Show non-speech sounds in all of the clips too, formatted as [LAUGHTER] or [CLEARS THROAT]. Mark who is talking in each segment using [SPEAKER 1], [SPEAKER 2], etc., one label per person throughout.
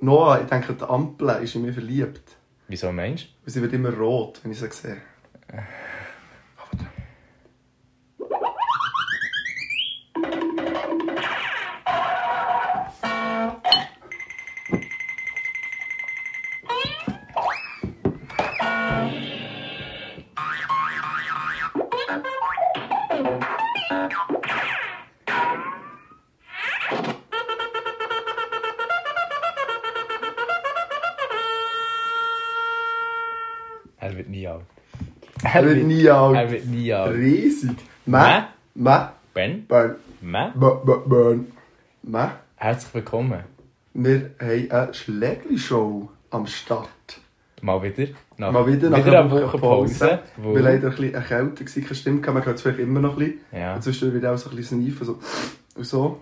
[SPEAKER 1] Noah, ich denke, die Ampel ist in mich verliebt.
[SPEAKER 2] Wieso meinst du?
[SPEAKER 1] Und sie wird immer rot, wenn ich sie sehe. Ah, warte.
[SPEAKER 2] Er wird nie alt.
[SPEAKER 1] Er wird nie alt.
[SPEAKER 2] Er wird nie alt.
[SPEAKER 1] Riesig. Mä, mä,
[SPEAKER 2] Ben,
[SPEAKER 1] burn,
[SPEAKER 2] Mä,
[SPEAKER 1] mä, mä, burn. Mä.
[SPEAKER 2] herzlich willkommen.
[SPEAKER 1] Wir haben eine Schlägli-Show am Start.
[SPEAKER 2] Mal wieder. Nach,
[SPEAKER 1] Mal wieder nach
[SPEAKER 2] wieder
[SPEAKER 1] einer Woche Pause.
[SPEAKER 2] wo-
[SPEAKER 1] Wir leider ein bisschen erkältet gewesen, keine Stimme gehabt. Man hört es vielleicht immer noch ein bisschen.
[SPEAKER 2] Ja.
[SPEAKER 1] Und zwischendurch wieder auch so ein bisschen sniffen, so. Und
[SPEAKER 2] [CLEARS THROAT]
[SPEAKER 1] so.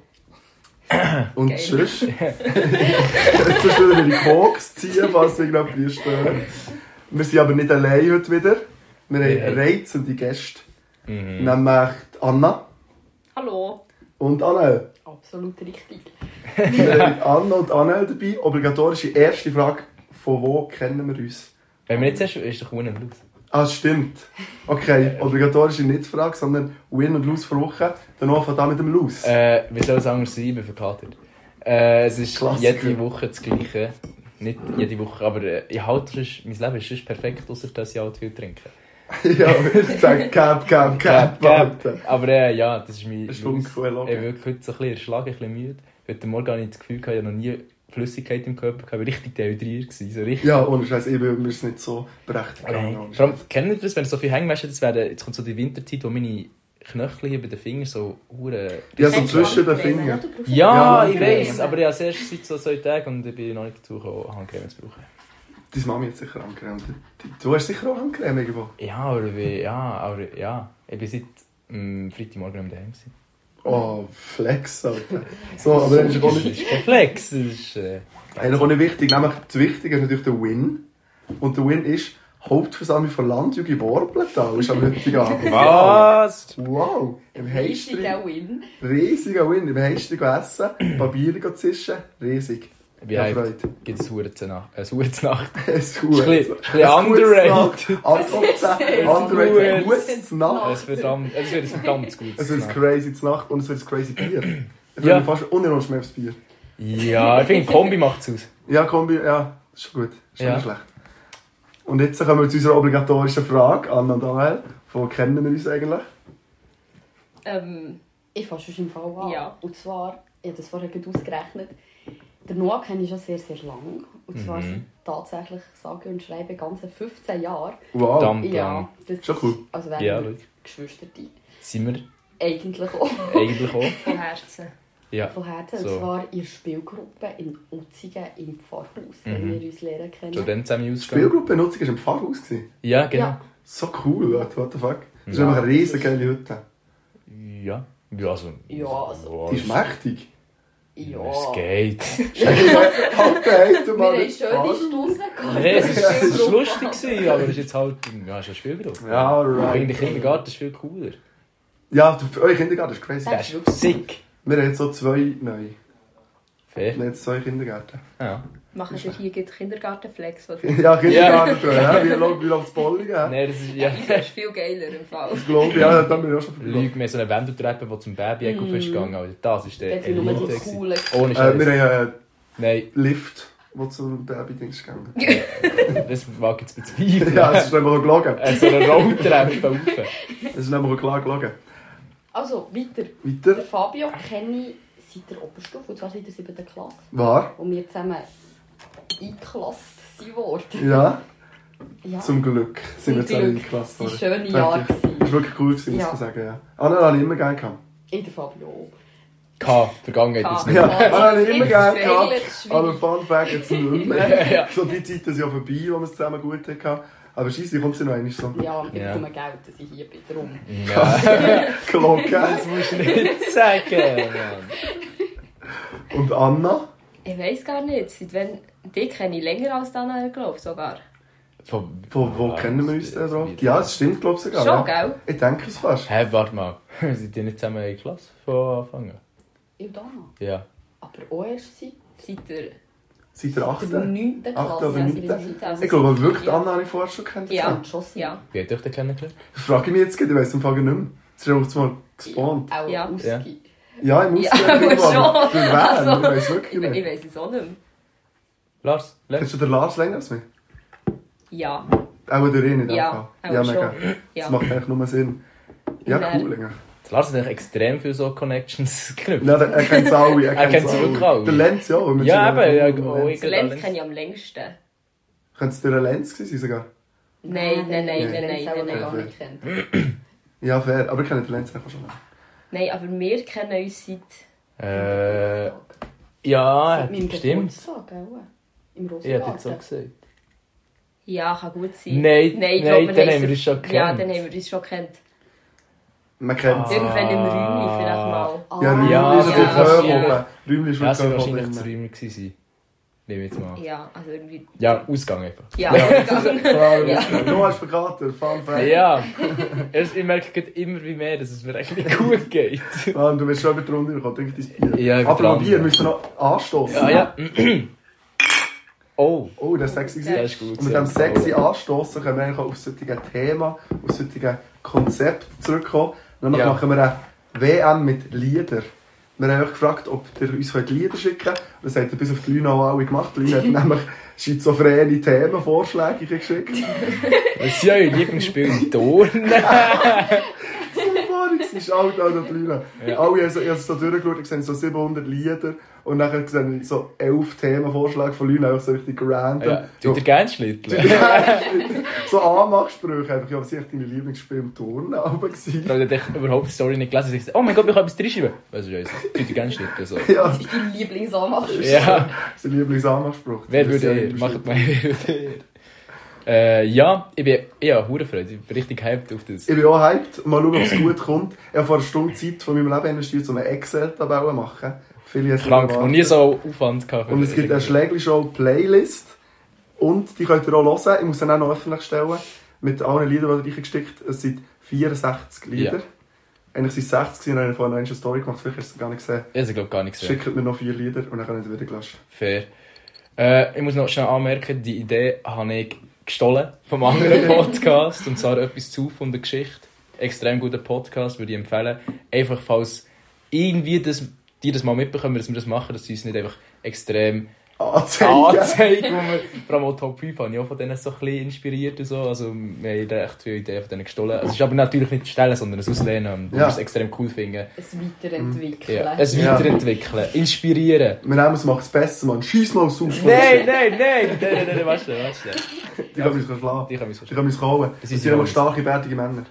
[SPEAKER 1] Und
[SPEAKER 2] [LAUGHS]
[SPEAKER 3] Geil.
[SPEAKER 1] sonst... [LAUGHS] zwischendurch wieder die Koks ziehen, was ich noch stört. Wir sind aber nicht allein heute wieder. Wir haben
[SPEAKER 2] Wir haben-
[SPEAKER 1] reizende Gäste.
[SPEAKER 2] Mhm.
[SPEAKER 1] Nämlich die Anna
[SPEAKER 3] Hallo.
[SPEAKER 1] und
[SPEAKER 2] [LAUGHS]
[SPEAKER 1] Annel.
[SPEAKER 3] Absolut richtig.
[SPEAKER 1] Wir haben Anna und Annel dabei. Obligatorische erste Frage. Von wo kennen wir uns?
[SPEAKER 2] Wenn wir jetzt erst, ist doch unten und aus.
[SPEAKER 1] Ah, das stimmt. Okay, obligatorische Nicht-Frage, sondern Win und Lose für Woche. Dann fangen wir mit dem Lose.
[SPEAKER 2] Äh, wie soll es anders sein? Ich bin verkatert. Äh, es ist
[SPEAKER 1] Klassiker.
[SPEAKER 2] jede Woche das Gleiche. Nicht jede Woche, aber äh, ich halte sonst, mein Leben ist sonst perfekt, außer dass ich halt viel trinke.
[SPEAKER 1] [LAUGHS] ja, ich sage Cap, Cap, Cap, Warte.
[SPEAKER 2] Aber äh, ja, das ist mein...
[SPEAKER 1] Das ist
[SPEAKER 2] mein-
[SPEAKER 1] uncool,
[SPEAKER 2] Ich bin
[SPEAKER 1] okay.
[SPEAKER 2] wirklich heute so ein bisschen erschlagen, ein bisschen müde. Heute Morgen hatte ich das Gefühl, ich habe noch nie Flüssigkeit im Körper gehabt. Ich war richtig dehydriert. gewesen, So richtig.
[SPEAKER 1] Ja, ohne Scheiß, ich bin mir ist nicht so berechtigt.
[SPEAKER 2] Nein. Vor allem, kennt ihr das, wenn ihr so viel Hängwäsche das werden, jetzt kommt so die Winterzeit, wo meine Knöchel hier bei den Fingern so hure.
[SPEAKER 1] Ja, so Also zwischen den Fingern.
[SPEAKER 2] Ja,
[SPEAKER 1] Ja,
[SPEAKER 2] ich
[SPEAKER 1] Creme.
[SPEAKER 2] weiß, aber ich habe erst seit so zwei Tagen und ich bin noch nicht dazu gekommen, Handcreme zu brauchen.
[SPEAKER 1] Deine Mami hat sicher Handcreme. Du- Du hast sicher auch Handcreme irgendwo.
[SPEAKER 2] Ja, aber wie, ja, aber ja. Ich bin seit ähm, Freitagmorgen im Daheim. gewesen.
[SPEAKER 1] Oh, Flex, Alter. So, aber dann ist ja auch
[SPEAKER 2] Das [LAUGHS]
[SPEAKER 1] nicht,
[SPEAKER 2] ist kein Flex, das ist. Äh,
[SPEAKER 1] eigentlich auch nicht wichtig. Nämlich das Wichtige ist natürlich der Win. Und der Win ist Hauptversammlung von Landjugend Worblenthal. Ist am heutigen Abend.
[SPEAKER 2] was?
[SPEAKER 1] Wow, im
[SPEAKER 3] Richtig
[SPEAKER 1] Heistring.
[SPEAKER 3] auch Win.
[SPEAKER 1] Riesiger Win. Im Heistring essen,
[SPEAKER 2] [CLEARS THROAT]
[SPEAKER 1] Papier zischen. Riesig.
[SPEAKER 2] Wie
[SPEAKER 1] Ja,
[SPEAKER 2] heißt [LAUGHS]
[SPEAKER 1] Freude.
[SPEAKER 2] Gibt es Hure zur Nacht? Äh, Hure zur Nacht.
[SPEAKER 1] [LAUGHS] Es
[SPEAKER 2] Ist ein bisschen- ist ein bisschen [LAUGHS] underrated.
[SPEAKER 1] Underrated.
[SPEAKER 2] Gutes
[SPEAKER 1] Gutes Nacht.
[SPEAKER 2] Es wird verdammt, es wird ein verdammt gutes
[SPEAKER 1] Es wird ein
[SPEAKER 2] Nacht.
[SPEAKER 1] crazy zu Nacht und es wird ein crazy
[SPEAKER 2] [CLEARS THROAT]
[SPEAKER 1] Bier. Ich
[SPEAKER 2] Ja.
[SPEAKER 1] ja. fast unerhört mehr aufs Bier.
[SPEAKER 2] Ja, ich finde, die Kombi macht es aus.
[SPEAKER 1] Ja, Kombi, ja, ist schon gut. Ist schon
[SPEAKER 2] Ja.
[SPEAKER 1] nicht schlecht. Und jetzt kommen wir zu unserer obligatorischen Frage, Anna und Daniel. Von kennen wir uns eigentlich?
[SPEAKER 3] Ähm,
[SPEAKER 4] Ich fange schon im Fall an.
[SPEAKER 3] Ja.
[SPEAKER 4] Und zwar, ich habe das vorher gerade ausgerechnet, der Noah kenne ich schon sehr, sehr lange. Und zwar
[SPEAKER 2] Mhm.
[SPEAKER 4] sind tatsächlich sage und schreibe ganze 15 Jahre.
[SPEAKER 1] Wow.
[SPEAKER 2] Verdammt lang.
[SPEAKER 4] Ja, das
[SPEAKER 1] Schon
[SPEAKER 4] ist-
[SPEAKER 1] cool.
[SPEAKER 4] Also wären
[SPEAKER 2] Ja,
[SPEAKER 4] wir
[SPEAKER 2] schau.
[SPEAKER 4] Geschwister die
[SPEAKER 2] Sind wir
[SPEAKER 4] eigentlich auch
[SPEAKER 2] eigentlich auch?
[SPEAKER 3] von Herzen.
[SPEAKER 2] Ja.
[SPEAKER 4] von Herzen.
[SPEAKER 2] So.
[SPEAKER 4] Und zwar in der Spielgruppe in Utzigen im Pfarrhaus,
[SPEAKER 2] Mhm.
[SPEAKER 4] wenn wir uns lernen
[SPEAKER 2] Zu
[SPEAKER 4] kennen.
[SPEAKER 2] dem zusammen
[SPEAKER 1] Die
[SPEAKER 2] ausgehen.
[SPEAKER 1] Spielgruppennutzung war im Pfarrhaus. gewesen.
[SPEAKER 2] Ja, genau.
[SPEAKER 4] Ja,
[SPEAKER 1] So cool, Leute, what the fuck. Das ist
[SPEAKER 2] Ja.
[SPEAKER 1] einfach eine riesige geile Hütte.
[SPEAKER 2] Ja. Ja, also.
[SPEAKER 4] Ja, also-
[SPEAKER 2] Ja,
[SPEAKER 1] Die ist mächtig.
[SPEAKER 4] ja.
[SPEAKER 2] Es geht.
[SPEAKER 1] Halt, hey, du
[SPEAKER 4] Wir
[SPEAKER 1] mal
[SPEAKER 4] haben
[SPEAKER 1] nicht
[SPEAKER 4] schöne
[SPEAKER 1] Pfarrhaus.
[SPEAKER 4] Stunden
[SPEAKER 2] Hey, es ist, es ist
[SPEAKER 4] [LAUGHS] Spielgruppe.
[SPEAKER 2] lustig, gewesen, aber es ist jetzt halt. Ja, es ist ein Spielgrund.
[SPEAKER 1] Ja, alright.
[SPEAKER 2] Wegen der Kindergarten ist viel cooler.
[SPEAKER 1] Ja, du- für eure Kindergarten ist crazy.
[SPEAKER 4] Ja.
[SPEAKER 2] Das ist sick.
[SPEAKER 1] Wir haben jetzt so zwei neue. Wir
[SPEAKER 2] Fair.
[SPEAKER 1] haben jetzt zwei Kindergärten. [LAUGHS]
[SPEAKER 2] Ja.
[SPEAKER 3] Machen Sie hier gibt Kindergartenflex. oder?
[SPEAKER 1] Ja, Kindergarten, ja. Wie läuft wie läuft's Bolligen? Ja.
[SPEAKER 2] Nein, das ist. Ja.
[SPEAKER 3] Das ist viel geiler im Fall.
[SPEAKER 1] Ich glaube, ja, da haben wir ja schon verloren.
[SPEAKER 2] Lüge mir so eine Wendeltreppe, die zum Baby mm. festgegangen Alter, Das ist der
[SPEAKER 4] Dort sind nur die
[SPEAKER 2] Elite gewesen.
[SPEAKER 4] coolen.
[SPEAKER 2] Ohne
[SPEAKER 1] Äh, wir haben
[SPEAKER 2] Scheiß.
[SPEAKER 1] einen
[SPEAKER 2] Nein,
[SPEAKER 1] Lift, der zum Baby-Dings gegangen
[SPEAKER 4] [LAUGHS]
[SPEAKER 1] ist.
[SPEAKER 2] das wage ich zu
[SPEAKER 1] [LAUGHS]
[SPEAKER 2] bezweifeln.
[SPEAKER 1] Ja, es ist einfach auch gelogen.
[SPEAKER 2] [LAUGHS] Äh, so eine Rolltreppe rauf.
[SPEAKER 1] Es ist einfach auch klar gelogen.
[SPEAKER 4] Also,
[SPEAKER 1] Äh.
[SPEAKER 4] weiter. Der
[SPEAKER 1] Weiter
[SPEAKER 4] Fabio kenne ich seit der Oberstufe, und zwar seit der 7. Klasse.
[SPEAKER 1] war,
[SPEAKER 4] wo wir zusammen eingeklast sind worden.
[SPEAKER 1] ja,
[SPEAKER 4] Ja,
[SPEAKER 1] zum Glück sind wir
[SPEAKER 4] Zum
[SPEAKER 1] zusammen in
[SPEAKER 4] Glück.
[SPEAKER 1] der Klasse.
[SPEAKER 4] das waren schöne Jahre.
[SPEAKER 1] Danke. Das
[SPEAKER 4] gewesen.
[SPEAKER 1] war wirklich cool, gewesen, muss
[SPEAKER 4] Ja.
[SPEAKER 1] ich sagen. Ja. Anna habe ich immer gerne gehabt.
[SPEAKER 4] In der Fabio.
[SPEAKER 2] K, Vergangenheit
[SPEAKER 3] K.
[SPEAKER 2] jetzt nicht.
[SPEAKER 1] Ja, Anna habe ich immer
[SPEAKER 3] Jetzt
[SPEAKER 1] gerne
[SPEAKER 3] ist es
[SPEAKER 1] gehabt.
[SPEAKER 3] eigentlich schwierig.
[SPEAKER 1] Aber Fun Fact jetzt nicht
[SPEAKER 3] [LAUGHS]
[SPEAKER 1] mehr.
[SPEAKER 2] Ja.
[SPEAKER 1] So die Zeiten sind ja vorbei, wo wir es zusammen gut hatten. Aber scheisse, kommt sie noch einmal so. [LAUGHS]
[SPEAKER 4] Ja, und ich
[SPEAKER 2] Ja.
[SPEAKER 4] bekomme Geld, dass ich hier bin. Darum.
[SPEAKER 2] [LAUGHS] Ja,
[SPEAKER 1] Gelogen.
[SPEAKER 2] das musst du nicht sagen, Mann.
[SPEAKER 1] Und Anna?
[SPEAKER 3] Ich weiß gar nicht. Seit wann. Die kenne ich länger als Dana, glaube ich sogar.
[SPEAKER 2] Von,
[SPEAKER 1] Von wo
[SPEAKER 2] Ah,
[SPEAKER 1] kennen wir uns denn überhaupt? Ja, Ah, das stimmt, glaube ich sogar.
[SPEAKER 3] Schon,
[SPEAKER 1] ja.
[SPEAKER 3] gell?
[SPEAKER 1] Ich denke es fast.
[SPEAKER 2] Hä, warte mal. [LAUGHS] Seid ihr nicht zusammen in der Klasse von Anfang an?
[SPEAKER 4] Ich da.
[SPEAKER 2] Ja.
[SPEAKER 4] Aber auch erst seit
[SPEAKER 3] Seit der
[SPEAKER 1] Seit der 8.
[SPEAKER 4] In der 9.
[SPEAKER 1] Achte
[SPEAKER 4] Klasse.
[SPEAKER 1] oder
[SPEAKER 4] also
[SPEAKER 1] neunte?
[SPEAKER 4] wir sind also
[SPEAKER 1] Ich glaube wirklich, die Anna habe ich vorher schon kennt.
[SPEAKER 3] Ja.
[SPEAKER 4] Und schon sind.
[SPEAKER 3] Ja.
[SPEAKER 2] Wie habt ihr euch denn kennengelernt?
[SPEAKER 1] Das frage ich mich jetzt, gerade, ich weiß im Fall nicht mehr. Es ist einfach mal gespawnt.
[SPEAKER 4] Auch
[SPEAKER 3] Ja.
[SPEAKER 4] ausge-
[SPEAKER 1] Ja, im
[SPEAKER 3] Ja, [LAUGHS]
[SPEAKER 1] Ausland.
[SPEAKER 3] aber schon.
[SPEAKER 1] Durch wen?
[SPEAKER 3] Also,
[SPEAKER 1] ich weiß
[SPEAKER 3] Ich,
[SPEAKER 1] wirklich
[SPEAKER 3] ich
[SPEAKER 1] nicht.
[SPEAKER 3] weiß es auch nicht mehr.
[SPEAKER 2] Lars,
[SPEAKER 1] Kennst [LAUGHS]
[SPEAKER 2] Lars.
[SPEAKER 1] du den Lars länger als mich?
[SPEAKER 3] Ja.
[SPEAKER 1] Auch der Rene, in dem
[SPEAKER 3] Ja,
[SPEAKER 1] Fall. mega.
[SPEAKER 3] auch schon.
[SPEAKER 1] Das
[SPEAKER 3] Ja.
[SPEAKER 1] macht eigentlich nur Sinn. Ja,
[SPEAKER 3] Nein.
[SPEAKER 1] cool, eigentlich.
[SPEAKER 2] Lars hat eigentlich extrem viele so Connections [LAUGHS] geknüpft.
[SPEAKER 1] Nein, der- er kennt es alle. Er,
[SPEAKER 2] Er
[SPEAKER 1] kennt's
[SPEAKER 2] kennt wirklich alle.
[SPEAKER 1] Der Lenz, ja. wir
[SPEAKER 2] Ja,
[SPEAKER 1] sind ja
[SPEAKER 2] eben,
[SPEAKER 1] auch-
[SPEAKER 2] ja, oh,
[SPEAKER 1] Lenz.
[SPEAKER 2] ich-
[SPEAKER 3] Den Lenz kenne ich am längsten.
[SPEAKER 1] Könnte es der Lenz gewesen sein sogar?
[SPEAKER 3] Nein, nein,
[SPEAKER 4] den
[SPEAKER 3] nein, nein,
[SPEAKER 4] haben wir
[SPEAKER 3] nein, nein, nein.
[SPEAKER 4] selber noch gar nicht kennt.
[SPEAKER 1] Ja, fair. Aber ich kenne den Lenz einfach schon.
[SPEAKER 3] Nein, aber wir kennen uns seit...
[SPEAKER 2] Äh, ja,
[SPEAKER 3] ah,
[SPEAKER 4] Seit meinem
[SPEAKER 2] stimmt.
[SPEAKER 4] Ah, Geburtstag, auch. Im
[SPEAKER 2] Ich hätte jetzt so
[SPEAKER 4] Rosengarten.
[SPEAKER 2] gesagt.
[SPEAKER 3] Ja, kann gut sein.
[SPEAKER 2] Nein,
[SPEAKER 3] ich
[SPEAKER 2] nein,
[SPEAKER 3] glaube, wir
[SPEAKER 2] dann haben
[SPEAKER 3] es-
[SPEAKER 2] wir uns schon
[SPEAKER 3] Ja,
[SPEAKER 2] gekannt.
[SPEAKER 3] dann haben wir uns schon gekannt.
[SPEAKER 1] Man kennt es.
[SPEAKER 3] Irgendwann im Räumli
[SPEAKER 2] Ah.
[SPEAKER 3] vielleicht mal.
[SPEAKER 1] Ja, Räumli
[SPEAKER 2] Ja,
[SPEAKER 1] ist natürlich
[SPEAKER 3] ja,
[SPEAKER 1] hoch
[SPEAKER 3] ja.
[SPEAKER 1] oben. Räumli ist
[SPEAKER 2] Ja, sie war
[SPEAKER 1] wirklich hoch
[SPEAKER 2] wahrscheinlich zu
[SPEAKER 1] oben.
[SPEAKER 2] Römer gewesen. Nehme ich jetzt mal an.
[SPEAKER 3] Ja, also irgendwie...
[SPEAKER 2] Ja, Ausgang einfach.
[SPEAKER 3] Ja, [LAUGHS] ja.
[SPEAKER 1] Ja,
[SPEAKER 3] Ja.
[SPEAKER 1] Du hast verraten, Fun Fact.
[SPEAKER 2] Ja, erst- ich merke gerade immer wie mehr, dass es mir eigentlich [LAUGHS] gut geht.
[SPEAKER 1] Ah, und du wirst schon über die Runde gekommen, trink dein Bier.
[SPEAKER 2] Ja, ich bin
[SPEAKER 1] Aber noch
[SPEAKER 2] dran.
[SPEAKER 1] Bier müssen wir noch anstoßen.
[SPEAKER 2] Ah ja. Oh,
[SPEAKER 1] Oh, das war sexy.
[SPEAKER 2] das ist gut.
[SPEAKER 1] Und mit diesem sexy Anstoßen können wir eigentlich auch auf solche Thema, auf solche Konzept zurückkommen. Dann
[SPEAKER 2] Ja.
[SPEAKER 1] machen wir eine WM mit Lieder. Wir haben euch gefragt, ob ihr uns könnt Lieder schicken könnt. Das habt ihr bis auf die Lina auch alle gemacht. Die
[SPEAKER 2] [LAUGHS]
[SPEAKER 1] Lina hat nämlich schizophrene Themenvorschläge
[SPEAKER 2] [LAUGHS]
[SPEAKER 1] geschickt.
[SPEAKER 2] Das sind ja eure
[SPEAKER 1] [LAUGHS]
[SPEAKER 2] Lieblingsspiele Turnen.
[SPEAKER 1] Erfahrung, es ist alt, alt und Lina.
[SPEAKER 2] Ja.
[SPEAKER 1] Alle haben so, ich habe so durchgeschaut, ich sehe so 700 Lieder und nachher sehe ich so 11 Themenvorschläge von Leuten, einfach so richtig random.
[SPEAKER 2] Ja,
[SPEAKER 1] So,
[SPEAKER 2] tut ihr gerne schlitteln?
[SPEAKER 1] so Anmachsprüche einfach, ja, was sind deine Lieblingsspiele im Turnen aber
[SPEAKER 2] Ich habe ich überhaupt die Story nicht gelesen. Ich dachte, oh mein Gott, ich kann etwas reinschreiben. Weißt du, Joyce, tut ihr gerne schlitteln? So.
[SPEAKER 1] Ja,
[SPEAKER 4] Das ist dein Lieblingsanmachspruch.
[SPEAKER 2] Ja,
[SPEAKER 1] [LAUGHS] das ist der Lieblingsanmachspruch.
[SPEAKER 2] wer
[SPEAKER 1] Das ist ja
[SPEAKER 2] würde eh ihr?
[SPEAKER 1] immer
[SPEAKER 2] Macht
[SPEAKER 1] schön.
[SPEAKER 2] mal, [LAUGHS] wer würde ihr? Äh, ja, ich bin, ja, Hurenfreude. Ich bin richtig hyped auf das.
[SPEAKER 1] Ich bin auch hyped. Mal schauen, ob es gut kommt. Ich habe vor einer Stunde Zeit von meinem Leben investiert, um eine Excel-Tabelle zu machen. Viele haben es nicht
[SPEAKER 2] Krank, noch
[SPEAKER 1] erwartet.
[SPEAKER 2] nie so Aufwand gehabt. für
[SPEAKER 1] Und
[SPEAKER 2] das.
[SPEAKER 1] es gibt eine Schlägli-Show-Playlist. Und die könnt ihr auch hören. Ich muss dann auch noch öffentlich stellen. Mit allen Liedern, die ich reingesteckt habe. Es sind 64 Lieder.
[SPEAKER 2] Ja.
[SPEAKER 1] Eigentlich sind es 60 gewesen, dann habe ich vorhin noch eine Story gemacht. Vielleicht hast du es gar nicht gesehen.
[SPEAKER 2] Ja, das ist, glaube gar nichts. wert.
[SPEAKER 1] Schickt mir noch vier Lieder und dann können sie wieder gelöscht.
[SPEAKER 2] Fair. Äh, ich muss noch schnell anmerken, die Idee habe ich gestohlen vom
[SPEAKER 1] [LAUGHS]
[SPEAKER 2] anderen Podcast. und zwar etwas zu von der Geschichte. Extrem guter Podcast, würde ich empfehlen. Einfach, falls irgendwie das, die das mal mitbekommen, dass wir das machen, dass sie uns nicht einfach
[SPEAKER 1] [LAUGHS]
[SPEAKER 2] extrem
[SPEAKER 1] Anzeigen!
[SPEAKER 2] anzeigen, wo wir, vor allem auch Top 5 habe ich auch von denen so ein bisschen inspiriert und so. Also, wir haben echt viele Ideen von denen gestohlen. Also, es ist aber natürlich nicht stellen, sondern es auslehnen und
[SPEAKER 1] Ja.
[SPEAKER 2] wir es extrem cool finden.
[SPEAKER 4] Es weiterentwickeln.
[SPEAKER 2] Ja. Es
[SPEAKER 1] Ja.
[SPEAKER 2] weiterentwickeln, inspirieren.
[SPEAKER 1] Wir nehmen es, machen es besser, Mann. Schieß mal aus auf.
[SPEAKER 2] Nein, nein, nein, nein, nein, nein, warte, warte.
[SPEAKER 1] Die können uns schlagen.
[SPEAKER 2] Die können uns
[SPEAKER 1] Die können uns holen.
[SPEAKER 2] Das
[SPEAKER 1] Das
[SPEAKER 2] ist
[SPEAKER 1] sind einfach
[SPEAKER 2] ja-
[SPEAKER 1] starke, bärtige Männer.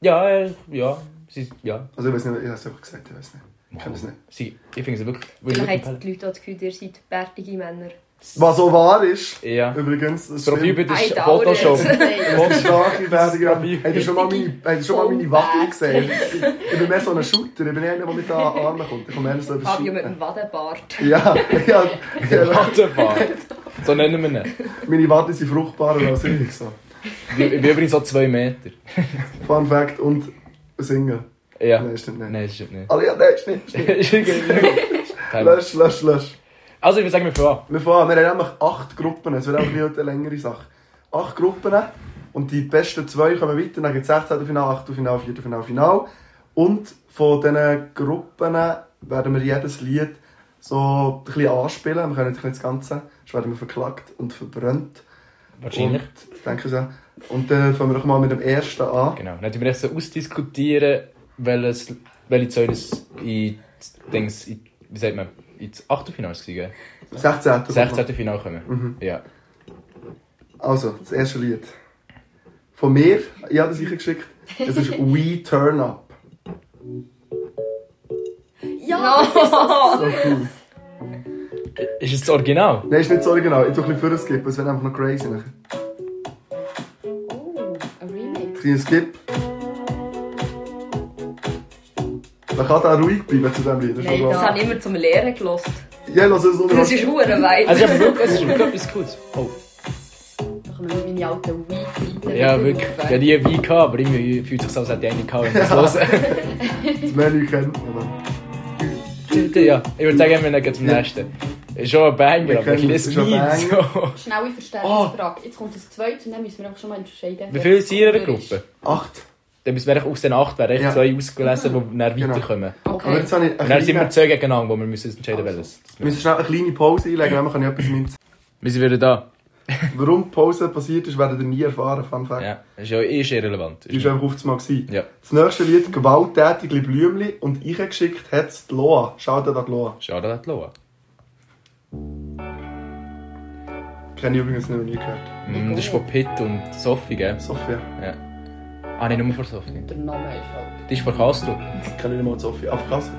[SPEAKER 2] Ja, äh, ja, sie ist, ja.
[SPEAKER 1] Also ich weiß nicht, ich habe es einfach gesagt, ich weiß nicht. Ich kann es nicht.
[SPEAKER 2] Sie, ich finde sie wirklich, würde ich
[SPEAKER 3] Vielleicht
[SPEAKER 2] wirklich
[SPEAKER 3] haben die Leute auch das Gefühl, ihr seid bärtige Männer.
[SPEAKER 1] Was so wahr ist,
[SPEAKER 2] empfehlen. Ja.
[SPEAKER 1] übrigens, das
[SPEAKER 2] Das Profil
[SPEAKER 1] stimmt.
[SPEAKER 2] bei der
[SPEAKER 3] Ei,
[SPEAKER 2] Sch-
[SPEAKER 3] Dauer
[SPEAKER 2] Photoshop.
[SPEAKER 3] jetzt.
[SPEAKER 1] Das ist starke, bärtige Männer.
[SPEAKER 2] Profil.
[SPEAKER 1] Habt ihr schon mal meine, habt ihr schon mal meine
[SPEAKER 2] Oh,
[SPEAKER 1] Waffe gesehen? Ich bin mehr so ein Shooter, ich bin eher der, der mit den Armen kommt. Ich komme eher so über
[SPEAKER 3] Fabio mit dem
[SPEAKER 1] Shooter.
[SPEAKER 3] Wadenbart.
[SPEAKER 1] Ja, ja, [LAUGHS] ja.
[SPEAKER 2] Wartebart. So nennen wir ihn.
[SPEAKER 1] Meine Waden sind fruchtbarer als ich. So.
[SPEAKER 2] Ich bin ich bin übrigens so zwei Meter.
[SPEAKER 1] Fun Fact und Single.
[SPEAKER 2] Ja.
[SPEAKER 1] Nein, stimmt nicht.
[SPEAKER 2] Nein, das stimmt nicht.
[SPEAKER 1] Alle, ja, nein, stimmt nicht.
[SPEAKER 2] Ist [LAUGHS] irgendwie- Keine-
[SPEAKER 1] Lösch, lösch, lösch.
[SPEAKER 2] Also, ich würde sagen, wir fangen an.
[SPEAKER 1] Wir fahren, wir haben nämlich acht Gruppen, es wird auch heute eine längere Sache. Acht Gruppen und die besten zwei kommen weiter, dann gibt es 16. Final, 8. Final, 4. Final, Final. Und von diesen Gruppen werden wir jedes Lied so ein bisschen anspielen. Wir können nicht das Ganze, sonst werden wir verklagt und verbrannt.
[SPEAKER 2] Wahrscheinlich.
[SPEAKER 1] Und, denke ich so. Und dann fangen wir doch mal mit dem ersten an.
[SPEAKER 2] Genau. Nou, Dann tun wir echt so ausdiskutieren, welches, welche zwei das in, Dings, in, wie sagt man, ins Achtelfinale waren.
[SPEAKER 1] 16.
[SPEAKER 2] 16. Finale kommen. nou Ja.
[SPEAKER 1] Also, das erste Lied. Von mir, ich habe das geschickt. Es ist We Turn Up.
[SPEAKER 4] Ja, das ist so
[SPEAKER 1] So cool.
[SPEAKER 2] Ist es das Original?
[SPEAKER 1] Nein, ist nicht so genau. Ich tue ein bisschen vorher skippen, es wird einfach noch crazy. nachher.
[SPEAKER 4] Oh, ein Remix.
[SPEAKER 1] Kleiner Skip. Man kann da ruhig bleiben zu diesem Lied. Das ist
[SPEAKER 3] Nein,
[SPEAKER 1] schon
[SPEAKER 3] das
[SPEAKER 1] wahr.
[SPEAKER 3] habe ich immer zum Lehren gelost.
[SPEAKER 1] Ja, lass es unter.
[SPEAKER 3] Das ist hure weit.
[SPEAKER 2] Also, aber wirklich, es ist wirklich etwas Gutes. Oh.
[SPEAKER 4] Da kommen wir meine alten Weed-Zeiten.
[SPEAKER 2] Ja, wirklich. Ich hatte nie Wein, gehabt, aber irgendwie fühlt sich so, als hätte ich einen gehabt, wenn ich das höre.
[SPEAKER 1] Das Menü kennt man.
[SPEAKER 2] Ja, ich würde sagen, wir gehen zum nächsten. Ist schon ein Banger,
[SPEAKER 1] Wir
[SPEAKER 2] aber ein
[SPEAKER 1] kennen das,
[SPEAKER 2] kleines
[SPEAKER 1] ist schon ein
[SPEAKER 2] Meme.
[SPEAKER 1] Banger.
[SPEAKER 2] So.
[SPEAKER 4] Schnelle
[SPEAKER 2] Oh.
[SPEAKER 4] Verständnisfrage. Jetzt kommt das zweite und dann müssen wir einfach schon mal entscheiden.
[SPEAKER 2] Wie
[SPEAKER 4] wer
[SPEAKER 2] viele sind in
[SPEAKER 4] der
[SPEAKER 2] einer
[SPEAKER 4] Gewinner ist.
[SPEAKER 2] Gruppe?
[SPEAKER 1] Acht.
[SPEAKER 2] Dann müssen wir eigentlich aus den acht werden, echt
[SPEAKER 1] Ja.
[SPEAKER 2] zwei ausgelesen, die dann
[SPEAKER 1] Genau.
[SPEAKER 2] weiterkommen.
[SPEAKER 1] Aber
[SPEAKER 4] Okay.
[SPEAKER 1] jetzt habe ich
[SPEAKER 2] Und dann
[SPEAKER 1] eine
[SPEAKER 2] sind wir
[SPEAKER 1] kleine,
[SPEAKER 2] zwei gegeneinander, wo wir müssen entscheiden
[SPEAKER 1] Also.
[SPEAKER 2] müssen,
[SPEAKER 1] wir müssen schnell eine kleine Pause einlegen, dann kann ich etwas mit.
[SPEAKER 2] Wir sind wieder da.
[SPEAKER 1] Warum die Pause passiert ist, werdet ihr nie erfahren, Fun Fact.
[SPEAKER 2] Ja, ist ja ist irrelevant.
[SPEAKER 1] Die ist einfach auf das Mal. gewesen.
[SPEAKER 2] Ja.
[SPEAKER 1] Das nächste Lied, Gewalttätige Blümli, und eingeschickt hat es die Loa. Schaut an die Loa.
[SPEAKER 2] Schade, dass Loa.
[SPEAKER 1] Kenne ich übrigens noch nie gehört.
[SPEAKER 2] Mm, Das ist von Pitt und Sophie, gell?
[SPEAKER 1] Sophia.
[SPEAKER 2] Ja. Ah, nicht nur von Sophie.
[SPEAKER 4] Der Name ist halt.
[SPEAKER 2] Die ist von Castro.
[SPEAKER 1] Kenne ich nicht mal die Sophia. Auf Kassel.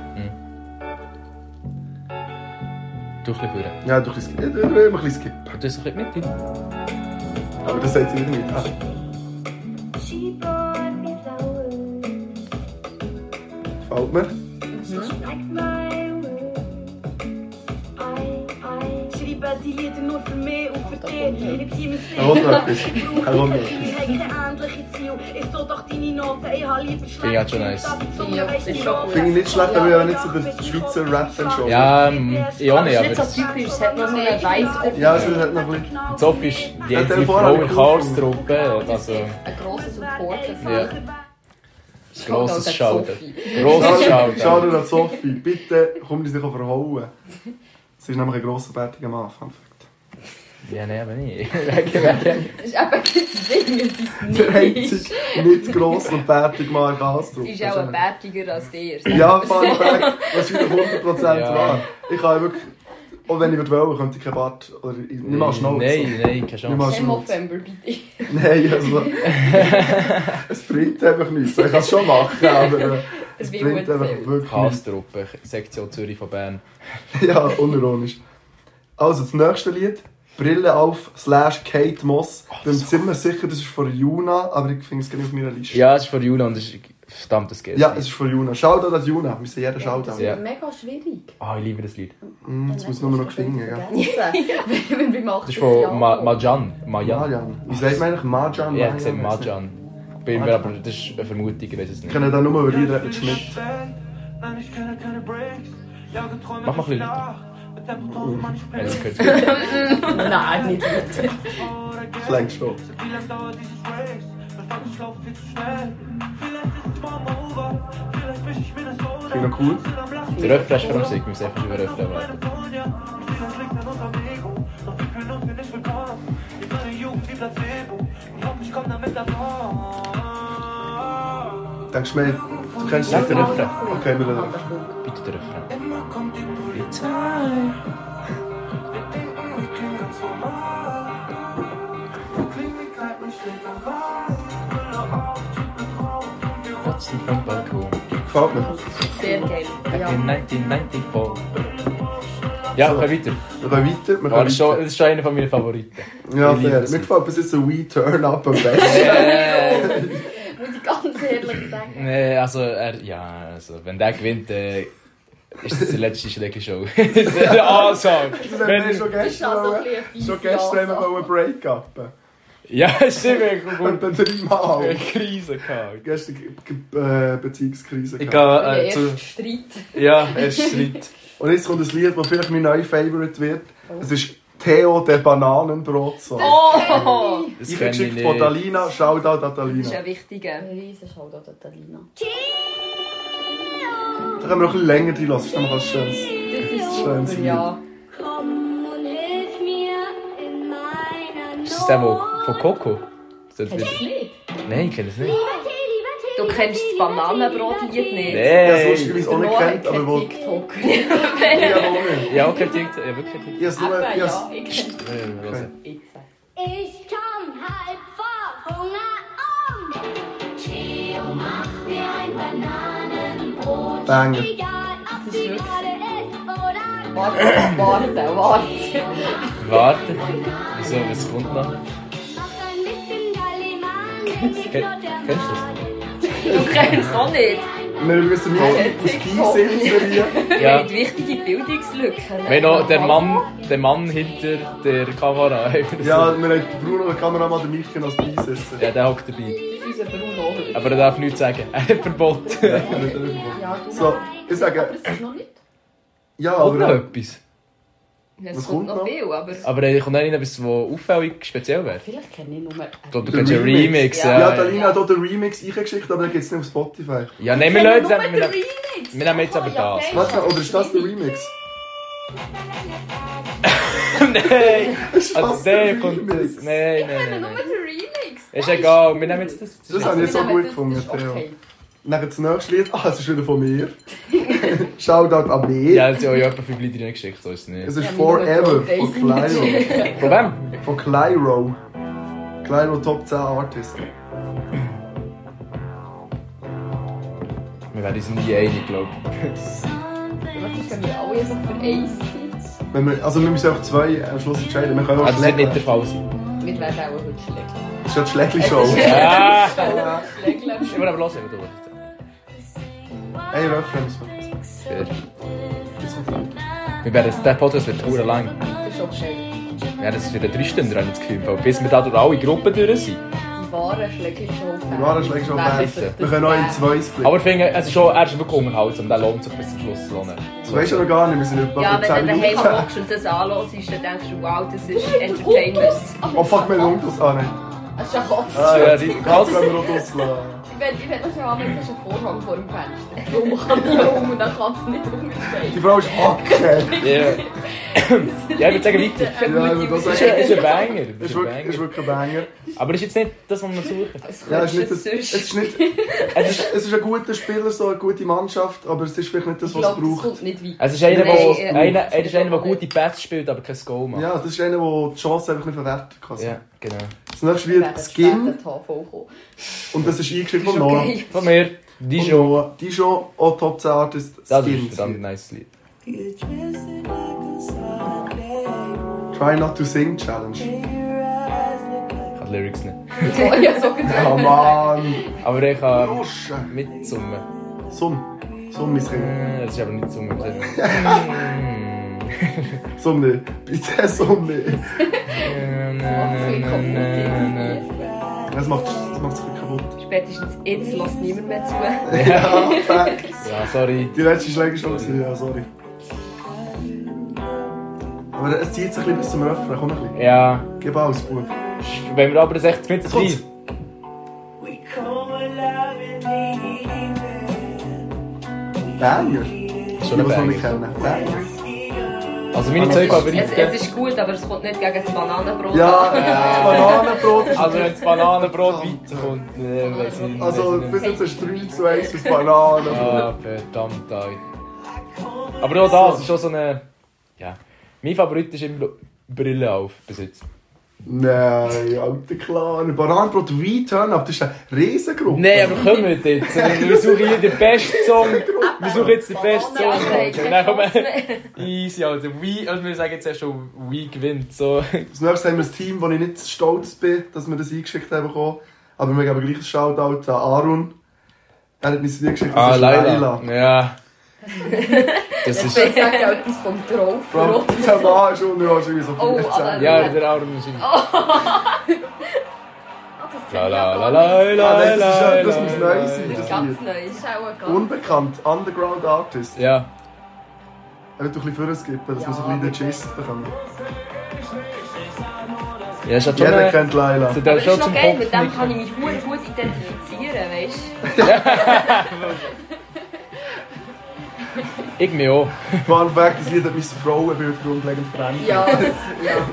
[SPEAKER 2] Du ein bisschen vorne.
[SPEAKER 1] Ja, durch das Skip. Ja, durch ein bisschen Skip.
[SPEAKER 2] Du hast ein bisschen mit. ja?
[SPEAKER 1] Aber das sagt sie wieder nicht. Ah.
[SPEAKER 5] She brought me
[SPEAKER 1] Gefällt
[SPEAKER 5] flowers,
[SPEAKER 1] mir.
[SPEAKER 5] just like my word. I, I,
[SPEAKER 6] شري بديات النور في الماء وفي التاء بكي
[SPEAKER 1] Er will noch
[SPEAKER 6] مسكين
[SPEAKER 1] etwas. Er will noch etwas.
[SPEAKER 2] Finde ich halt schon nice.
[SPEAKER 4] Ja, ist schon gut.
[SPEAKER 1] Finde ich nicht schlecht, aber ich habe nicht so den Schweizer Rap entschuldigt.
[SPEAKER 2] Ja, ähm, ich auch nicht,
[SPEAKER 3] ist
[SPEAKER 2] aber... Genau.
[SPEAKER 3] nicht
[SPEAKER 2] das-
[SPEAKER 3] so typisch, es hat noch so einen Weiss.
[SPEAKER 1] Ja, also das hat noch ein bisschen...
[SPEAKER 2] Sophie ist die
[SPEAKER 1] Ja,
[SPEAKER 2] einzige
[SPEAKER 1] den vorher
[SPEAKER 2] Frau
[SPEAKER 1] habe
[SPEAKER 2] in
[SPEAKER 1] ich
[SPEAKER 2] Karlstruppe. Also,
[SPEAKER 4] Ein grosser Supporter.
[SPEAKER 2] ja. Grosses
[SPEAKER 4] Shoutout
[SPEAKER 2] Shoutout.
[SPEAKER 4] an Oh, Sophie.
[SPEAKER 2] Grosses
[SPEAKER 1] Schau
[SPEAKER 2] Shoutout.
[SPEAKER 1] dir an Sophie. Bitte komm uns nicht verhauen. Sie ist nämlich ein grosserwertiger Mann. Fun Fact.
[SPEAKER 2] Ja, [LAUGHS] nein, aber nicht. Wegen- wegen-
[SPEAKER 4] Das ist eben das Ding, es ist
[SPEAKER 2] [LAUGHS]
[SPEAKER 1] Der
[SPEAKER 4] nicht. [LAUGHS]
[SPEAKER 1] einzige nicht gross und bärtige Mann in Kastrup.
[SPEAKER 3] Ist auch ein bärtiger als der.
[SPEAKER 1] Ja, Fun Fact. Das ist wieder 100%
[SPEAKER 2] Ja.
[SPEAKER 1] wahr. Ich habe wirklich... Auch wenn ich würde wollen, könnte ich keinen Bart oder nicht mal Schnauze.
[SPEAKER 2] Nein, nein, keine
[SPEAKER 1] Nicht mal
[SPEAKER 2] Chance.
[SPEAKER 4] Kein
[SPEAKER 1] Schnauze.
[SPEAKER 4] November, bitte.
[SPEAKER 1] [LAUGHS] Nein,
[SPEAKER 2] [LAUGHS]
[SPEAKER 1] also... es bringt einfach nichts. Ich kann es schon machen, aber... äh, Es
[SPEAKER 4] Das will
[SPEAKER 1] bringt
[SPEAKER 4] gut
[SPEAKER 1] einfach
[SPEAKER 4] sein.
[SPEAKER 1] wirklich nichts.
[SPEAKER 2] Karlstruppe, Sektion Zürich von Bern.
[SPEAKER 1] [LAUGHS] Ja, unironisch. Also, das nächste Lied. Brille auf slash Kate Moss. Ich bin mir ziemlich sicher, das ist von Juna, aber ich finde es gar nicht auf meiner Liste.
[SPEAKER 2] Ja, es ist von Juna und es ist verdammt das geht.
[SPEAKER 1] Ja, es ist von Juna. Shoutout an Juna. Wir müssen jeder
[SPEAKER 4] Das
[SPEAKER 1] Shoutout.
[SPEAKER 2] Ja.
[SPEAKER 4] ist mega schwierig.
[SPEAKER 2] Ah, ich liebe das Lied.
[SPEAKER 1] Mm, jetzt muss nur noch klingen.
[SPEAKER 4] [LAUGHS]
[SPEAKER 1] Ja.
[SPEAKER 4] Vergessen. Wenn wir
[SPEAKER 2] Das
[SPEAKER 4] machen,
[SPEAKER 2] ist von Ma Majan. Majan.
[SPEAKER 1] Marian. Wie sagt man eigentlich Marjan?
[SPEAKER 2] Ja, ich sehe
[SPEAKER 1] Marian, weiss nicht.
[SPEAKER 2] Majan. Bin mir aber, das ist eine Vermutung, ich weiß es
[SPEAKER 1] Ich
[SPEAKER 2] nicht.
[SPEAKER 1] kenne da nur, weil jeder mit Schmidt.
[SPEAKER 2] Mach mal ein bisschen lauter. Nein, das gehört nicht.
[SPEAKER 4] Nein, nicht gut.
[SPEAKER 1] Das längt schon. Finde ich cool.
[SPEAKER 2] Der Refrain ist für uns, wir müssen einfach über den Refrain warten.
[SPEAKER 1] Denkst du mir, du kennst
[SPEAKER 2] Ja,
[SPEAKER 1] nicht
[SPEAKER 2] der Refrain.
[SPEAKER 1] Okay, wir hören.
[SPEAKER 2] Bitte den Refrain. Plötzlich vom Balkon.
[SPEAKER 1] Gefällt mir.
[SPEAKER 3] Sehr geil.
[SPEAKER 4] Ja.
[SPEAKER 2] In 1994. Ja,
[SPEAKER 1] So.
[SPEAKER 2] wir weiter.
[SPEAKER 1] Wir gehen weiter. Wir
[SPEAKER 2] Oh, das,
[SPEAKER 1] gehen
[SPEAKER 2] ist schon,
[SPEAKER 1] weiter.
[SPEAKER 2] das ist schon einer von meinen [LAUGHS] Favoriten.
[SPEAKER 1] Ja,
[SPEAKER 2] Ich liebe
[SPEAKER 1] fair.
[SPEAKER 2] das
[SPEAKER 1] Mir
[SPEAKER 2] Lied.
[SPEAKER 1] gefällt bis jetzt ein Wee Turn Up am besten.
[SPEAKER 2] [LAUGHS] Äh,
[SPEAKER 4] Muss ich ganz ehrlich sagen.
[SPEAKER 2] Nee, also, er, ja, also, wenn der gewinnt, äh, ist das die letzte [LAUGHS] Ah, Schlägershow. das ist eine Ansage.
[SPEAKER 1] Das haben wir
[SPEAKER 2] Wenn,
[SPEAKER 1] schon
[SPEAKER 4] Das ist
[SPEAKER 1] gestern.
[SPEAKER 4] also ein
[SPEAKER 1] wollen-
[SPEAKER 4] bisschen ein
[SPEAKER 1] Schon
[SPEAKER 4] fieses
[SPEAKER 1] gestern
[SPEAKER 4] Ja,
[SPEAKER 1] haben wir ein
[SPEAKER 2] [LAUGHS]
[SPEAKER 1] Break-up.
[SPEAKER 2] ja, stimmt, ich habe
[SPEAKER 1] Und
[SPEAKER 2] gut
[SPEAKER 1] dann dreimal.
[SPEAKER 2] eine Krise gehabt.
[SPEAKER 1] Gestern ge- ge- äh, Beziehungskrise.
[SPEAKER 2] Ich
[SPEAKER 1] gehabt.
[SPEAKER 2] gehe
[SPEAKER 4] Der
[SPEAKER 2] äh, zu.
[SPEAKER 4] erste Streit.
[SPEAKER 2] Ja, erst [LAUGHS] Schritt.
[SPEAKER 1] Und jetzt kommt ein Lied, das vielleicht mein neues Favorite wird. Es ist Theo der Bananenbrotsalat.
[SPEAKER 3] Oh!
[SPEAKER 2] Das
[SPEAKER 1] ich
[SPEAKER 2] kenn
[SPEAKER 1] geschickt von
[SPEAKER 2] nicht.
[SPEAKER 1] Dalina. Shoutout an
[SPEAKER 3] Das ist
[SPEAKER 1] Dalina.
[SPEAKER 3] ein wichtiger.
[SPEAKER 4] Ein riesen Shoutout an Talina.
[SPEAKER 1] Da können wir noch ein bisschen länger drin lassen. Das ist noch was Schönes.
[SPEAKER 4] Das ist
[SPEAKER 1] Schön,
[SPEAKER 4] super, ja.
[SPEAKER 5] komm und hilf mir in meiner Not.
[SPEAKER 2] Ist das der wo- von Coco? Das ist-
[SPEAKER 4] Kennst du das Lied?
[SPEAKER 2] Nein, ich kenne das nicht.
[SPEAKER 3] Du kennst das Bananenbrot-Lied nicht.
[SPEAKER 1] Ja, so ist
[SPEAKER 2] Nein!
[SPEAKER 1] es auch nicht kennt, aber wo.
[SPEAKER 4] TikTok.
[SPEAKER 1] Ich habe auch nicht.
[SPEAKER 2] Ja, okay, direkt. Ja, wirklich. Äh,
[SPEAKER 1] Ich habe es nur.
[SPEAKER 4] Aber
[SPEAKER 1] ich
[SPEAKER 4] ja,
[SPEAKER 1] hab's-
[SPEAKER 4] ich kenn's.
[SPEAKER 2] Okay.
[SPEAKER 4] Jetzt.
[SPEAKER 5] Ich komm halb vor Hunger um. Theo, mach mir ein Bananenbrot.
[SPEAKER 1] Banger.
[SPEAKER 5] Egal, ob sie
[SPEAKER 4] wirklich-
[SPEAKER 5] gerade ist oder
[SPEAKER 4] Warte, warte, warte.
[SPEAKER 2] Warte. Wieso, was kommt noch?
[SPEAKER 5] Mach ein bisschen Gallimann in die
[SPEAKER 2] Kenn- kennst du das?
[SPEAKER 3] Du kennst es auch nicht.
[SPEAKER 1] Wir müssen mal aus
[SPEAKER 4] TikTok.
[SPEAKER 1] Gießinsel
[SPEAKER 3] Wir
[SPEAKER 2] [LAUGHS] Ja.
[SPEAKER 3] haben wichtige Bildungslücken.
[SPEAKER 2] Wenn noch der Mann, der Mann hinter der Kamera. [LAUGHS]
[SPEAKER 1] Ja, wir haben Bruno, der Kameramann, den Michi als Bein sitzen.
[SPEAKER 2] Ja, der hockt dabei.
[SPEAKER 4] Das ist unser Bruno.
[SPEAKER 2] Aber er darf nichts [LAUGHS] sagen. Er hat Verbot.
[SPEAKER 1] So, ich sage,
[SPEAKER 4] Das ist noch nicht.
[SPEAKER 1] ja,
[SPEAKER 2] Und noch
[SPEAKER 1] aber
[SPEAKER 2] etwas.
[SPEAKER 3] Es
[SPEAKER 1] Was
[SPEAKER 3] kommt
[SPEAKER 1] kommt noch?
[SPEAKER 3] noch viel, aber...
[SPEAKER 2] Aber er kommt dann etwas, was auffällig speziell wäre.
[SPEAKER 4] Vielleicht kenne ich nur...
[SPEAKER 2] Ich glaube, du
[SPEAKER 1] Der
[SPEAKER 2] kennst ja
[SPEAKER 1] Remix.
[SPEAKER 2] Remix,
[SPEAKER 4] Ja,
[SPEAKER 1] Ja,
[SPEAKER 2] ja.
[SPEAKER 1] Dalina hat auch den Remix eingeschickt, aber den gibt es nicht auf Spotify.
[SPEAKER 2] Ja, nehmen wir
[SPEAKER 4] kenne
[SPEAKER 2] Leute,
[SPEAKER 4] nur
[SPEAKER 2] wir
[SPEAKER 4] den
[SPEAKER 2] nehmen- wir nehmen jetzt aber
[SPEAKER 4] Ja,
[SPEAKER 2] das.
[SPEAKER 4] okay.
[SPEAKER 1] Warte, oder ist das der Remix? [LAUGHS]
[SPEAKER 2] [LAUGHS] Nein!
[SPEAKER 1] Ist
[SPEAKER 2] Also,
[SPEAKER 1] das
[SPEAKER 2] der
[SPEAKER 1] der
[SPEAKER 2] kommt
[SPEAKER 1] Remix?
[SPEAKER 2] das. Nein, nein,
[SPEAKER 3] Ich kenne nur
[SPEAKER 2] nein.
[SPEAKER 3] den Remix.
[SPEAKER 2] Ist egal, wir nehmen jetzt das.
[SPEAKER 1] Das habe ich so
[SPEAKER 4] Aber
[SPEAKER 1] gut
[SPEAKER 4] das-
[SPEAKER 1] gefunden,
[SPEAKER 4] das ist
[SPEAKER 1] Theo.
[SPEAKER 4] okay.
[SPEAKER 1] Nachher das nächste Lied. Ah, es ist wieder von mir. [LAUGHS] Shoutout an mich.
[SPEAKER 2] Ja, es ist ja auch etwa fünf Leute reingeschickt, so ist es nicht.
[SPEAKER 1] Es ist
[SPEAKER 4] Ja,
[SPEAKER 1] Forever
[SPEAKER 4] wir
[SPEAKER 1] von
[SPEAKER 4] wollen Gold
[SPEAKER 1] Clyro.
[SPEAKER 2] Von wem?
[SPEAKER 1] Von Clyro. Clyro Top 10 Artist.
[SPEAKER 2] Wir werden uns nie einig, glaube ich.
[SPEAKER 4] Was ist, wenn wir alle so für eins sind?
[SPEAKER 1] Wenn wir, also wir müssen auch zwei am Schluss entscheiden. Wir können auch
[SPEAKER 2] Ah, das wird nicht der
[SPEAKER 1] schlägeln.
[SPEAKER 2] Fall sein.
[SPEAKER 4] Wir werden auch heute schlägeln.
[SPEAKER 1] Das ist ja die Schlägli-Show.
[SPEAKER 2] Ja!
[SPEAKER 1] Ja.
[SPEAKER 4] Schlägeln.
[SPEAKER 2] Ich will aber hören, wie
[SPEAKER 1] Hey, Reframe.
[SPEAKER 2] du willst. Wir werden jetzt, der Podcast wird hure lang.
[SPEAKER 4] Das ist okay.
[SPEAKER 2] Ja, das wird ein Dreistünder, habe ich das Gefühl. weil Bis wir da durch alle Gruppen durch sind.
[SPEAKER 4] Die wahren Schlägelshow-Fans.
[SPEAKER 1] Die wahren Schlägelshow
[SPEAKER 4] Wer
[SPEAKER 1] Fans.
[SPEAKER 4] ist das?
[SPEAKER 1] Wir können auch in zwei splitten.
[SPEAKER 2] Aber ich finde, es ist schon, er ist wirklich unterhaltsam. Der lohnt sich bis zum Schluss. So eine-
[SPEAKER 1] Das weisst du noch gar nicht. Wir sind etwa
[SPEAKER 3] Ja,
[SPEAKER 1] bei
[SPEAKER 3] wenn
[SPEAKER 1] 10
[SPEAKER 3] du daheim
[SPEAKER 1] Minuten.
[SPEAKER 3] hockst und das anhörst, dann denkst du, wow, das ist Entertainment.
[SPEAKER 4] Entertainment.
[SPEAKER 1] Oh fuck, wir haben das. Ah, nein.
[SPEAKER 4] Es ist ein Kotz.
[SPEAKER 1] Ah,
[SPEAKER 2] Ja,
[SPEAKER 1] ja,
[SPEAKER 2] die-
[SPEAKER 1] die Katze wollen wir auch rauslassen.
[SPEAKER 4] Ich will ich will noch schnell anmerken, es ist ein Vorhang vor dem Fenster. [LAUGHS] Darum kann ich um und dann kann es nicht
[SPEAKER 1] Die
[SPEAKER 4] umstehen.
[SPEAKER 1] Frau ist
[SPEAKER 4] [LAUGHS]
[SPEAKER 1] hacke.
[SPEAKER 2] Ja. Ja, ich würde sagen, weiter.
[SPEAKER 1] Ja, ich würde das
[SPEAKER 2] Das ist ein-
[SPEAKER 1] sagen.
[SPEAKER 2] ist ein Banger. Das
[SPEAKER 1] Ist
[SPEAKER 2] ist ein
[SPEAKER 1] wirklich, ist
[SPEAKER 2] Banger.
[SPEAKER 1] wirklich ein Banger.
[SPEAKER 2] Aber das ist jetzt nicht das, was wir suchen.
[SPEAKER 4] Es
[SPEAKER 1] Ja, es ist nicht,
[SPEAKER 4] es
[SPEAKER 1] das,
[SPEAKER 4] sonst.
[SPEAKER 1] es ist nicht, es ist, es ist ein guter Spieler, so eine gute Mannschaft, aber es ist vielleicht nicht das,
[SPEAKER 4] Ich
[SPEAKER 1] was es
[SPEAKER 4] glaube, das
[SPEAKER 1] braucht.
[SPEAKER 4] kommt nicht weit.
[SPEAKER 2] Es ist einer, der
[SPEAKER 4] Nein, äh,
[SPEAKER 2] einer, er ist einer, der
[SPEAKER 4] nicht.
[SPEAKER 2] gute Pässe spielt, aber kein Goal macht.
[SPEAKER 1] Ja, das ist einer, der die Chance einfach nicht verwerten kann.
[SPEAKER 2] Ja, genau.
[SPEAKER 1] Das nächste
[SPEAKER 4] Wir
[SPEAKER 1] Lied
[SPEAKER 4] werden
[SPEAKER 1] Skin
[SPEAKER 4] später die HV kommen.
[SPEAKER 1] und das ist eingeschrieben von
[SPEAKER 4] Ist
[SPEAKER 1] Noah.
[SPEAKER 4] okay.
[SPEAKER 2] Von mir,
[SPEAKER 1] Von
[SPEAKER 2] Dijon.
[SPEAKER 1] Noah. Dijon, auch Top 10 Artist
[SPEAKER 2] Das ist ein verdammt
[SPEAKER 1] Skin.
[SPEAKER 2] nice Lied.
[SPEAKER 1] Try Not to Sing Challenge.
[SPEAKER 2] Ich kann die Lyrics nicht.
[SPEAKER 4] Oh, ich habe so gedacht.
[SPEAKER 1] Oh Mann!
[SPEAKER 2] Aber ich kann
[SPEAKER 1] Lusche!
[SPEAKER 2] mitsummen.
[SPEAKER 1] Summ. Summ, mein Kind.
[SPEAKER 2] Äh, Das ist aber nicht summen. Das ist-
[SPEAKER 1] Summ nicht. Bitte summ nicht. Das macht es wirklich kaputt.
[SPEAKER 3] Spätestens jetzt lässt niemand mehr zu.
[SPEAKER 1] Ja, Facts.
[SPEAKER 2] Ja, sorry.
[SPEAKER 1] Die letzte Schläge schon gewesen, ja, sorry. Aber es zieht sich ein bisschen bis zum Refrain, komm ein bisschen.
[SPEAKER 2] Ja,
[SPEAKER 1] Gib alles, Bub.
[SPEAKER 2] wenn wir aber das echt mit
[SPEAKER 1] Jetzt kommt's.
[SPEAKER 2] rein.
[SPEAKER 1] Banger.
[SPEAKER 2] Schon ein
[SPEAKER 1] Ich muss noch nicht
[SPEAKER 2] Banger.
[SPEAKER 1] kennen. Banger.
[SPEAKER 2] Also meine zwei
[SPEAKER 3] Es,
[SPEAKER 2] Favoriten.
[SPEAKER 3] es ist gut, aber es kommt nicht gegen das Bananenbrot
[SPEAKER 1] Ja,
[SPEAKER 3] an.
[SPEAKER 1] das Bananenbrot
[SPEAKER 2] [LAUGHS]
[SPEAKER 1] ist...
[SPEAKER 2] Also wenn das Bananenbrot weiterkommt, äh, weiss ich nicht.
[SPEAKER 1] Also,
[SPEAKER 2] weiss ich
[SPEAKER 1] bis
[SPEAKER 2] nicht.
[SPEAKER 1] jetzt ist 3 zu 1 fürs Bananenbrot.
[SPEAKER 2] Ah, verdammt, ey. Aber auch das ist schon so eine... eh, Ja. Mein Favorit ist immer Brille auf, bis jetzt.
[SPEAKER 1] Nein, alter Clan. Bananenbrot Return Up, das ist eine Riesengruppe.
[SPEAKER 2] Nein, aber kommt jetzt. Wir suchen hier den besten Song. Wir suchen jetzt den besten Song. Und dann kommen wir... Easy, also wie... Also wir sagen jetzt erst schon, wie gewinnt. So.
[SPEAKER 1] Als nächstes haben wir ein Team, wo ich nicht stolz bin, dass wir das eingeschickt haben. bekommen. Aber wir geben gleich ein Shoutout an Arun. Er hat mich eingeschickt, das ist Ah,
[SPEAKER 2] [LAUGHS]
[SPEAKER 1] Laila.
[SPEAKER 2] Ja. Das ist...
[SPEAKER 4] Ich sage ja etwas vom Drauf.
[SPEAKER 1] Bro, der Mann ist unwahrscheinlich so
[SPEAKER 4] Oh,
[SPEAKER 1] 14.
[SPEAKER 4] aber-
[SPEAKER 2] Ja, der Arm ist...
[SPEAKER 4] Ah,
[SPEAKER 2] La la la la
[SPEAKER 1] Ah,
[SPEAKER 2] la
[SPEAKER 1] nein, das, ist,
[SPEAKER 2] la
[SPEAKER 1] ja- das muss neu sein,
[SPEAKER 2] la.
[SPEAKER 1] das
[SPEAKER 4] Ganz
[SPEAKER 1] Lied.
[SPEAKER 4] neu. Das ist auch ein ganz...
[SPEAKER 1] Unbekannt, Underground Artist.
[SPEAKER 2] Ja.
[SPEAKER 1] Er wird doch ein bisschen vorher skippen, dass man so ein bisschen den Gist bekommt.
[SPEAKER 2] Ja, ist halt schon
[SPEAKER 1] Jeder
[SPEAKER 2] eine...
[SPEAKER 1] kennt Laila.
[SPEAKER 2] Also,
[SPEAKER 3] Aber
[SPEAKER 2] der
[SPEAKER 3] das
[SPEAKER 2] ist schon
[SPEAKER 3] ist
[SPEAKER 2] zum
[SPEAKER 3] noch geil,
[SPEAKER 2] Kopf
[SPEAKER 3] mit dem
[SPEAKER 2] nicht...
[SPEAKER 3] kann ich mich gut, gut identifizieren, weißt du?
[SPEAKER 2] Ich mich auch.
[SPEAKER 1] Fun Fact, das Lied hat mein Frauenbild grundlegend verändert.
[SPEAKER 4] Ja, ja.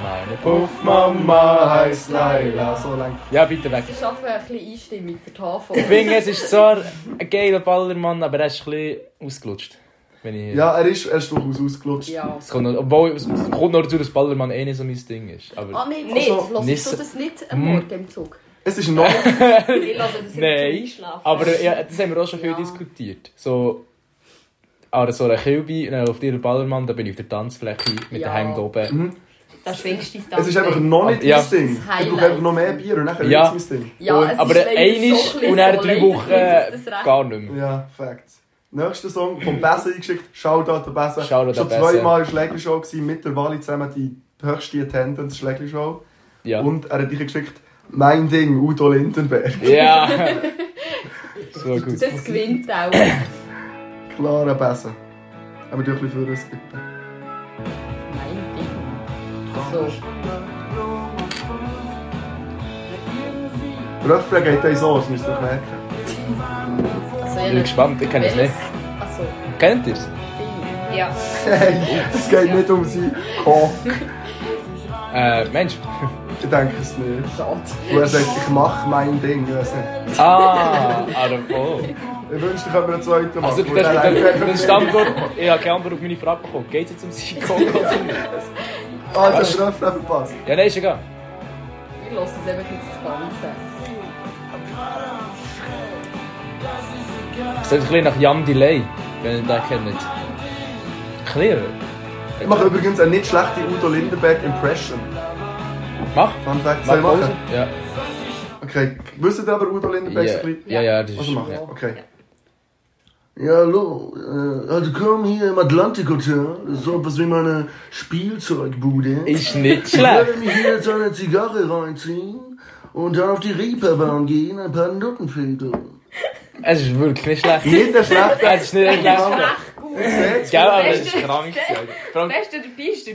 [SPEAKER 2] Meine
[SPEAKER 1] Puff Mama heißt Laila. So lang.
[SPEAKER 2] Ja, bitte weg.
[SPEAKER 4] Ich schaffe ein bisschen Einstimmung für die HV.
[SPEAKER 2] Ich finde, es ist zwar ein geiler Ballermann, aber er ist ein bisschen ausgelutscht. Wenn ich...
[SPEAKER 1] Ja, er ist, er ist durchaus ausgelutscht.
[SPEAKER 4] Ja.
[SPEAKER 2] Es kommt noch, obwohl, es kommt noch dazu, dass Ballermann eh nicht so mein Ding ist.
[SPEAKER 4] Ah,
[SPEAKER 2] Aber...
[SPEAKER 4] nein,
[SPEAKER 3] Nicht.
[SPEAKER 4] also, hörst
[SPEAKER 2] Nicht so-
[SPEAKER 4] du das nicht
[SPEAKER 1] Hm.
[SPEAKER 4] am Morgen im Zug?
[SPEAKER 1] Es ist noch.
[SPEAKER 3] Ich lasse das
[SPEAKER 2] Nein.
[SPEAKER 3] jetzt schlafen.
[SPEAKER 2] Aber eh, ja, das haben wir auch schon viel
[SPEAKER 4] Ja.
[SPEAKER 2] diskutiert. So... An so einer Kilby, dann auf dieser Ballermann, da bin ich auf der Tanzfläche mit
[SPEAKER 4] Ja.
[SPEAKER 2] den Händen oben.
[SPEAKER 1] Mhm.
[SPEAKER 3] Da schwingst du dich dann.
[SPEAKER 1] Es ist einfach noch nicht
[SPEAKER 2] Ja.
[SPEAKER 1] mein Ding.
[SPEAKER 4] Das
[SPEAKER 1] Ich brauche einfach noch mehr Bier und nachher
[SPEAKER 2] Ja.
[SPEAKER 1] ist es mein Ding.
[SPEAKER 4] Ja,
[SPEAKER 2] und,
[SPEAKER 4] es
[SPEAKER 2] aber
[SPEAKER 4] ist leider
[SPEAKER 2] einmal
[SPEAKER 4] so ein
[SPEAKER 2] und dann
[SPEAKER 4] bisschen
[SPEAKER 2] drei
[SPEAKER 4] so [LAUGHS]
[SPEAKER 2] Wochen
[SPEAKER 4] leider, dass das recht-
[SPEAKER 2] gar nicht mehr.
[SPEAKER 1] Ja, Facts. Nächster Song
[SPEAKER 2] [CLEARS THROAT]
[SPEAKER 1] vom Besse eingeschickt. Shoutout an Besse.
[SPEAKER 2] Shoutout an
[SPEAKER 1] Schon
[SPEAKER 2] Besse.
[SPEAKER 1] zweimal Schlägershow gewesen, mit der Wally zusammen die höchste Attendance Schlägershow.
[SPEAKER 2] Ja.
[SPEAKER 1] Und er hat dich geschickt, mein Ding, Udo Lindenberg.
[SPEAKER 2] Ja. so gut.
[SPEAKER 4] Das gewinnt
[SPEAKER 1] [LAUGHS]
[SPEAKER 4] auch.
[SPEAKER 1] Klarer Besen. Aber du ein bisschen früher skippen.
[SPEAKER 4] So. Also,
[SPEAKER 1] Refrain geht euch so, das müsst ihr euch merken. [LAUGHS]
[SPEAKER 4] Also,
[SPEAKER 2] Ich bin gespannt, ich kenne es nicht.
[SPEAKER 4] Achso,
[SPEAKER 2] Kennt ihr es?
[SPEAKER 3] Ja.
[SPEAKER 1] Hey, es geht nicht um sie. Oh,
[SPEAKER 2] Äh, Mensch.
[SPEAKER 1] ich denke es nicht.
[SPEAKER 4] schade.
[SPEAKER 1] Und er sagt, ich mache mein Ding. Ich, weiss nicht.
[SPEAKER 2] Ah, Adam, oh.
[SPEAKER 1] ich wünschte, ich könnte mir einen zweiten machen.
[SPEAKER 2] Also,
[SPEAKER 1] Und
[SPEAKER 2] das,
[SPEAKER 1] dann
[SPEAKER 2] das,
[SPEAKER 1] denkt er,
[SPEAKER 2] das Stammgurt, ich habe keine Antwort auf meine Frage bekommen. Geht es jetzt um Psychologen oder nicht?
[SPEAKER 1] Ah, jetzt hast du den Refrain verpasst.
[SPEAKER 2] Ja, nein, ist egal.
[SPEAKER 4] Ich lasse es einfach jetzt das Ganze.
[SPEAKER 2] Es klingt ein bisschen nach Jan Delay, wenn ihr den kennt. Clear.
[SPEAKER 1] Ich mache übrigens eine nicht schlechte Udo Lindenberg Impression.
[SPEAKER 2] Mach.
[SPEAKER 1] Fun Fact, soll
[SPEAKER 2] Mach
[SPEAKER 1] ich
[SPEAKER 2] Pause.
[SPEAKER 1] machen?
[SPEAKER 2] Ja.
[SPEAKER 1] Okay, wisst ihr aber Udo Lindenberg
[SPEAKER 2] Ja,
[SPEAKER 1] so ein bisschen?
[SPEAKER 2] ja, ja, das ist.
[SPEAKER 1] Also machen,
[SPEAKER 2] Ja.
[SPEAKER 1] okay. Ja, hallo. Äh, Also komm hier im Atlantikhotel. So etwas wie meine Spielzeugbude.
[SPEAKER 2] Ist nicht
[SPEAKER 1] Ich
[SPEAKER 2] schlecht.
[SPEAKER 1] werde mich hier jetzt eine Zigarre reinziehen und dann auf die Reeperbahn gehen, ein paar Nutten pegeln.
[SPEAKER 2] Es ist wirklich nicht schlecht.
[SPEAKER 1] Nicht der schlechte.
[SPEAKER 2] Es ist nicht schlecht. Gell, aber es ist krank. Vor allem,
[SPEAKER 3] Beste dabei ist der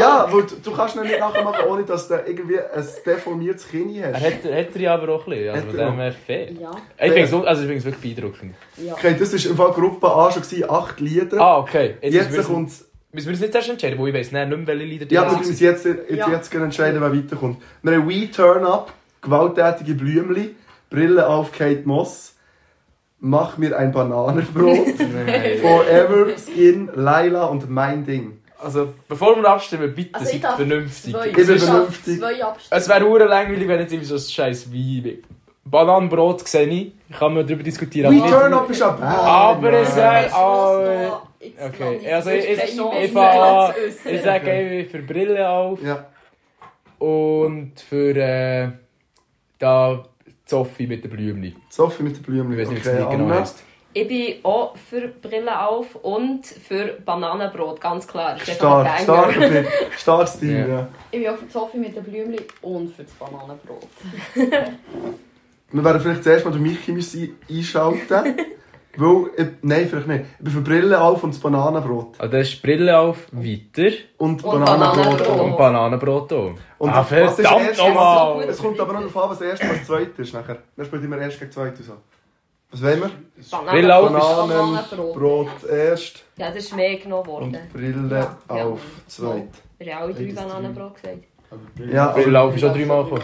[SPEAKER 1] [LAUGHS] Ja, weil du, du kannst ihn nicht nachmachen, ohne dass du irgendwie ein deformiertes Kinn
[SPEAKER 2] er
[SPEAKER 1] hast.
[SPEAKER 2] hat, hat er ja aber auch ein bisschen. Also,
[SPEAKER 1] Hat
[SPEAKER 2] von
[SPEAKER 1] er
[SPEAKER 2] dem her fair.
[SPEAKER 4] Ja,
[SPEAKER 2] Ich finde es also ich find's wirklich beeindruckend.
[SPEAKER 4] ja.
[SPEAKER 1] Okay, das war im Fall Gruppe A schon, gewesen, acht Lieder.
[SPEAKER 2] Ah, okay.
[SPEAKER 1] jetzt
[SPEAKER 2] müssen wir-
[SPEAKER 1] kommt
[SPEAKER 2] Müssen wir uns nicht erst entscheiden, weil ich weiss nicht, mehr, welche Lieder die
[SPEAKER 1] Ja, wir
[SPEAKER 2] das
[SPEAKER 1] müssen uns
[SPEAKER 2] sind.
[SPEAKER 1] jetzt, jetzt,
[SPEAKER 4] Ja.
[SPEAKER 1] jetzt gehen entscheiden, wer weiterkommt. Wir haben We Turn Up, gewalttätige Blümli, Brille auf Kate Moss, Mach mir ein
[SPEAKER 2] [LAUGHS]
[SPEAKER 1] Bananenbrot, Forever, Skin, Laila und Mein Ding.
[SPEAKER 2] Also, bevor wir abstimmen, bitte
[SPEAKER 4] Also, ich
[SPEAKER 2] seid
[SPEAKER 4] darf
[SPEAKER 2] vernünftig.
[SPEAKER 4] Zwei,
[SPEAKER 1] bin
[SPEAKER 4] ich darf
[SPEAKER 1] vernünftig.
[SPEAKER 4] Zwei Abstände.
[SPEAKER 2] Es wäre hure langweilig, wenn jetzt irgendwie so ein scheiß Wein wäre. Bananenbrot sehe ich, kann man darüber diskutieren.
[SPEAKER 1] We
[SPEAKER 2] aber nicht-
[SPEAKER 1] Turn Up ist ein
[SPEAKER 2] Aber es wäre...
[SPEAKER 4] Schluss
[SPEAKER 2] Oh,
[SPEAKER 4] noch. Jetzt lass
[SPEAKER 2] okay,
[SPEAKER 4] ich-
[SPEAKER 2] also ich, ich,
[SPEAKER 4] Keine
[SPEAKER 2] ich,
[SPEAKER 4] Chance,
[SPEAKER 2] fahr-
[SPEAKER 4] zu äußern.
[SPEAKER 2] ich sage irgendwie für Brille auf
[SPEAKER 1] Ja.
[SPEAKER 2] und für äh, da Zoffi mit den Blümchen.
[SPEAKER 1] Sophie mit den
[SPEAKER 2] Ich
[SPEAKER 1] Blümli.
[SPEAKER 2] weiß nicht, wie es nicht genau
[SPEAKER 1] Anna.
[SPEAKER 2] heisst.
[SPEAKER 3] Ich bin auch für Brille auf und für Bananenbrot, ganz klar. Ist einfach
[SPEAKER 1] Stark,
[SPEAKER 3] ein
[SPEAKER 1] stark,
[SPEAKER 3] Banger.
[SPEAKER 1] Pick. stark Stil,
[SPEAKER 2] Ja.
[SPEAKER 1] ja.
[SPEAKER 4] Ich bin auch für die Sophie mit den Blümchen und für das Bananenbrot.
[SPEAKER 1] Wir werden vielleicht zuerst mal den Michi müssen einschalten. weil, ich, nein, vielleicht nicht. Ich bin für Brille auf und das Bananenbrot.
[SPEAKER 2] Also das ist Brille auf, weiter
[SPEAKER 1] Und,
[SPEAKER 4] Und
[SPEAKER 1] Bananenbrot.
[SPEAKER 4] Bananenbrot.
[SPEAKER 1] auch.
[SPEAKER 2] und Bananenbrot auch.
[SPEAKER 1] Und
[SPEAKER 2] ah,
[SPEAKER 1] was ist
[SPEAKER 2] verdammt
[SPEAKER 1] erst-
[SPEAKER 2] nochmal!
[SPEAKER 1] Es kommt aber noch darauf an, was der erste und das zweite ist. Nachher. Dann spielt immer erst gegen zweit und so. Was wollen wir?
[SPEAKER 2] Brille auf ist...
[SPEAKER 4] Bananenbrot.
[SPEAKER 1] Brot erst
[SPEAKER 3] Ja, das ist mehr genommen worden.
[SPEAKER 1] und Brille
[SPEAKER 3] Ja.
[SPEAKER 1] auf zweit.
[SPEAKER 3] Wir haben alle drei Bananenbrot gesagt.
[SPEAKER 1] Ja, also,
[SPEAKER 2] Brille
[SPEAKER 1] aber-
[SPEAKER 2] auf ist auch dreimal gekommen.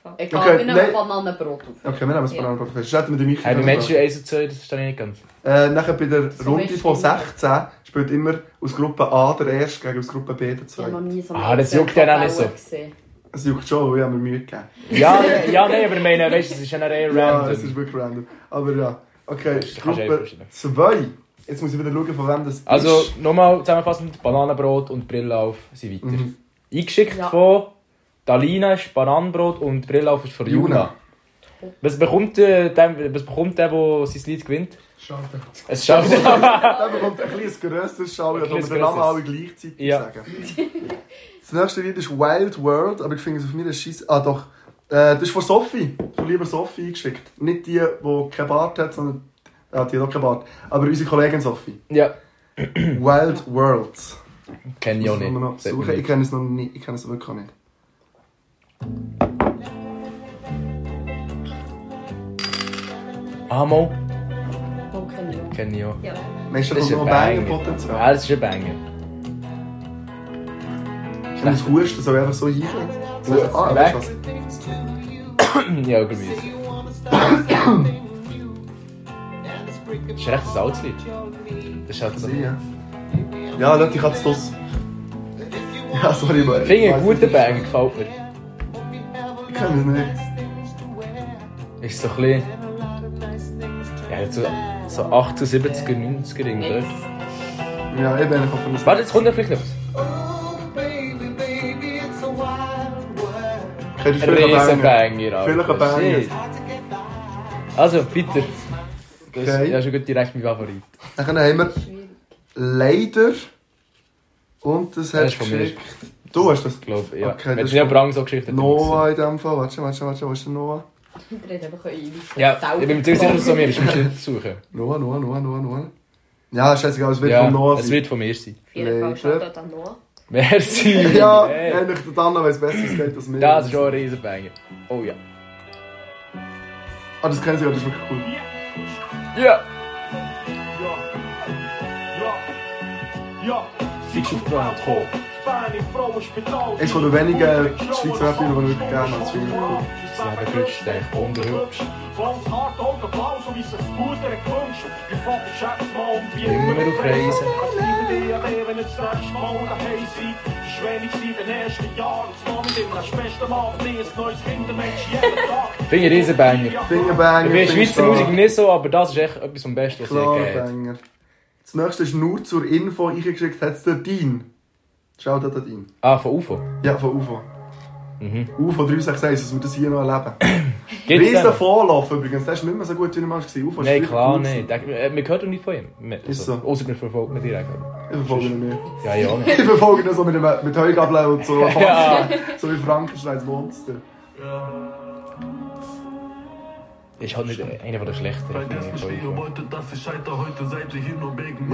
[SPEAKER 3] Fuck.
[SPEAKER 4] Egal,
[SPEAKER 1] Okay,
[SPEAKER 4] wir nehmen
[SPEAKER 1] nein.
[SPEAKER 4] Bananenbrot auf.
[SPEAKER 1] Okay, wir nehmen das
[SPEAKER 3] Ja.
[SPEAKER 1] Bananenbrot fest. Hätten wir die Michi
[SPEAKER 2] Hey, bei
[SPEAKER 1] noch
[SPEAKER 2] Menschen
[SPEAKER 1] gebracht.
[SPEAKER 2] 1 und 2, das verstehe ich nicht ganz.
[SPEAKER 1] äh, Nachher bei der
[SPEAKER 4] So
[SPEAKER 1] Runde
[SPEAKER 4] ist
[SPEAKER 1] von
[SPEAKER 4] die-
[SPEAKER 1] 16 spielt immer aus Gruppe A der erste gegen aus Gruppe B der
[SPEAKER 4] Ich habe noch
[SPEAKER 1] zweite.
[SPEAKER 4] nie so
[SPEAKER 2] Ah, das juckt ja auch nicht so.
[SPEAKER 4] Gesehen.
[SPEAKER 1] Es juckt schon, weil ich habe mir Mühe gegeben.
[SPEAKER 2] Ja, ja, nein, aber ich meine, weißt du, es ist ja eher
[SPEAKER 1] Ja, es
[SPEAKER 2] random.
[SPEAKER 1] ist wirklich random. Aber ja, okay,
[SPEAKER 2] Das kannst du eh
[SPEAKER 1] Gruppe
[SPEAKER 2] vorstellen.
[SPEAKER 1] 2. Jetzt muss ich wieder schauen, von wem das
[SPEAKER 2] Also
[SPEAKER 1] ist.
[SPEAKER 2] nochmal zusammenfassend, Bananenbrot und Brille auf sind weiter.
[SPEAKER 1] Mhm.
[SPEAKER 2] Eingeschickt
[SPEAKER 4] Ja.
[SPEAKER 2] von Dalina ist Bananenbrot und Brille auf ist von Juna.
[SPEAKER 1] Juna.
[SPEAKER 2] Was bekommt, äh, dem, was bekommt der, der sein Lied gewinnt?
[SPEAKER 1] Schade.
[SPEAKER 2] Es schafft
[SPEAKER 1] Dann bekommt ein kleines grösseres Schauer,
[SPEAKER 2] Ein
[SPEAKER 1] aber
[SPEAKER 2] kleines
[SPEAKER 1] den Namen
[SPEAKER 2] grösseres.
[SPEAKER 1] alle gleichzeitig
[SPEAKER 2] Ja.
[SPEAKER 1] sagen. Das nächste Lied ist Wild World, aber ich finde es auf mir ein Scheiß. Ah, doch. Äh, das ist von Sophie. Von lieber Sophie eingeschickt. Nicht die, die keinen Bart hat, sondern. Ah, die hat auch keinen Bart. Aber unsere Kollegin Sophie.
[SPEAKER 2] Ja,
[SPEAKER 1] Wild Worlds.
[SPEAKER 2] kenne Hm. ich auch
[SPEAKER 1] Muss man noch
[SPEAKER 2] nicht. Sagt mir
[SPEAKER 1] suchen. Ich
[SPEAKER 2] nichts.
[SPEAKER 1] kenne es noch nicht. Ich kenne es wirklich auch nicht.
[SPEAKER 2] Amo
[SPEAKER 4] Okay, ja.
[SPEAKER 2] kenne ich auch.
[SPEAKER 3] Ja.
[SPEAKER 1] Meinst du, da
[SPEAKER 2] Das
[SPEAKER 1] kommt noch
[SPEAKER 2] ist
[SPEAKER 1] ein
[SPEAKER 2] ein Banger. Ah,
[SPEAKER 1] Banger-Potenzial?
[SPEAKER 2] Es ist ein Banger.
[SPEAKER 1] Ich muss husten, soll ich einfach so hinschauen. Soll ich- Ah,
[SPEAKER 2] Weg.
[SPEAKER 1] weißt du was?
[SPEAKER 2] Ja, irgendwie. Das ist ein rechtes altes Lied. Das ist halt so.
[SPEAKER 1] Sie, ja. Also Ja, Leute, ich hab's los. Ja, sorry, Mann.
[SPEAKER 2] Finde ich einen
[SPEAKER 1] Weiss
[SPEAKER 2] guten
[SPEAKER 1] nicht.
[SPEAKER 2] Banger, gefällt mir.
[SPEAKER 1] Ich kenne es nicht.
[SPEAKER 2] Ist so ein bisschen. Ja, so, so 8 zu 70er, 90er irgendwie.
[SPEAKER 1] Ja, eben, ich hoffe, es
[SPEAKER 2] Warte, jetzt kommt noch vielleicht noch was.
[SPEAKER 1] Kennst du vielleicht einen
[SPEAKER 2] Riesen
[SPEAKER 1] Banger?
[SPEAKER 2] Banger,
[SPEAKER 1] Vielleicht ein Banger.
[SPEAKER 2] Dus- Shit. Also, weiter. Das ist
[SPEAKER 1] Okay.
[SPEAKER 2] Dus ja schon gut direkt mein Favorit.
[SPEAKER 1] Dann haben wir Leider. Und das
[SPEAKER 2] Das
[SPEAKER 1] hat
[SPEAKER 2] ist von mir.
[SPEAKER 1] geschickt. Du hast das.
[SPEAKER 2] Ich glaube, ja.
[SPEAKER 1] Okay,
[SPEAKER 2] Wenn
[SPEAKER 1] das
[SPEAKER 2] es nicht
[SPEAKER 1] ist-
[SPEAKER 2] Brang so Geschichte
[SPEAKER 1] dus Noah in dem Fall. Warte, warte, warte, wo ist der Noah?
[SPEAKER 4] Ich rede einfach ein.
[SPEAKER 2] Ja, ich bin mir ziemlich sicher, dass es so mir ist. Ich muss nicht suchen.
[SPEAKER 1] Noah, Noah, Noah, Noah, Noah. Ja, scheißegal, es wird
[SPEAKER 2] ja,
[SPEAKER 1] von Noah
[SPEAKER 2] es
[SPEAKER 1] sein.
[SPEAKER 2] wird von mir sein.
[SPEAKER 3] Auf jeden Fall
[SPEAKER 1] Leider.
[SPEAKER 3] schaut dort an Noah.
[SPEAKER 2] Merci.
[SPEAKER 1] [LAUGHS] Ja,
[SPEAKER 2] Hey.
[SPEAKER 1] eigentlich der Anna weiß besser, es geht als mir.
[SPEAKER 2] Das ist schon ein Riesenbanger. Oh ja.
[SPEAKER 1] Ah, das kennen sie ja, das ist wirklich cool.
[SPEAKER 2] Ja!
[SPEAKER 7] Ja, ziek op kwaad hoor. Spaan in vrouwenspitaal.
[SPEAKER 1] Eins von den wenigen Schweizer Rappern, die ich wirklich gerne habe. Das finde ich cool.
[SPEAKER 2] Das Leben glückst, denk onderhübsch.
[SPEAKER 7] Valt hard ook een blauw, zo is het goed en kunst. Je valt de chefs maar om wie
[SPEAKER 2] Immer auf Reisen.
[SPEAKER 7] Het lieve DHD, wenn het straks mal daheim seid. Ist wenig seit den ersten Jahren. Das Mann mit dem das beste Mal auf neues neues Kindermensch jeden Tag.
[SPEAKER 2] Finde ich Riesenbanger.
[SPEAKER 1] Fingerbanger.
[SPEAKER 2] Ich bin Schweizer
[SPEAKER 1] Fingerstar.
[SPEAKER 2] Musik nicht so, aber das ist echt etwas vom Besten, was es
[SPEAKER 1] Klar,
[SPEAKER 2] je gegeben
[SPEAKER 1] Banger. Das nächste ist nur zur Info eingeschickt, hat es der Dean. Schau dir den Dean.
[SPEAKER 2] hat. Ah, von UFO.
[SPEAKER 1] Ja, von UFO.
[SPEAKER 2] Mhm.
[SPEAKER 1] UFO 366, dass wir das hier noch erleben.
[SPEAKER 2] Gibt's
[SPEAKER 1] Riesen
[SPEAKER 2] den?
[SPEAKER 1] Vorlauf übrigens, der ist nicht mehr so gut wie er mal war. UFO ist
[SPEAKER 2] Nein,
[SPEAKER 1] wirklich
[SPEAKER 2] klar
[SPEAKER 1] cool.
[SPEAKER 2] nicht. Der- äh, Man hört doch nicht von ihm. Man-
[SPEAKER 1] Ist
[SPEAKER 2] also,
[SPEAKER 1] so.
[SPEAKER 2] Außer man verfolgt ihn direkt.
[SPEAKER 1] Ich verfolge ihn nicht.
[SPEAKER 2] Ja, ja.
[SPEAKER 1] Ich verfolge ihn so mit, dem, mit Heugabeln und so.
[SPEAKER 2] [LAUGHS] Ja.
[SPEAKER 1] So wie Frankensteins Monster.
[SPEAKER 2] Ist halt nicht einer der schlechteren. finde ich, von UFO.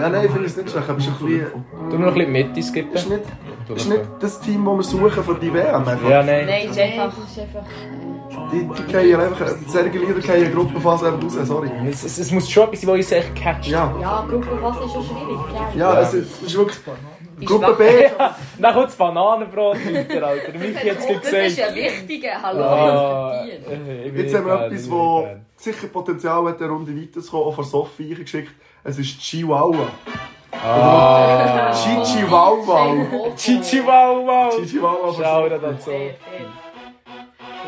[SPEAKER 1] Ja, nein, ich finde es nicht schlecht, aber es ist ein bisschen...
[SPEAKER 2] Du noch ein bisschen Mitte
[SPEAKER 1] Ist
[SPEAKER 2] skippen.
[SPEAKER 1] nicht, ist nicht das Team, das wir suchen für die WM. Einfach.
[SPEAKER 2] Ja, nein.
[SPEAKER 3] Nein, ist
[SPEAKER 4] Nein,
[SPEAKER 3] einfach.
[SPEAKER 4] das ist einfach...
[SPEAKER 1] Die, die gehen einfach... Solche Lieder gehen in Gruppenphase einfach raus, sorry.
[SPEAKER 2] Es, es, es muss schon etwas sein, das uns echt catcht.
[SPEAKER 1] Ja,
[SPEAKER 4] Ja, Gruppe was ist schon schwierig, klar.
[SPEAKER 1] ja, es ist, es ist wirklich...
[SPEAKER 3] Die
[SPEAKER 1] Gruppe
[SPEAKER 3] Schwachen.
[SPEAKER 1] B,
[SPEAKER 2] Dann kommt das Bananenbrot weiter, Alter. Mich jetzt
[SPEAKER 3] Das ist
[SPEAKER 2] gesehen.
[SPEAKER 3] ein wichtiger
[SPEAKER 2] Ah,
[SPEAKER 3] Hallo.
[SPEAKER 2] ich bin
[SPEAKER 1] Jetzt haben wir
[SPEAKER 2] Fan,
[SPEAKER 1] etwas,
[SPEAKER 2] ich bin
[SPEAKER 1] wo
[SPEAKER 2] Fan.
[SPEAKER 1] sicher Potenzial hat, eine Runde weiterzukommen, auch von Sophie eingeschickt. Es ist Chihuahua.
[SPEAKER 2] Ah.
[SPEAKER 1] Chi Chihuahua.
[SPEAKER 3] Oh.
[SPEAKER 2] Chichi wow wow.
[SPEAKER 1] Chihuahua von
[SPEAKER 2] Schau dir
[SPEAKER 1] Sophie.
[SPEAKER 2] das so.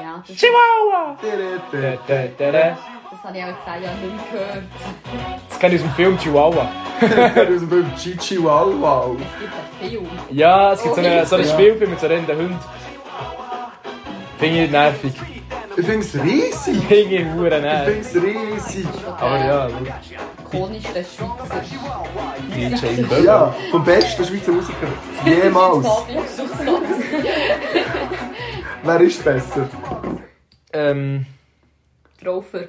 [SPEAKER 4] Ja, das,
[SPEAKER 2] Chihuahua. Da,
[SPEAKER 1] Tere, tere.
[SPEAKER 2] da, da, da.
[SPEAKER 4] das habe ich auch zehn Jahre nicht gehört.
[SPEAKER 2] Das kenne ich aus dem Film Chihuahua.
[SPEAKER 1] Aus dem Film Chi Chihuahua.
[SPEAKER 4] Es gibt einen Film.
[SPEAKER 2] Ja, es gibt so einen so einen
[SPEAKER 1] Ja.
[SPEAKER 2] Spielfilm mit so einem Hund. Finde ich nervig.
[SPEAKER 1] Ich finde es riesig.
[SPEAKER 2] Finde ich hure
[SPEAKER 1] Ich
[SPEAKER 2] nervig.
[SPEAKER 1] finde es riesig.
[SPEAKER 2] Aber ja, also
[SPEAKER 4] Konischste Schweizer.
[SPEAKER 2] DJ Böbel.
[SPEAKER 1] Ja, vom besten Schweizer Musiker. Jemals. Wer ist besser?
[SPEAKER 2] Ähm,
[SPEAKER 3] Traufer.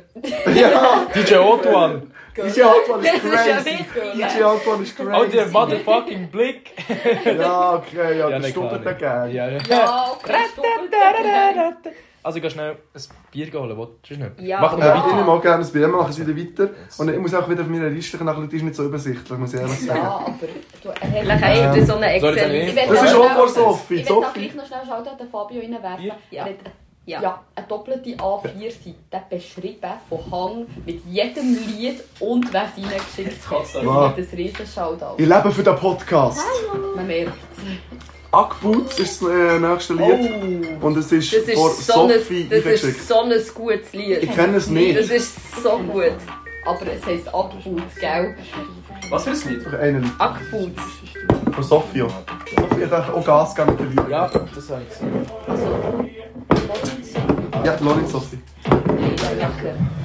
[SPEAKER 1] Ja,
[SPEAKER 2] DJ Otuan.
[SPEAKER 1] DJ Antoine ist
[SPEAKER 3] Das
[SPEAKER 1] crazy.
[SPEAKER 3] ist ja
[SPEAKER 1] DJ Antoine ist
[SPEAKER 2] Oh, der
[SPEAKER 1] crazy.
[SPEAKER 2] motherfucking Blick.
[SPEAKER 1] Ja, okay, ja, der
[SPEAKER 2] nein,
[SPEAKER 1] stumpert
[SPEAKER 2] klar
[SPEAKER 1] den
[SPEAKER 2] nicht.
[SPEAKER 1] gerne.
[SPEAKER 2] Ja, ja.
[SPEAKER 3] Oh,
[SPEAKER 4] Ja,
[SPEAKER 2] Also, ich gehe schnell ein Bier holen, willst du schnell?
[SPEAKER 3] Ja.
[SPEAKER 2] Mach noch
[SPEAKER 1] Ja,
[SPEAKER 2] mal
[SPEAKER 1] Äh, ich
[SPEAKER 2] weiter.
[SPEAKER 1] nehme auch gerne ein Bier, machen es wieder weiter. Und ich muss auch wieder auf meiner Liste nachschauen, die ist nicht so übersichtlich, muss ich ehrlich
[SPEAKER 4] ja,
[SPEAKER 1] sagen.
[SPEAKER 4] aber du, er
[SPEAKER 3] Vielleicht habt ihr so eine
[SPEAKER 2] Soll ich das
[SPEAKER 3] Excel.
[SPEAKER 2] nicht?
[SPEAKER 4] Ich will
[SPEAKER 1] Das
[SPEAKER 4] auch
[SPEAKER 1] ist
[SPEAKER 4] schnell-
[SPEAKER 1] auch vor Sophie.
[SPEAKER 4] Ich will auch
[SPEAKER 1] Sophie.
[SPEAKER 4] gleich noch schnell schauen, den Fabio reinwerfen. Er
[SPEAKER 3] Ja.
[SPEAKER 4] hat-
[SPEAKER 3] Ja.
[SPEAKER 4] Ja, eine doppelte A4-Seite beschrieben von Hang mit jedem Lied und wer es reingeschickt hat. Das ist
[SPEAKER 1] Wow.
[SPEAKER 4] ein riesen Shoutout.
[SPEAKER 1] Ich lebe für den Podcast.
[SPEAKER 4] Man merkt.
[SPEAKER 1] Ackboots ist das äh, nächste Lied.
[SPEAKER 4] Oh,
[SPEAKER 1] Und es ist,
[SPEAKER 3] Das ist,
[SPEAKER 1] vor
[SPEAKER 3] so
[SPEAKER 1] Sophie
[SPEAKER 3] ein, das ist
[SPEAKER 1] eingeschickt.
[SPEAKER 3] so ein gutes Lied.
[SPEAKER 1] Ich kenne es
[SPEAKER 3] Das
[SPEAKER 1] nicht.
[SPEAKER 3] ist so gut.
[SPEAKER 4] aber es heisst Abgut, gell?
[SPEAKER 2] Was für ein Lied?
[SPEAKER 1] Doch einen
[SPEAKER 3] Ackfoods.
[SPEAKER 1] von Sophia. Sophia hat auch Gas gegeben mit den Liedern.
[SPEAKER 2] Ja, das habe ich gesehen.
[SPEAKER 1] Ja, Lorenz Sophie.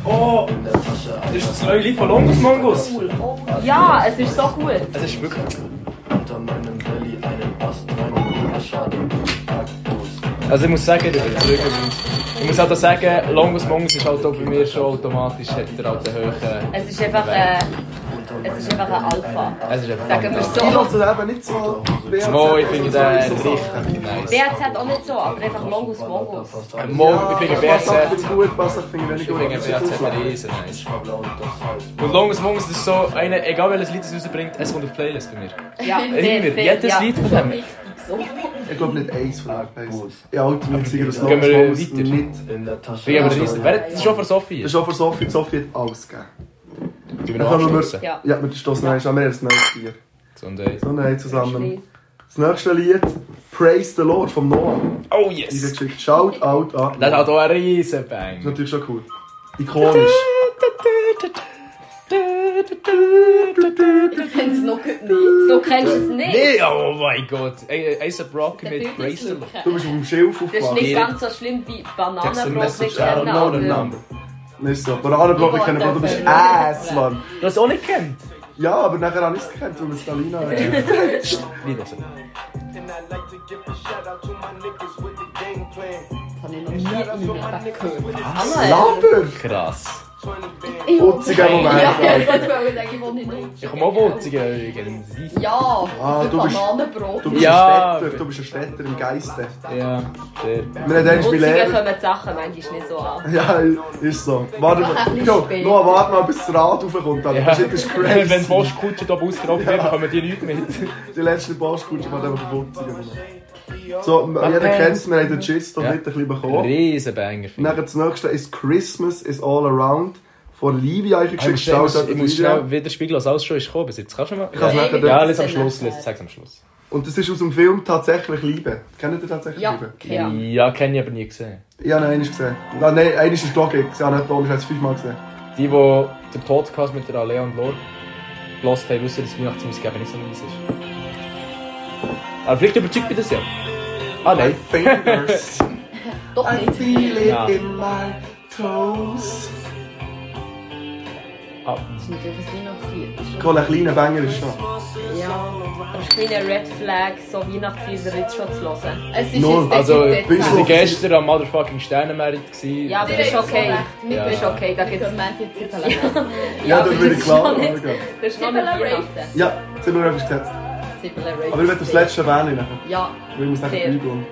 [SPEAKER 2] Oh, das ist das neue Lied von Longus Mongus.
[SPEAKER 3] Ja, es ist so gut.
[SPEAKER 2] Es ist wirklich. Also ich muss sagen, ich bin zurückgeblieben. Ich muss halt auch sagen, Longus Mongus ist halt auch bei mir schon automatisch, hat er halt den höheren...
[SPEAKER 3] Es ist einfach ein, es ist einfach ein Alpha.
[SPEAKER 2] Es ist einfach
[SPEAKER 3] Sagen wir es
[SPEAKER 1] Ich
[SPEAKER 3] so.
[SPEAKER 1] lasse es eben nicht so.
[SPEAKER 2] Mo, ich finde den
[SPEAKER 1] So
[SPEAKER 2] richtig nice.
[SPEAKER 3] BHZ auch nicht so, aber einfach Longus Mongus.
[SPEAKER 2] Mo, ich finde
[SPEAKER 1] Was sagt
[SPEAKER 2] BRZ...
[SPEAKER 1] ihr gut, was sagt ihr
[SPEAKER 2] Ich
[SPEAKER 1] weniger
[SPEAKER 2] finde BRZ
[SPEAKER 1] gut?
[SPEAKER 2] riesen nice. Und Longus Mongus ist so eine, egal welches Lied es rausbringt, es kommt auf die Playlist bei mir.
[SPEAKER 3] Ja,
[SPEAKER 2] Immer, jedes
[SPEAKER 3] ja.
[SPEAKER 2] Lied von dem.
[SPEAKER 4] Richtig so.
[SPEAKER 1] Ich glaube nicht eins von den Ja, Ultimate Sieger, das
[SPEAKER 2] Gehen wir, äh,
[SPEAKER 1] Lorenz
[SPEAKER 2] weiter.
[SPEAKER 1] nicht.
[SPEAKER 2] Ich bin aber riesen. Wer hat- Das ist schon für Sophie.
[SPEAKER 1] Das ist
[SPEAKER 2] jetzt.
[SPEAKER 1] auch von Sophie. Sophie hat alles gegeben.
[SPEAKER 2] Ich
[SPEAKER 1] Dann
[SPEAKER 2] bin noch
[SPEAKER 1] kommen
[SPEAKER 2] anstoßen.
[SPEAKER 1] wir...
[SPEAKER 3] Ja.
[SPEAKER 1] Ja, wir stoßen noch einmal. Wir haben ein neues Bier.
[SPEAKER 2] Und, äh,
[SPEAKER 1] So, nein, zusammen. Das nächste Lied, Praise the Lord vom Noah.
[SPEAKER 2] Oh
[SPEAKER 1] Die
[SPEAKER 2] yes!
[SPEAKER 1] wird geschickt. Shout out an.
[SPEAKER 2] Das hat
[SPEAKER 1] Das
[SPEAKER 2] auch einen riesen
[SPEAKER 1] ist
[SPEAKER 2] Bang.
[SPEAKER 1] natürlich schon cool. Ikonisch.
[SPEAKER 4] Wenn es noch nicht. So
[SPEAKER 3] Du kennst es nicht.
[SPEAKER 2] Nee, oh mein Gott. A$AP Rocky
[SPEAKER 4] der
[SPEAKER 2] mit Bracelet.
[SPEAKER 4] Bildungssuche.
[SPEAKER 1] Du bist auf dem Schilf
[SPEAKER 3] Das ist
[SPEAKER 1] aufgewacht.
[SPEAKER 3] nicht ganz so schlimm wie Bananenbrot mit äh,
[SPEAKER 2] out,
[SPEAKER 3] Sternen. aber-
[SPEAKER 1] Nicht so. Bananenbrot, ich kenne Brot, du bist Ass, Mann.
[SPEAKER 2] Du hast es auch nicht gekannt?
[SPEAKER 1] Ja, aber nachher habe ich es gekannt, weil wir es Dalina haben.
[SPEAKER 2] Wie das?
[SPEAKER 7] And I like to give a shout out to my niggas with the game plan.
[SPEAKER 4] Das habe ich noch nie in meinem Leben gehört.
[SPEAKER 3] Hammer.
[SPEAKER 1] Laber!
[SPEAKER 2] Krass.
[SPEAKER 1] Putziger Moment.
[SPEAKER 4] [LAUGHS] Ja, ja, ich
[SPEAKER 1] Alter.
[SPEAKER 4] wollte sagen, ich will nicht nutzen.
[SPEAKER 2] Ich komme auch Wurziger übrigens.
[SPEAKER 4] Ja,
[SPEAKER 1] Ah,
[SPEAKER 4] für
[SPEAKER 1] du bist-
[SPEAKER 4] Bananenbrot.
[SPEAKER 1] Du bist,
[SPEAKER 2] Ja.
[SPEAKER 1] ein Städter, du bist ein Städter im Geiste.
[SPEAKER 2] Ja, der.
[SPEAKER 1] Wir haben einmal meinen
[SPEAKER 3] Wutzigen
[SPEAKER 1] Lehrer...
[SPEAKER 3] kommen die Sachen manchmal nicht so
[SPEAKER 1] [LAUGHS]
[SPEAKER 3] an.
[SPEAKER 1] Ja, ist so. Warte mal. Jo, Noah, warte mal, bis das Rad raufkommt. Alter. Das
[SPEAKER 2] [LAUGHS]
[SPEAKER 1] ist
[SPEAKER 2] Wenn wenn die
[SPEAKER 1] crazy.
[SPEAKER 2] Postkutsche hier ausgeraubt wird, kommen die nicht mit.
[SPEAKER 1] Die letzte Postkutsche war einfach Putziger. So, jeder kennt es, wir haben den Gist und
[SPEAKER 2] Ja.
[SPEAKER 1] nicht ein bisschen bekommen.
[SPEAKER 2] Oh. Riesenbanger. finde ich.
[SPEAKER 1] Nachher das nächste ist Christmas is All Around von Livia. Ich
[SPEAKER 2] Ah, Ich
[SPEAKER 1] geschickt
[SPEAKER 2] muss schnell-
[SPEAKER 1] Shoutout
[SPEAKER 2] ich
[SPEAKER 1] an
[SPEAKER 2] muss
[SPEAKER 1] Livia.
[SPEAKER 2] schnell widerspiegeln, was alles schon ist gekommen. Bis jetzt kannst du mal.
[SPEAKER 1] kann's
[SPEAKER 2] Ja,
[SPEAKER 1] nachher
[SPEAKER 2] ja,
[SPEAKER 1] dann-
[SPEAKER 2] lass am Schluss, lass sag's am Schluss.
[SPEAKER 1] Und das ist aus dem Film tatsächlich Liebe. Kennt ihr tatsächlich
[SPEAKER 4] Ja,
[SPEAKER 1] Liebe?
[SPEAKER 4] ja.
[SPEAKER 2] Ja, kenne ich aber nie gesehen.
[SPEAKER 1] Ich habe ihn einmal gesehen. Ah, Nein, nein, einmal ist Glocke. Ich habe ihn Ton, ich habe es fünfmal gesehen.
[SPEAKER 2] Die, die den Podcast mit der Alea und Lor gelost haben, wissen, dass Weihnachtsmusik eben nicht so nice ist. Aber vielleicht überzeugt mich das ja. Ah, nein.
[SPEAKER 1] Fingers.
[SPEAKER 4] Doch
[SPEAKER 1] [LAUGHS] I
[SPEAKER 4] nicht.
[SPEAKER 1] feel it
[SPEAKER 2] Ja.
[SPEAKER 1] in my toes.
[SPEAKER 2] Ah,
[SPEAKER 4] Das ist natürlich ein Weihnachtslied. Das ist schon-
[SPEAKER 1] Cool, ein kleiner Banger ist noch.
[SPEAKER 4] Ja.
[SPEAKER 3] Aber es ist wie eine Red Flag, so Weihnachtslieder jetzt schon zu hören.
[SPEAKER 4] Es ist
[SPEAKER 1] Null.
[SPEAKER 4] jetzt
[SPEAKER 2] also,
[SPEAKER 4] jetzt-
[SPEAKER 2] wir
[SPEAKER 1] bisschen-
[SPEAKER 2] waren gestern am Motherfucking Sternenmerit. gewesen.
[SPEAKER 3] Ja, aber das ist okay.
[SPEAKER 2] Ja.
[SPEAKER 3] Das ist okay, da gibt es...
[SPEAKER 4] jetzt
[SPEAKER 1] Ja, das würde ich
[SPEAKER 3] ist
[SPEAKER 1] klar
[SPEAKER 3] noch nicht-
[SPEAKER 1] sagen.
[SPEAKER 3] Das ist noch nicht Weihnachten.
[SPEAKER 1] Ja, jetzt sind wir etwas gesetzt.
[SPEAKER 4] Zippel
[SPEAKER 1] Aber ich werde das letzte wählen. nachher.
[SPEAKER 4] Ja,
[SPEAKER 1] Ich will mir das nachher
[SPEAKER 3] Sehr.
[SPEAKER 1] eingehen.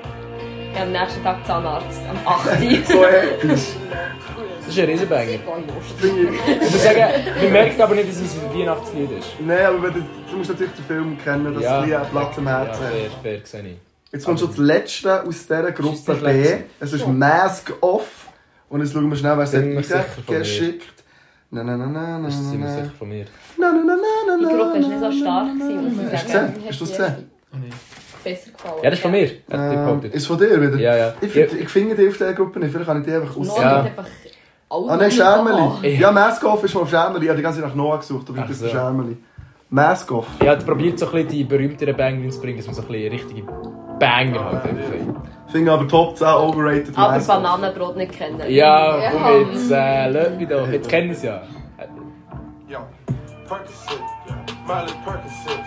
[SPEAKER 3] Ich habe am nächsten Tag Zahnarzt, am 8. Uhr.
[SPEAKER 1] So [LAUGHS] episch.
[SPEAKER 2] Das ist ein Riesenbanger.
[SPEAKER 4] oh, Jost.
[SPEAKER 1] Finde ich.
[SPEAKER 2] Ich muss sagen, man merkt aber nicht, dass es ein Weihnachtslied ist.
[SPEAKER 1] Nein, aber wenn du, du musst natürlich den Film kennen, dass
[SPEAKER 2] Ja.
[SPEAKER 1] es ein bisschen Platz im
[SPEAKER 2] Ja,
[SPEAKER 1] Herzen hat.
[SPEAKER 2] fair, fair, sehe ich.
[SPEAKER 1] Jetzt kommt schon das letzte aus dieser
[SPEAKER 2] Schießt
[SPEAKER 1] Gruppe
[SPEAKER 2] das
[SPEAKER 1] B.
[SPEAKER 2] letzte.
[SPEAKER 1] Es ist dus Mask Off. Und jetzt schauen wir schnell, wer es
[SPEAKER 2] Sind wir sicher
[SPEAKER 1] hat
[SPEAKER 2] von mir?
[SPEAKER 1] geschickt. Na na na na na na
[SPEAKER 2] Das ist ziemlich
[SPEAKER 1] na
[SPEAKER 2] sicher von mir.
[SPEAKER 1] na na na na
[SPEAKER 3] Die
[SPEAKER 1] na
[SPEAKER 3] Gruppe ist nicht so stark. gewesen, muss ich
[SPEAKER 1] Hast du
[SPEAKER 3] sagen.
[SPEAKER 1] gesehen? Hast du es gesehen?
[SPEAKER 4] Oh, Besser gefallen.
[SPEAKER 2] Ja, das ist von mir. Hat die
[SPEAKER 1] Ähm,
[SPEAKER 2] behauptet.
[SPEAKER 1] Ist von dir wieder?
[SPEAKER 2] Ja, ja.
[SPEAKER 1] Ich,
[SPEAKER 2] Ja.
[SPEAKER 1] find- ich finde die auf dieser Gruppe nicht. Vielleicht kann ich die einfach
[SPEAKER 4] Noah
[SPEAKER 1] aus.
[SPEAKER 2] Ja.
[SPEAKER 4] hat einfach alle
[SPEAKER 1] Ah, nein,
[SPEAKER 4] mitgemacht.
[SPEAKER 1] Schämeli.
[SPEAKER 2] Ja.
[SPEAKER 1] Ja, Mask Off ist von Schämeli. Ich habe die ganze Nacht Noah gesucht, aber ich
[SPEAKER 2] Ach
[SPEAKER 1] bin
[SPEAKER 2] so.
[SPEAKER 1] Schämeli. Mask Off.
[SPEAKER 2] Ich habe probiert, so ein bisschen die berühmteren Banger reinzubringen, dass man so ein bisschen richtige Banger halt einfach.
[SPEAKER 1] Finde aber Top 10 overrated.
[SPEAKER 3] Aber
[SPEAKER 1] Mask Off.
[SPEAKER 3] Bananenbrot nicht kennen.
[SPEAKER 2] Ja,
[SPEAKER 4] Ja.
[SPEAKER 2] komm jetzt, äh, lass mich doch. Jetzt kennen sie ja.
[SPEAKER 8] Yo, Percocet, Miley Percocet.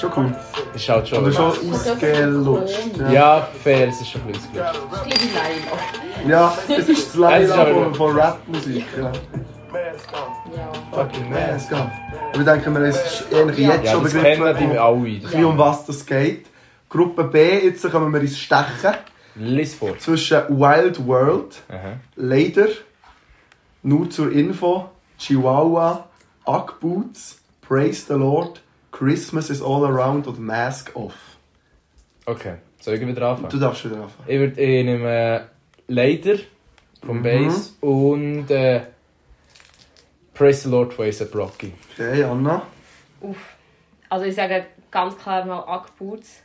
[SPEAKER 1] Schon cool.
[SPEAKER 2] Das ist halt
[SPEAKER 1] Aber
[SPEAKER 2] schon...
[SPEAKER 1] schon
[SPEAKER 4] Mask Off.
[SPEAKER 1] ausgelutscht.
[SPEAKER 2] Ja, fair, es ist schon ein bisschen ausgelutscht.
[SPEAKER 4] Kleine Leila.
[SPEAKER 1] ja, es ist das
[SPEAKER 2] Es ist
[SPEAKER 1] Leila
[SPEAKER 2] aber-
[SPEAKER 1] von, von Rapmusik. Ja.
[SPEAKER 8] Mask on.
[SPEAKER 4] Oh, Ja.
[SPEAKER 2] Fucking
[SPEAKER 1] Nein,
[SPEAKER 2] nice.
[SPEAKER 1] es geht. Aber ich denke mir, es ist eigentlich jetzt
[SPEAKER 2] Ja,
[SPEAKER 1] schon
[SPEAKER 2] das
[SPEAKER 1] begriffen,
[SPEAKER 2] kennen die
[SPEAKER 1] um,
[SPEAKER 2] alle. Das-
[SPEAKER 1] ein bisschen, um was das geht. Gruppe B, jetzt kommen wir ins Stechen.
[SPEAKER 2] Lies vor.
[SPEAKER 1] Zwischen Wild World,
[SPEAKER 2] Aha.
[SPEAKER 1] Leider, nur zur Info, Chihuahua, Ugg Boots, Praise the Lord, Christmas is all around und Mask off.
[SPEAKER 2] Okay, soll ich wieder
[SPEAKER 1] Du
[SPEAKER 2] anfangen?
[SPEAKER 1] darfst wieder anfangen.
[SPEAKER 2] Ich würde in einem äh, Leider vom Bass und äh, Praise the Lord von A$AP Rocky.
[SPEAKER 1] Okay, Anna.
[SPEAKER 3] Uff. Also ich sage ganz klar mal Ackboots.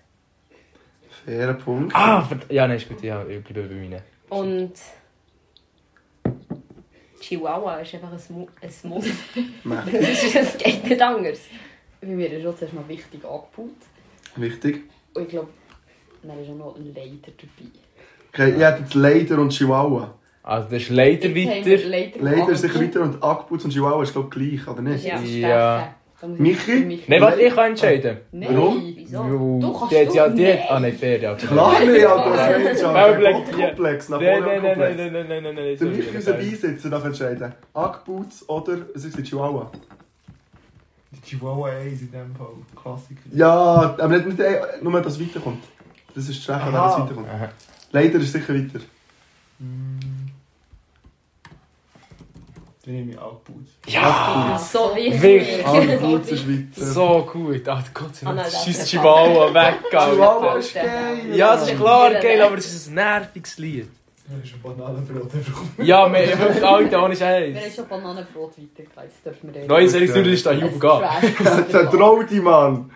[SPEAKER 1] Fairer Punkt.
[SPEAKER 2] Ah, verd- ja, nein, ist gut, ja, ich bleibe bei meinen.
[SPEAKER 3] Und Chihuahua ist einfach ein, Mu
[SPEAKER 2] [LAUGHS]
[SPEAKER 3] ein Muss.
[SPEAKER 1] Nein,
[SPEAKER 3] [LAUGHS] Es ist- es geht nicht anders.
[SPEAKER 4] Bei mir ist schon zuerst mal wichtig Oh, angebaut.
[SPEAKER 1] wichtig.
[SPEAKER 4] Und ich glaube, dann ist auch noch ein Leiter dabei.
[SPEAKER 1] Okay, ich hätte jetzt Leider und Chihuahua.
[SPEAKER 2] Also, das ist Leider weiter.
[SPEAKER 4] Leiter,
[SPEAKER 1] Leider sicher weiter und Ugg Boots und Chihuahua ist glaube ich gleich, oder nicht?
[SPEAKER 3] Ja.
[SPEAKER 2] Ja.
[SPEAKER 1] Michi?
[SPEAKER 2] Nein, warte, ich kann entscheiden.
[SPEAKER 4] Nein.
[SPEAKER 1] Warum?
[SPEAKER 3] Wieso?
[SPEAKER 4] Du
[SPEAKER 2] Du
[SPEAKER 4] kannst
[SPEAKER 2] die hat ja,
[SPEAKER 4] doch-
[SPEAKER 2] die
[SPEAKER 4] nein.
[SPEAKER 2] hat. Ah, nein, fair, ja.
[SPEAKER 1] Klar, wir haben das
[SPEAKER 2] Nein.
[SPEAKER 1] Mensch,
[SPEAKER 2] Nein, Black-
[SPEAKER 1] aber komplex,
[SPEAKER 2] Nein, nein, nein, nein,
[SPEAKER 1] Napoleon-Komplex.
[SPEAKER 2] nein, nein, nein, nein, nein.
[SPEAKER 1] Du musst uns
[SPEAKER 2] sorry.
[SPEAKER 1] Beisitzen darf entscheiden. Ackboots oder, was ist Chihuahua?
[SPEAKER 8] Die Chihuahua A's in dem Fall. Klassiker.
[SPEAKER 1] Ja, aber nicht, nicht äh, nur, dass es weiterkommt. Das ist schlecht, wenn es
[SPEAKER 8] Aha.
[SPEAKER 1] weiterkommt.
[SPEAKER 2] Aha.
[SPEAKER 1] Leider ist es sicher weiter.
[SPEAKER 8] Dann nehme ich auch Boots.
[SPEAKER 2] Ja,
[SPEAKER 3] So wichtig.
[SPEAKER 2] Wichtig.
[SPEAKER 1] Ah, Ackboots ist weiter.
[SPEAKER 2] so gut. Ach Gott, sei
[SPEAKER 3] Ah,
[SPEAKER 2] Dank,
[SPEAKER 3] nein,
[SPEAKER 2] das
[SPEAKER 3] das
[SPEAKER 2] scheiß
[SPEAKER 3] ist-
[SPEAKER 2] Chihuahua weg,
[SPEAKER 1] Chihuahua
[SPEAKER 2] Alter.
[SPEAKER 1] ist geil.
[SPEAKER 2] Ja, das ist klar geil, aber es ist ein nerviges Lied.
[SPEAKER 8] Das ist ein Bananenbrot. warum?
[SPEAKER 2] Ja, wir haben wirklich Alter, ohne
[SPEAKER 4] Wir haben
[SPEAKER 2] Scheiß.
[SPEAKER 4] schon Bananenbrot weitergeleitet, das dürfen wir
[SPEAKER 2] Neue Serienstudio
[SPEAKER 1] [LAUGHS]
[SPEAKER 2] ist da hier gehen.
[SPEAKER 1] Der Traudi, Mann.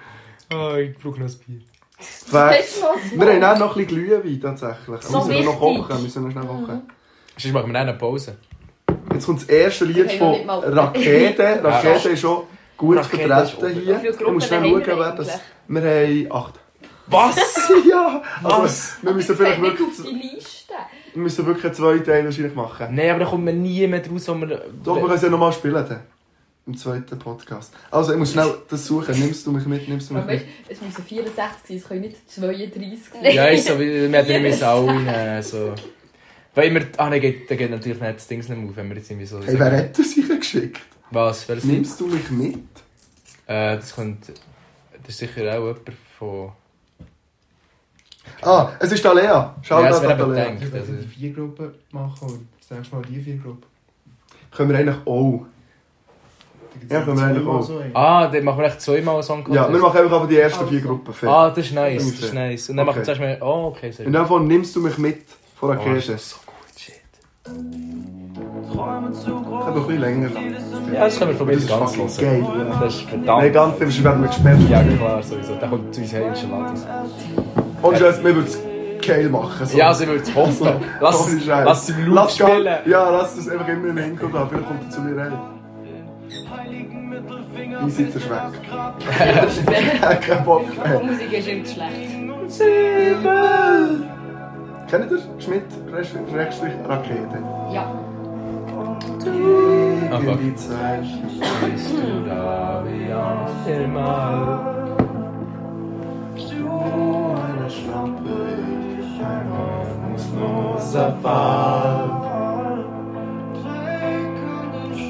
[SPEAKER 2] Oh, ich brauche noch ein Bier.
[SPEAKER 3] [LAUGHS]
[SPEAKER 1] Facts. Wir haben
[SPEAKER 4] auch
[SPEAKER 1] auch noch ein bisschen Glühwein tatsächlich.
[SPEAKER 3] So
[SPEAKER 1] müssen wir noch
[SPEAKER 3] wichtig.
[SPEAKER 1] kochen. Müssen wir noch schnell kochen.
[SPEAKER 2] Sonst machen wir dann eine Pause.
[SPEAKER 1] Jetzt kommt das erste Lied
[SPEAKER 4] Wir haben noch
[SPEAKER 1] von
[SPEAKER 4] nicht mal-
[SPEAKER 1] Rakete. Rakete ist schon gut
[SPEAKER 2] Rakete ist
[SPEAKER 1] vertreten
[SPEAKER 2] oben.
[SPEAKER 1] hier.
[SPEAKER 3] Wie viele
[SPEAKER 1] Ich muss schnell
[SPEAKER 3] Gruppen
[SPEAKER 1] schauen,
[SPEAKER 3] haben wir
[SPEAKER 1] wer das...
[SPEAKER 3] eigentlich?
[SPEAKER 1] Wir haben dus acht. [LAUGHS]
[SPEAKER 2] Was?
[SPEAKER 1] ja, also, wir müssen vielleicht
[SPEAKER 4] nicht auf
[SPEAKER 1] wirklich,
[SPEAKER 4] die Liste.
[SPEAKER 1] wir müssen wirklich zwei Teile wahrscheinlich machen.
[SPEAKER 2] Nein, aber da kommt man nie mehr raus, wo man...
[SPEAKER 1] Doch, wir können es ja nochmal spielen. Dann. Im zweiten Podcast. Also, ich muss schnell das suchen. Nimmst du mich mit? Nimmst du mich
[SPEAKER 4] Aber
[SPEAKER 1] mit?
[SPEAKER 4] weißt, es müssen 64 sein, es können nicht 32 sein.
[SPEAKER 2] eh, Ja, ist so, wie- wir hätten nicht alle so... Weil immer, ah ne, geht, dann geht natürlich nicht das Ding nicht mehr auf, wenn wir jetzt irgendwie so
[SPEAKER 1] Hey, wer hat das geschickt?
[SPEAKER 2] Was, welches Team?
[SPEAKER 1] Nimmst du mich mit?
[SPEAKER 2] Äh, das könnte, das ist sicher auch jemand von...
[SPEAKER 1] Ah, es ist Alea. Schau da
[SPEAKER 2] Ja, das wäre
[SPEAKER 1] an
[SPEAKER 2] eben
[SPEAKER 1] Alea.
[SPEAKER 8] Wir
[SPEAKER 2] gedacht. Also,
[SPEAKER 8] können die vier Gruppen machen und das nächste Mal die vier Gruppen.
[SPEAKER 1] Können wir eigentlich auch.
[SPEAKER 8] Da gibt's
[SPEAKER 1] Ja, können wir
[SPEAKER 8] zweimal
[SPEAKER 1] eigentlich auch.
[SPEAKER 8] so einen.
[SPEAKER 2] ah, dann machen wir echt zweimal einen Song
[SPEAKER 1] Ja, wir machen einfach aber die ersten vier
[SPEAKER 4] Also.
[SPEAKER 1] Gruppen fertig.
[SPEAKER 2] Ah, das ist nice, das ist
[SPEAKER 1] Ungefähr.
[SPEAKER 2] nice. Und dann machen wir
[SPEAKER 1] Okay.
[SPEAKER 2] zuerst mal, oh, okay, sehr
[SPEAKER 1] In
[SPEAKER 2] gut.
[SPEAKER 1] dem Fall nimmst du mich mit von der
[SPEAKER 2] Oh,
[SPEAKER 1] Kirche.
[SPEAKER 2] das ist so gut, shit.
[SPEAKER 1] Ich habe ein bisschen
[SPEAKER 2] Oh.
[SPEAKER 1] länger.
[SPEAKER 2] Ja, das können wir
[SPEAKER 1] Das
[SPEAKER 2] probieren,
[SPEAKER 1] ist
[SPEAKER 2] ganz
[SPEAKER 1] fucking
[SPEAKER 2] lassen.
[SPEAKER 1] geil. oder?
[SPEAKER 2] Das ist
[SPEAKER 1] Nein,
[SPEAKER 2] verdammt.
[SPEAKER 1] ganz viel ist werden wir gesperrt.
[SPEAKER 2] Ja, klar, sowieso. Der kommt zu uns heim und schlägt uns.
[SPEAKER 1] Und Scheiß, wir würden es geil machen. So.
[SPEAKER 2] Ja, sie
[SPEAKER 1] [LAUGHS]
[SPEAKER 2] würde es hoffen. Lass,
[SPEAKER 1] Ohne Scheiß.
[SPEAKER 2] lass sie im Loop
[SPEAKER 1] Lass gar-
[SPEAKER 2] spielen.
[SPEAKER 1] Ja, lass das einfach immer im Hintergrund haben. Vielleicht kommt er zu mir rein. Die sind der Schweck. Kein Bock mehr.
[SPEAKER 3] Musik ist irgendwie schlecht.
[SPEAKER 1] [LAUGHS] Kennt ihr Schmidt, Rechts- Rechtstrich, Rakete?
[SPEAKER 3] Ja.
[SPEAKER 2] Ah, fuck.
[SPEAKER 1] Die Lied sagt,
[SPEAKER 2] Bist du da wie aus dem All?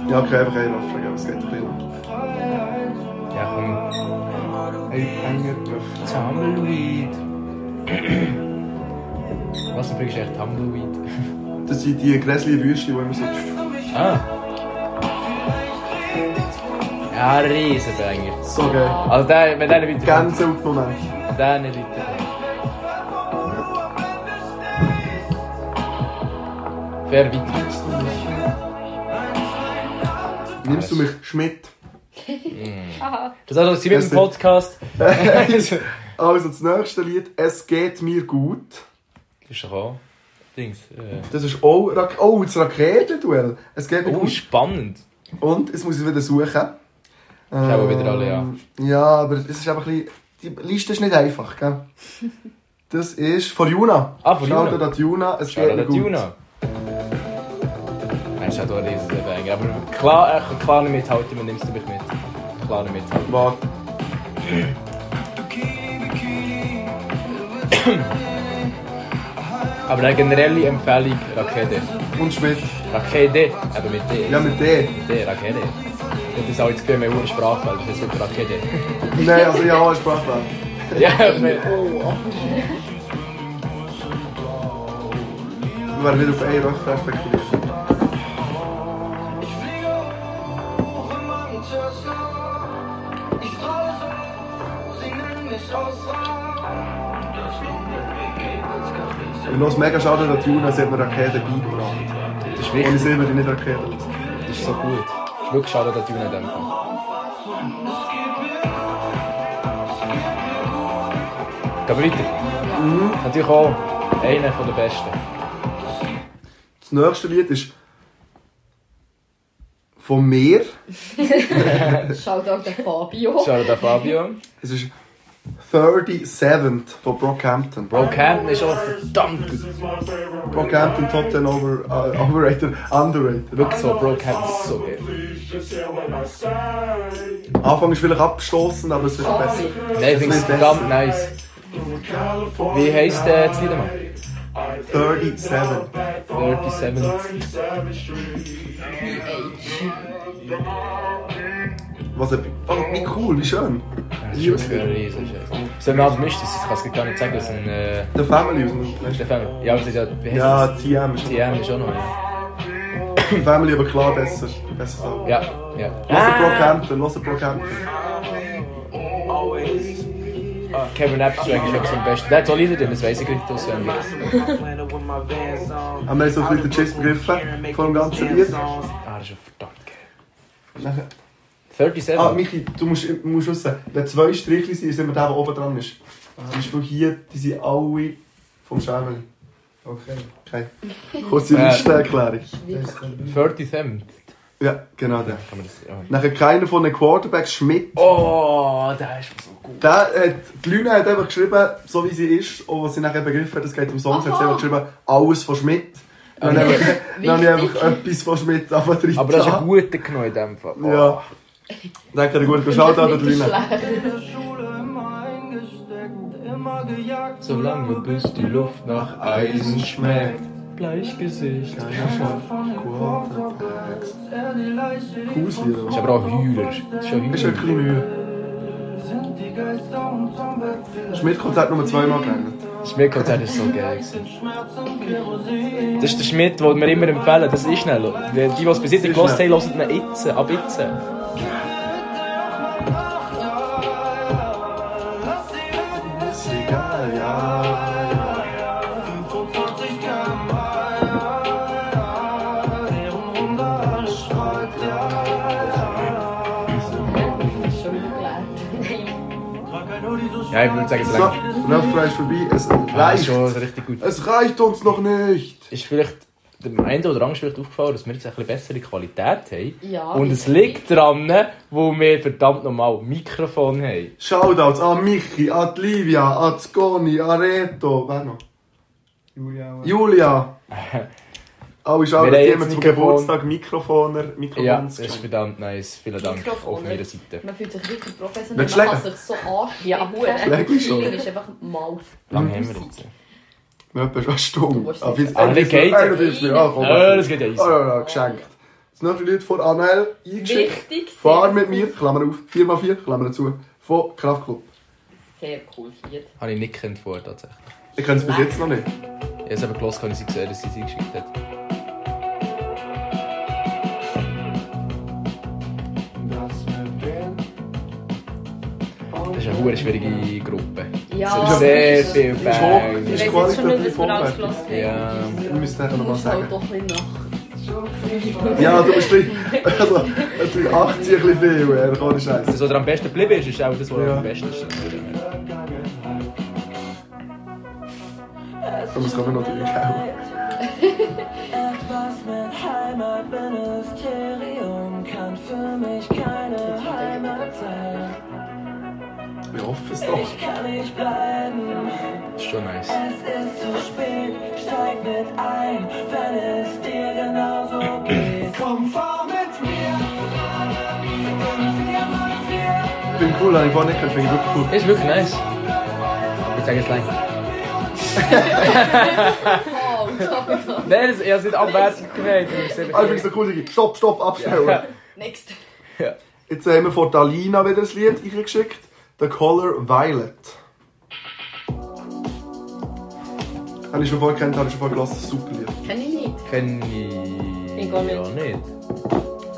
[SPEAKER 1] Ja, okay, einfach einen Refrain, aber es geht ein bisschen.
[SPEAKER 2] Ja, komm.
[SPEAKER 1] Hänger.
[SPEAKER 2] Tumbleweed. [CLEARS THROAT] Was denn bringst du echt Tumbleweed?
[SPEAKER 1] Das sind die grässlichen Würste, die immer so...
[SPEAKER 2] Ah. Ja, Riesenbanger.
[SPEAKER 1] So geil.
[SPEAKER 2] Also der, wenn der nicht weiterkommt,
[SPEAKER 1] Gänse auf den Moment.
[SPEAKER 2] der nicht weiterkommt. Wer weiter? Ah,
[SPEAKER 1] Nimmst du mich Schmidt?
[SPEAKER 3] Haha.
[SPEAKER 2] Das war sie mit dem Podcast.
[SPEAKER 1] [LAUGHS]
[SPEAKER 2] [LAUGHS] das
[SPEAKER 1] Also, das nächste Lied, «Es geht mir gut».
[SPEAKER 2] ist doch auch... Dings. Äh.
[SPEAKER 1] Das ist auch... Rak oh, das Raketenduell. «Es geht mir
[SPEAKER 2] Oh,
[SPEAKER 1] gut».
[SPEAKER 2] spannend.
[SPEAKER 1] Und jetzt muss ich wieder suchen. Ich
[SPEAKER 2] auch wieder alle, ja.
[SPEAKER 1] Ja, aber es ist einfach ein bisschen... Die Liste ist nicht einfach, gell? Das ist von Juna.
[SPEAKER 2] Ah, von Juna.
[SPEAKER 1] Schaut an die Juna, «Es geht
[SPEAKER 2] Schade,
[SPEAKER 1] mir
[SPEAKER 2] der
[SPEAKER 1] gut».
[SPEAKER 2] Tuna. Er ist auch ein riesiger Banger. Aber klar, er kann klar nicht mithalten, man nimmst du mich mit. Klar nicht mithalten.
[SPEAKER 1] Warte.
[SPEAKER 2] Aber eine generelle Empfehlung, Rakete.
[SPEAKER 1] Und Schmidt.
[SPEAKER 2] Rakete, aber mit D.
[SPEAKER 1] Ja, mit D.
[SPEAKER 2] Mit D, Rakete. Und das auch jetzt gehen wir in Sprache, weil das ist jetzt mit Rakete.
[SPEAKER 1] [LAUGHS] Nein, also ja, auch ein Sprachfehler.
[SPEAKER 2] ja, [LAUGHS] aber...
[SPEAKER 1] Wir werden wieder auf einen Refrain spekulieren. Und noch mega schade, dass Juna sie hat mir Raketen beigebracht.
[SPEAKER 2] Das ist
[SPEAKER 1] Und ich
[SPEAKER 2] wichtig.
[SPEAKER 1] sehe mir die nicht Raketen.
[SPEAKER 2] Das ist so gut. Das ist wirklich schade, der Tuna in dem Fall. Gehen wir weiter. Natürlich auch einer von der besten.
[SPEAKER 1] Das nächste Lied ist von mir.
[SPEAKER 4] Schaut auch der Fabio.
[SPEAKER 2] Schade, der Fabio.
[SPEAKER 1] Es ist 37th von Brockhampton.
[SPEAKER 2] Brockhampton ist auch verdammt gut.
[SPEAKER 1] Brockhampton Top 10 over, äh, Overrated, Underrated.
[SPEAKER 2] Wirklich so, Brockhampton ist so geil.
[SPEAKER 1] Anfang ist vielleicht abgeschlossen, aber es wird besser.
[SPEAKER 2] Nein, ich finde es verdammt nice. Wie heisst äh, das Lied mal?
[SPEAKER 1] 37.
[SPEAKER 2] 37.
[SPEAKER 1] Was ein oh, wie cool, wie schön.
[SPEAKER 2] Das ist wirklich ein riesen Scheiß. Sollen wir halt mischen? Das kann es gar nicht sagen. Das ist ein... Äh,
[SPEAKER 1] The Family aus dem
[SPEAKER 2] der Fan. Ja, aber das ist ja... Wie heisst
[SPEAKER 1] Ja,
[SPEAKER 2] das?
[SPEAKER 1] TM ist
[SPEAKER 2] TM ist auch noch, ja.
[SPEAKER 1] Die Family aber klar besser. Besser so.
[SPEAKER 2] Ja, ja.
[SPEAKER 1] Los ah. Brockhampton, los Brockhampton.
[SPEAKER 2] Kevin Abstrack ist etwas am besten. Der hat auch Lieder drin, das weiss ich nicht auswendig.
[SPEAKER 1] Haben wir so ein bisschen den Chips begriffen von dem ganzen Lied?
[SPEAKER 2] Ah, das ist ja verdammt geil.
[SPEAKER 1] Nachher-
[SPEAKER 2] 37?
[SPEAKER 1] Ah, Michi, du musst, musst wissen, wenn zwei Striche sind, ist immer der, der oben dran ist.
[SPEAKER 2] Ah.
[SPEAKER 1] Zum Beispiel hier, die sind alle vom Schämeli.
[SPEAKER 8] Okay.
[SPEAKER 1] Okay. Kurze
[SPEAKER 2] Äh.
[SPEAKER 1] Listenerklärung.
[SPEAKER 8] Das ist dann
[SPEAKER 2] 37.
[SPEAKER 1] Ja, genau der.
[SPEAKER 2] Kann man das... ja.
[SPEAKER 1] Nachher keiner von den Quarterbacks Schmidt.
[SPEAKER 2] Oh, der ist so gut.
[SPEAKER 1] Der hat, die Lüne hat einfach geschrieben, so wie sie ist, und was sie nachher begriffen hat, es geht um Songs, hat sie einfach geschrieben, alles von Schmidt. Dann habe ich, dann habe ich einfach etwas von Schmidt einfach drin.
[SPEAKER 2] Aber das ist ein guter genommen in dem Fall. Oh.
[SPEAKER 1] Ja. Danke, der gute Schaut an der Lüne.
[SPEAKER 2] Solange bis die Luft nach Eisen schmeckt, Bleichgesicht.
[SPEAKER 1] Cooles Lied.
[SPEAKER 2] Ist
[SPEAKER 1] oder?
[SPEAKER 2] aber auch Heuler. Ist schon
[SPEAKER 1] Ist wirklich Mühe. Das Schmidt-Konzert nur zweimal gelangt.
[SPEAKER 2] Das Schmidt-Konzert war so geil. gewesen. Das ist der Schmidt, den wir immer empfehlen. Das ist schnell. Die, die es bis jetzt nicht gehört haben, hören ihn jetzt, ab jetzt.
[SPEAKER 1] Ist egal, ja.
[SPEAKER 4] Schon geklärt.
[SPEAKER 2] Ja, ich würde sagen, es
[SPEAKER 1] So,
[SPEAKER 2] reicht.
[SPEAKER 1] Refresh vorbei. Es
[SPEAKER 2] Ja, ist schon
[SPEAKER 1] reicht.
[SPEAKER 2] richtig gut.
[SPEAKER 1] Es reicht uns noch nicht.
[SPEAKER 2] Ist vielleicht dem einen oder anderen vielleicht aufgefallen, dass wir jetzt eine bisschen bessere Qualität haben.
[SPEAKER 4] Ja.
[SPEAKER 2] Und es liegt daran, wo wir verdammt nochmal Mikrofon haben.
[SPEAKER 1] Shoutouts an Michi, an die Livia, an Sconi, an Reto. Wer noch?
[SPEAKER 8] Julia. Julia.
[SPEAKER 2] [LAUGHS]
[SPEAKER 1] Julia. Alle Shoutouts,
[SPEAKER 2] Wir haben
[SPEAKER 1] die
[SPEAKER 2] jetzt
[SPEAKER 1] haben zum
[SPEAKER 2] Mikrofon.
[SPEAKER 1] Geburtstag Mikrofoner,
[SPEAKER 2] Ja,
[SPEAKER 1] Mikrofons
[SPEAKER 2] das ist verdammt nice. Vielen Dank
[SPEAKER 4] Mikrofon,
[SPEAKER 2] auf
[SPEAKER 4] ne?
[SPEAKER 2] meiner Seite.
[SPEAKER 4] Man fühlt sich richtig professionell.
[SPEAKER 1] Willst du
[SPEAKER 4] Man
[SPEAKER 1] schlägen?
[SPEAKER 4] kann sich so anstrengen.
[SPEAKER 3] Ja,
[SPEAKER 4] Huren.
[SPEAKER 1] schläg mich schon.
[SPEAKER 4] Feeling ist einfach mal.
[SPEAKER 2] Wie lange haben wir jetzt?
[SPEAKER 1] Wir haben etwa schon eine Stunde.
[SPEAKER 4] Du hast
[SPEAKER 1] Auf
[SPEAKER 4] nicht-
[SPEAKER 1] jetzt-
[SPEAKER 2] Ah, wie
[SPEAKER 1] jetzt-
[SPEAKER 2] geht
[SPEAKER 1] Ah,
[SPEAKER 2] das?
[SPEAKER 1] das ist mir angekommen.
[SPEAKER 2] Äh, das geht ja easy.
[SPEAKER 1] Oh, ja, ja, geschenkt. Das nächste Lied von Anel, eingeschickt.
[SPEAKER 4] Wichtig.
[SPEAKER 1] Fahr mit mir, Klammer auf, 4x4, Klammer zu, von Kraftclub.
[SPEAKER 4] Sehr cool Lied.
[SPEAKER 2] Habe ich nicht gekannt vorher tatsächlich.
[SPEAKER 1] Ich kenne es bis jetzt noch nicht.
[SPEAKER 2] Ich habe es aber gehört, kann ich sie gesehen, dass sie sie geschickt hat. Das ist eine hure schwierige Gruppe.
[SPEAKER 4] Ja.
[SPEAKER 2] Es sind sehr viele
[SPEAKER 1] Ist hoch,
[SPEAKER 2] Bands.
[SPEAKER 1] ist
[SPEAKER 3] Ich weiß jetzt schon
[SPEAKER 1] qualitativ
[SPEAKER 3] nicht, was wir alles
[SPEAKER 1] hochwertig.
[SPEAKER 3] gelassen haben.
[SPEAKER 2] Ja.
[SPEAKER 1] Wir müssen es nachher
[SPEAKER 4] Du
[SPEAKER 1] nochmal
[SPEAKER 4] musst halt
[SPEAKER 1] sagen.
[SPEAKER 4] doch ein bisschen nach.
[SPEAKER 1] Ja, du bist ein bisschen- also, natürlich 80 ein bisschen viel, er kann Scheiße.
[SPEAKER 2] Das, was dir am besten geblieben ist, ist auch das, was
[SPEAKER 1] Ja.
[SPEAKER 2] am besten ist.
[SPEAKER 1] Aber es kommen noch die Leute.
[SPEAKER 9] Etwas mit Heimat Ministerium kann für mich keine Heimat sein.
[SPEAKER 1] Wir hoffen es doch.
[SPEAKER 9] Ich kann nicht bleiben,
[SPEAKER 2] Das ist schon nice.
[SPEAKER 9] es ist zu spät. Steig mit ein, wenn es dir genauso geht. Komm, fahr mit mir.
[SPEAKER 1] Ich bin cool, habe ich vorher nicht gehört, finde ich wirklich cool.
[SPEAKER 2] Ist wirklich nice. Ich sage jetzt
[SPEAKER 4] [LAUGHS]
[SPEAKER 2] lang. [LAUGHS] Nein, das- ich habe es nicht abwärts gemerkt. Ich muss
[SPEAKER 1] Ah, ich finde
[SPEAKER 2] einfach-
[SPEAKER 1] es noch cool, Digi. stopp, stopp, abstellen. [LAUGHS]
[SPEAKER 4] Next.
[SPEAKER 1] Jetzt haben wir von Dalina wieder ein Lied eingeschickt. The Color Violet. Habe ich schon vorher kennt, habe ich schon vorher gelassen. Super Lied.
[SPEAKER 4] Kenn ich nicht.
[SPEAKER 2] Kenn ich.
[SPEAKER 3] Ich gar nicht.
[SPEAKER 2] Ja, nicht.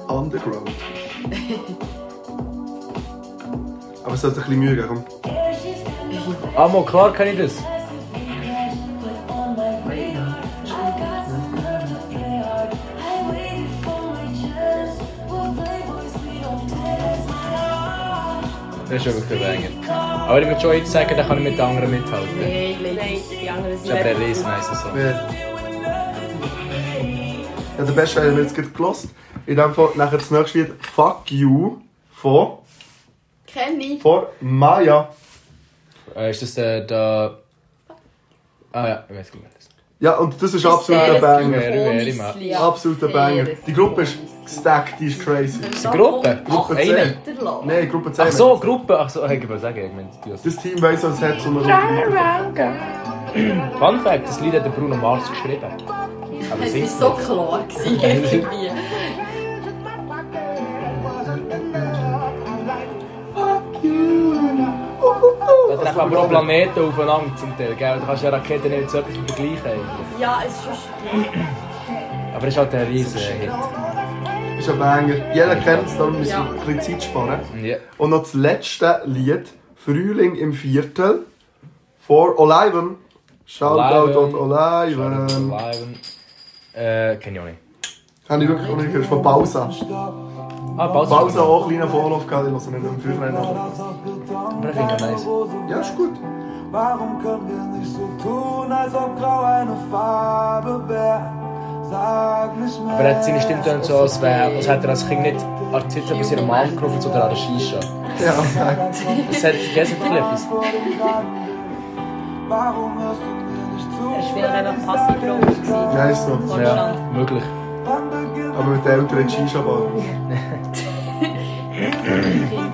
[SPEAKER 1] Underground. Aber es sollte ein bisschen Mühe geben. komm.
[SPEAKER 2] Ah, mal klar kann ich das. Das ist wirklich der Banger. Aber ich würde schon jetzt sagen, da kann ich mit den anderen mithalten.
[SPEAKER 4] Nein, leider.
[SPEAKER 3] Nein, die anderen
[SPEAKER 2] Das ist aber
[SPEAKER 3] sind
[SPEAKER 2] ein riesen nice Song.
[SPEAKER 1] Ja. Ja, der Beste haben wir jetzt gerade gelassen. In dem Fall nachher das nächste Lied Fuck You von,
[SPEAKER 4] Kenn ich.
[SPEAKER 1] von Maya.
[SPEAKER 2] Äh, ist das der, der... Ah ja, ich weiß gar nicht.
[SPEAKER 1] Ja, und das ist absolut ein
[SPEAKER 4] Sehr
[SPEAKER 1] Banger.
[SPEAKER 4] symphonisches
[SPEAKER 2] Banger.
[SPEAKER 4] Lied.
[SPEAKER 1] Absoluter
[SPEAKER 4] Sehr
[SPEAKER 1] Banger. Die Gruppe ist
[SPEAKER 4] symphonisches Lied.
[SPEAKER 1] gestackt, die ist crazy.
[SPEAKER 2] Ist
[SPEAKER 4] Ah,
[SPEAKER 2] eine Gruppe?
[SPEAKER 1] Gruppe
[SPEAKER 2] Eine?
[SPEAKER 1] C.
[SPEAKER 4] Weiterlassen.
[SPEAKER 1] Nein, Gruppe 10.
[SPEAKER 2] Ach so, Gruppe. Ach so, ich wollte sagen, ich meine, die
[SPEAKER 1] Das Team weiss, was es hat, um weiter.
[SPEAKER 2] Fun Fact, das Lied hat der Bruno Mars geschrieben. Aber
[SPEAKER 4] Es
[SPEAKER 2] singt
[SPEAKER 4] war so klar.
[SPEAKER 1] [LAUGHS]
[SPEAKER 4] gewesen, irgendwie.
[SPEAKER 2] Da treffen aber auch Planeten aufeinander zum Teil, gell? Da kannst du ja Raketen nicht mit so etwas vergleichen. eigentlich.
[SPEAKER 4] Ja, es ist schon schwierig.
[SPEAKER 2] Aber es ist halt ein riesen Hit.
[SPEAKER 1] Ist ein Banger. Jeder kennt es, darum müssen
[SPEAKER 4] Ja.
[SPEAKER 1] wir ein bisschen Zeit sparen.
[SPEAKER 2] Ja.
[SPEAKER 1] Und noch das letzte Lied, Frühling im Viertel, von Oliven. Shoutout an
[SPEAKER 2] Oliven.
[SPEAKER 1] Oliven.
[SPEAKER 2] Äh, kenn ich auch nicht.
[SPEAKER 1] Habe ich wirklich noch nicht gehört, von Pausa.
[SPEAKER 2] Ah, Pause.
[SPEAKER 1] Pausa auch einen kleinen Vorlauf gehabt, ich lasse nicht im Fünfer rein.
[SPEAKER 2] Aber ich finde ihn nice.
[SPEAKER 1] Ja, ist gut.
[SPEAKER 9] Warum können wir nicht so tun, als ob grau eine Farbe wäre? Sag nicht mehr.
[SPEAKER 2] Aber er hat seine Stimme tönt so, als, wär, als hätte er als Kind nicht an die Titten von seiner Mom gerufen, sondern an der Shisha.
[SPEAKER 1] Ja, [LAUGHS] okay.
[SPEAKER 2] Das hat vergessen etwas.
[SPEAKER 9] Warum hörst du mir nicht zu?
[SPEAKER 3] Er ist vielleicht einfach passiv drauf.
[SPEAKER 1] ja, ist so.
[SPEAKER 2] Ja, möglich.
[SPEAKER 9] Wann beginnt
[SPEAKER 1] Aber mit den Eltern in die Shisha-Bar.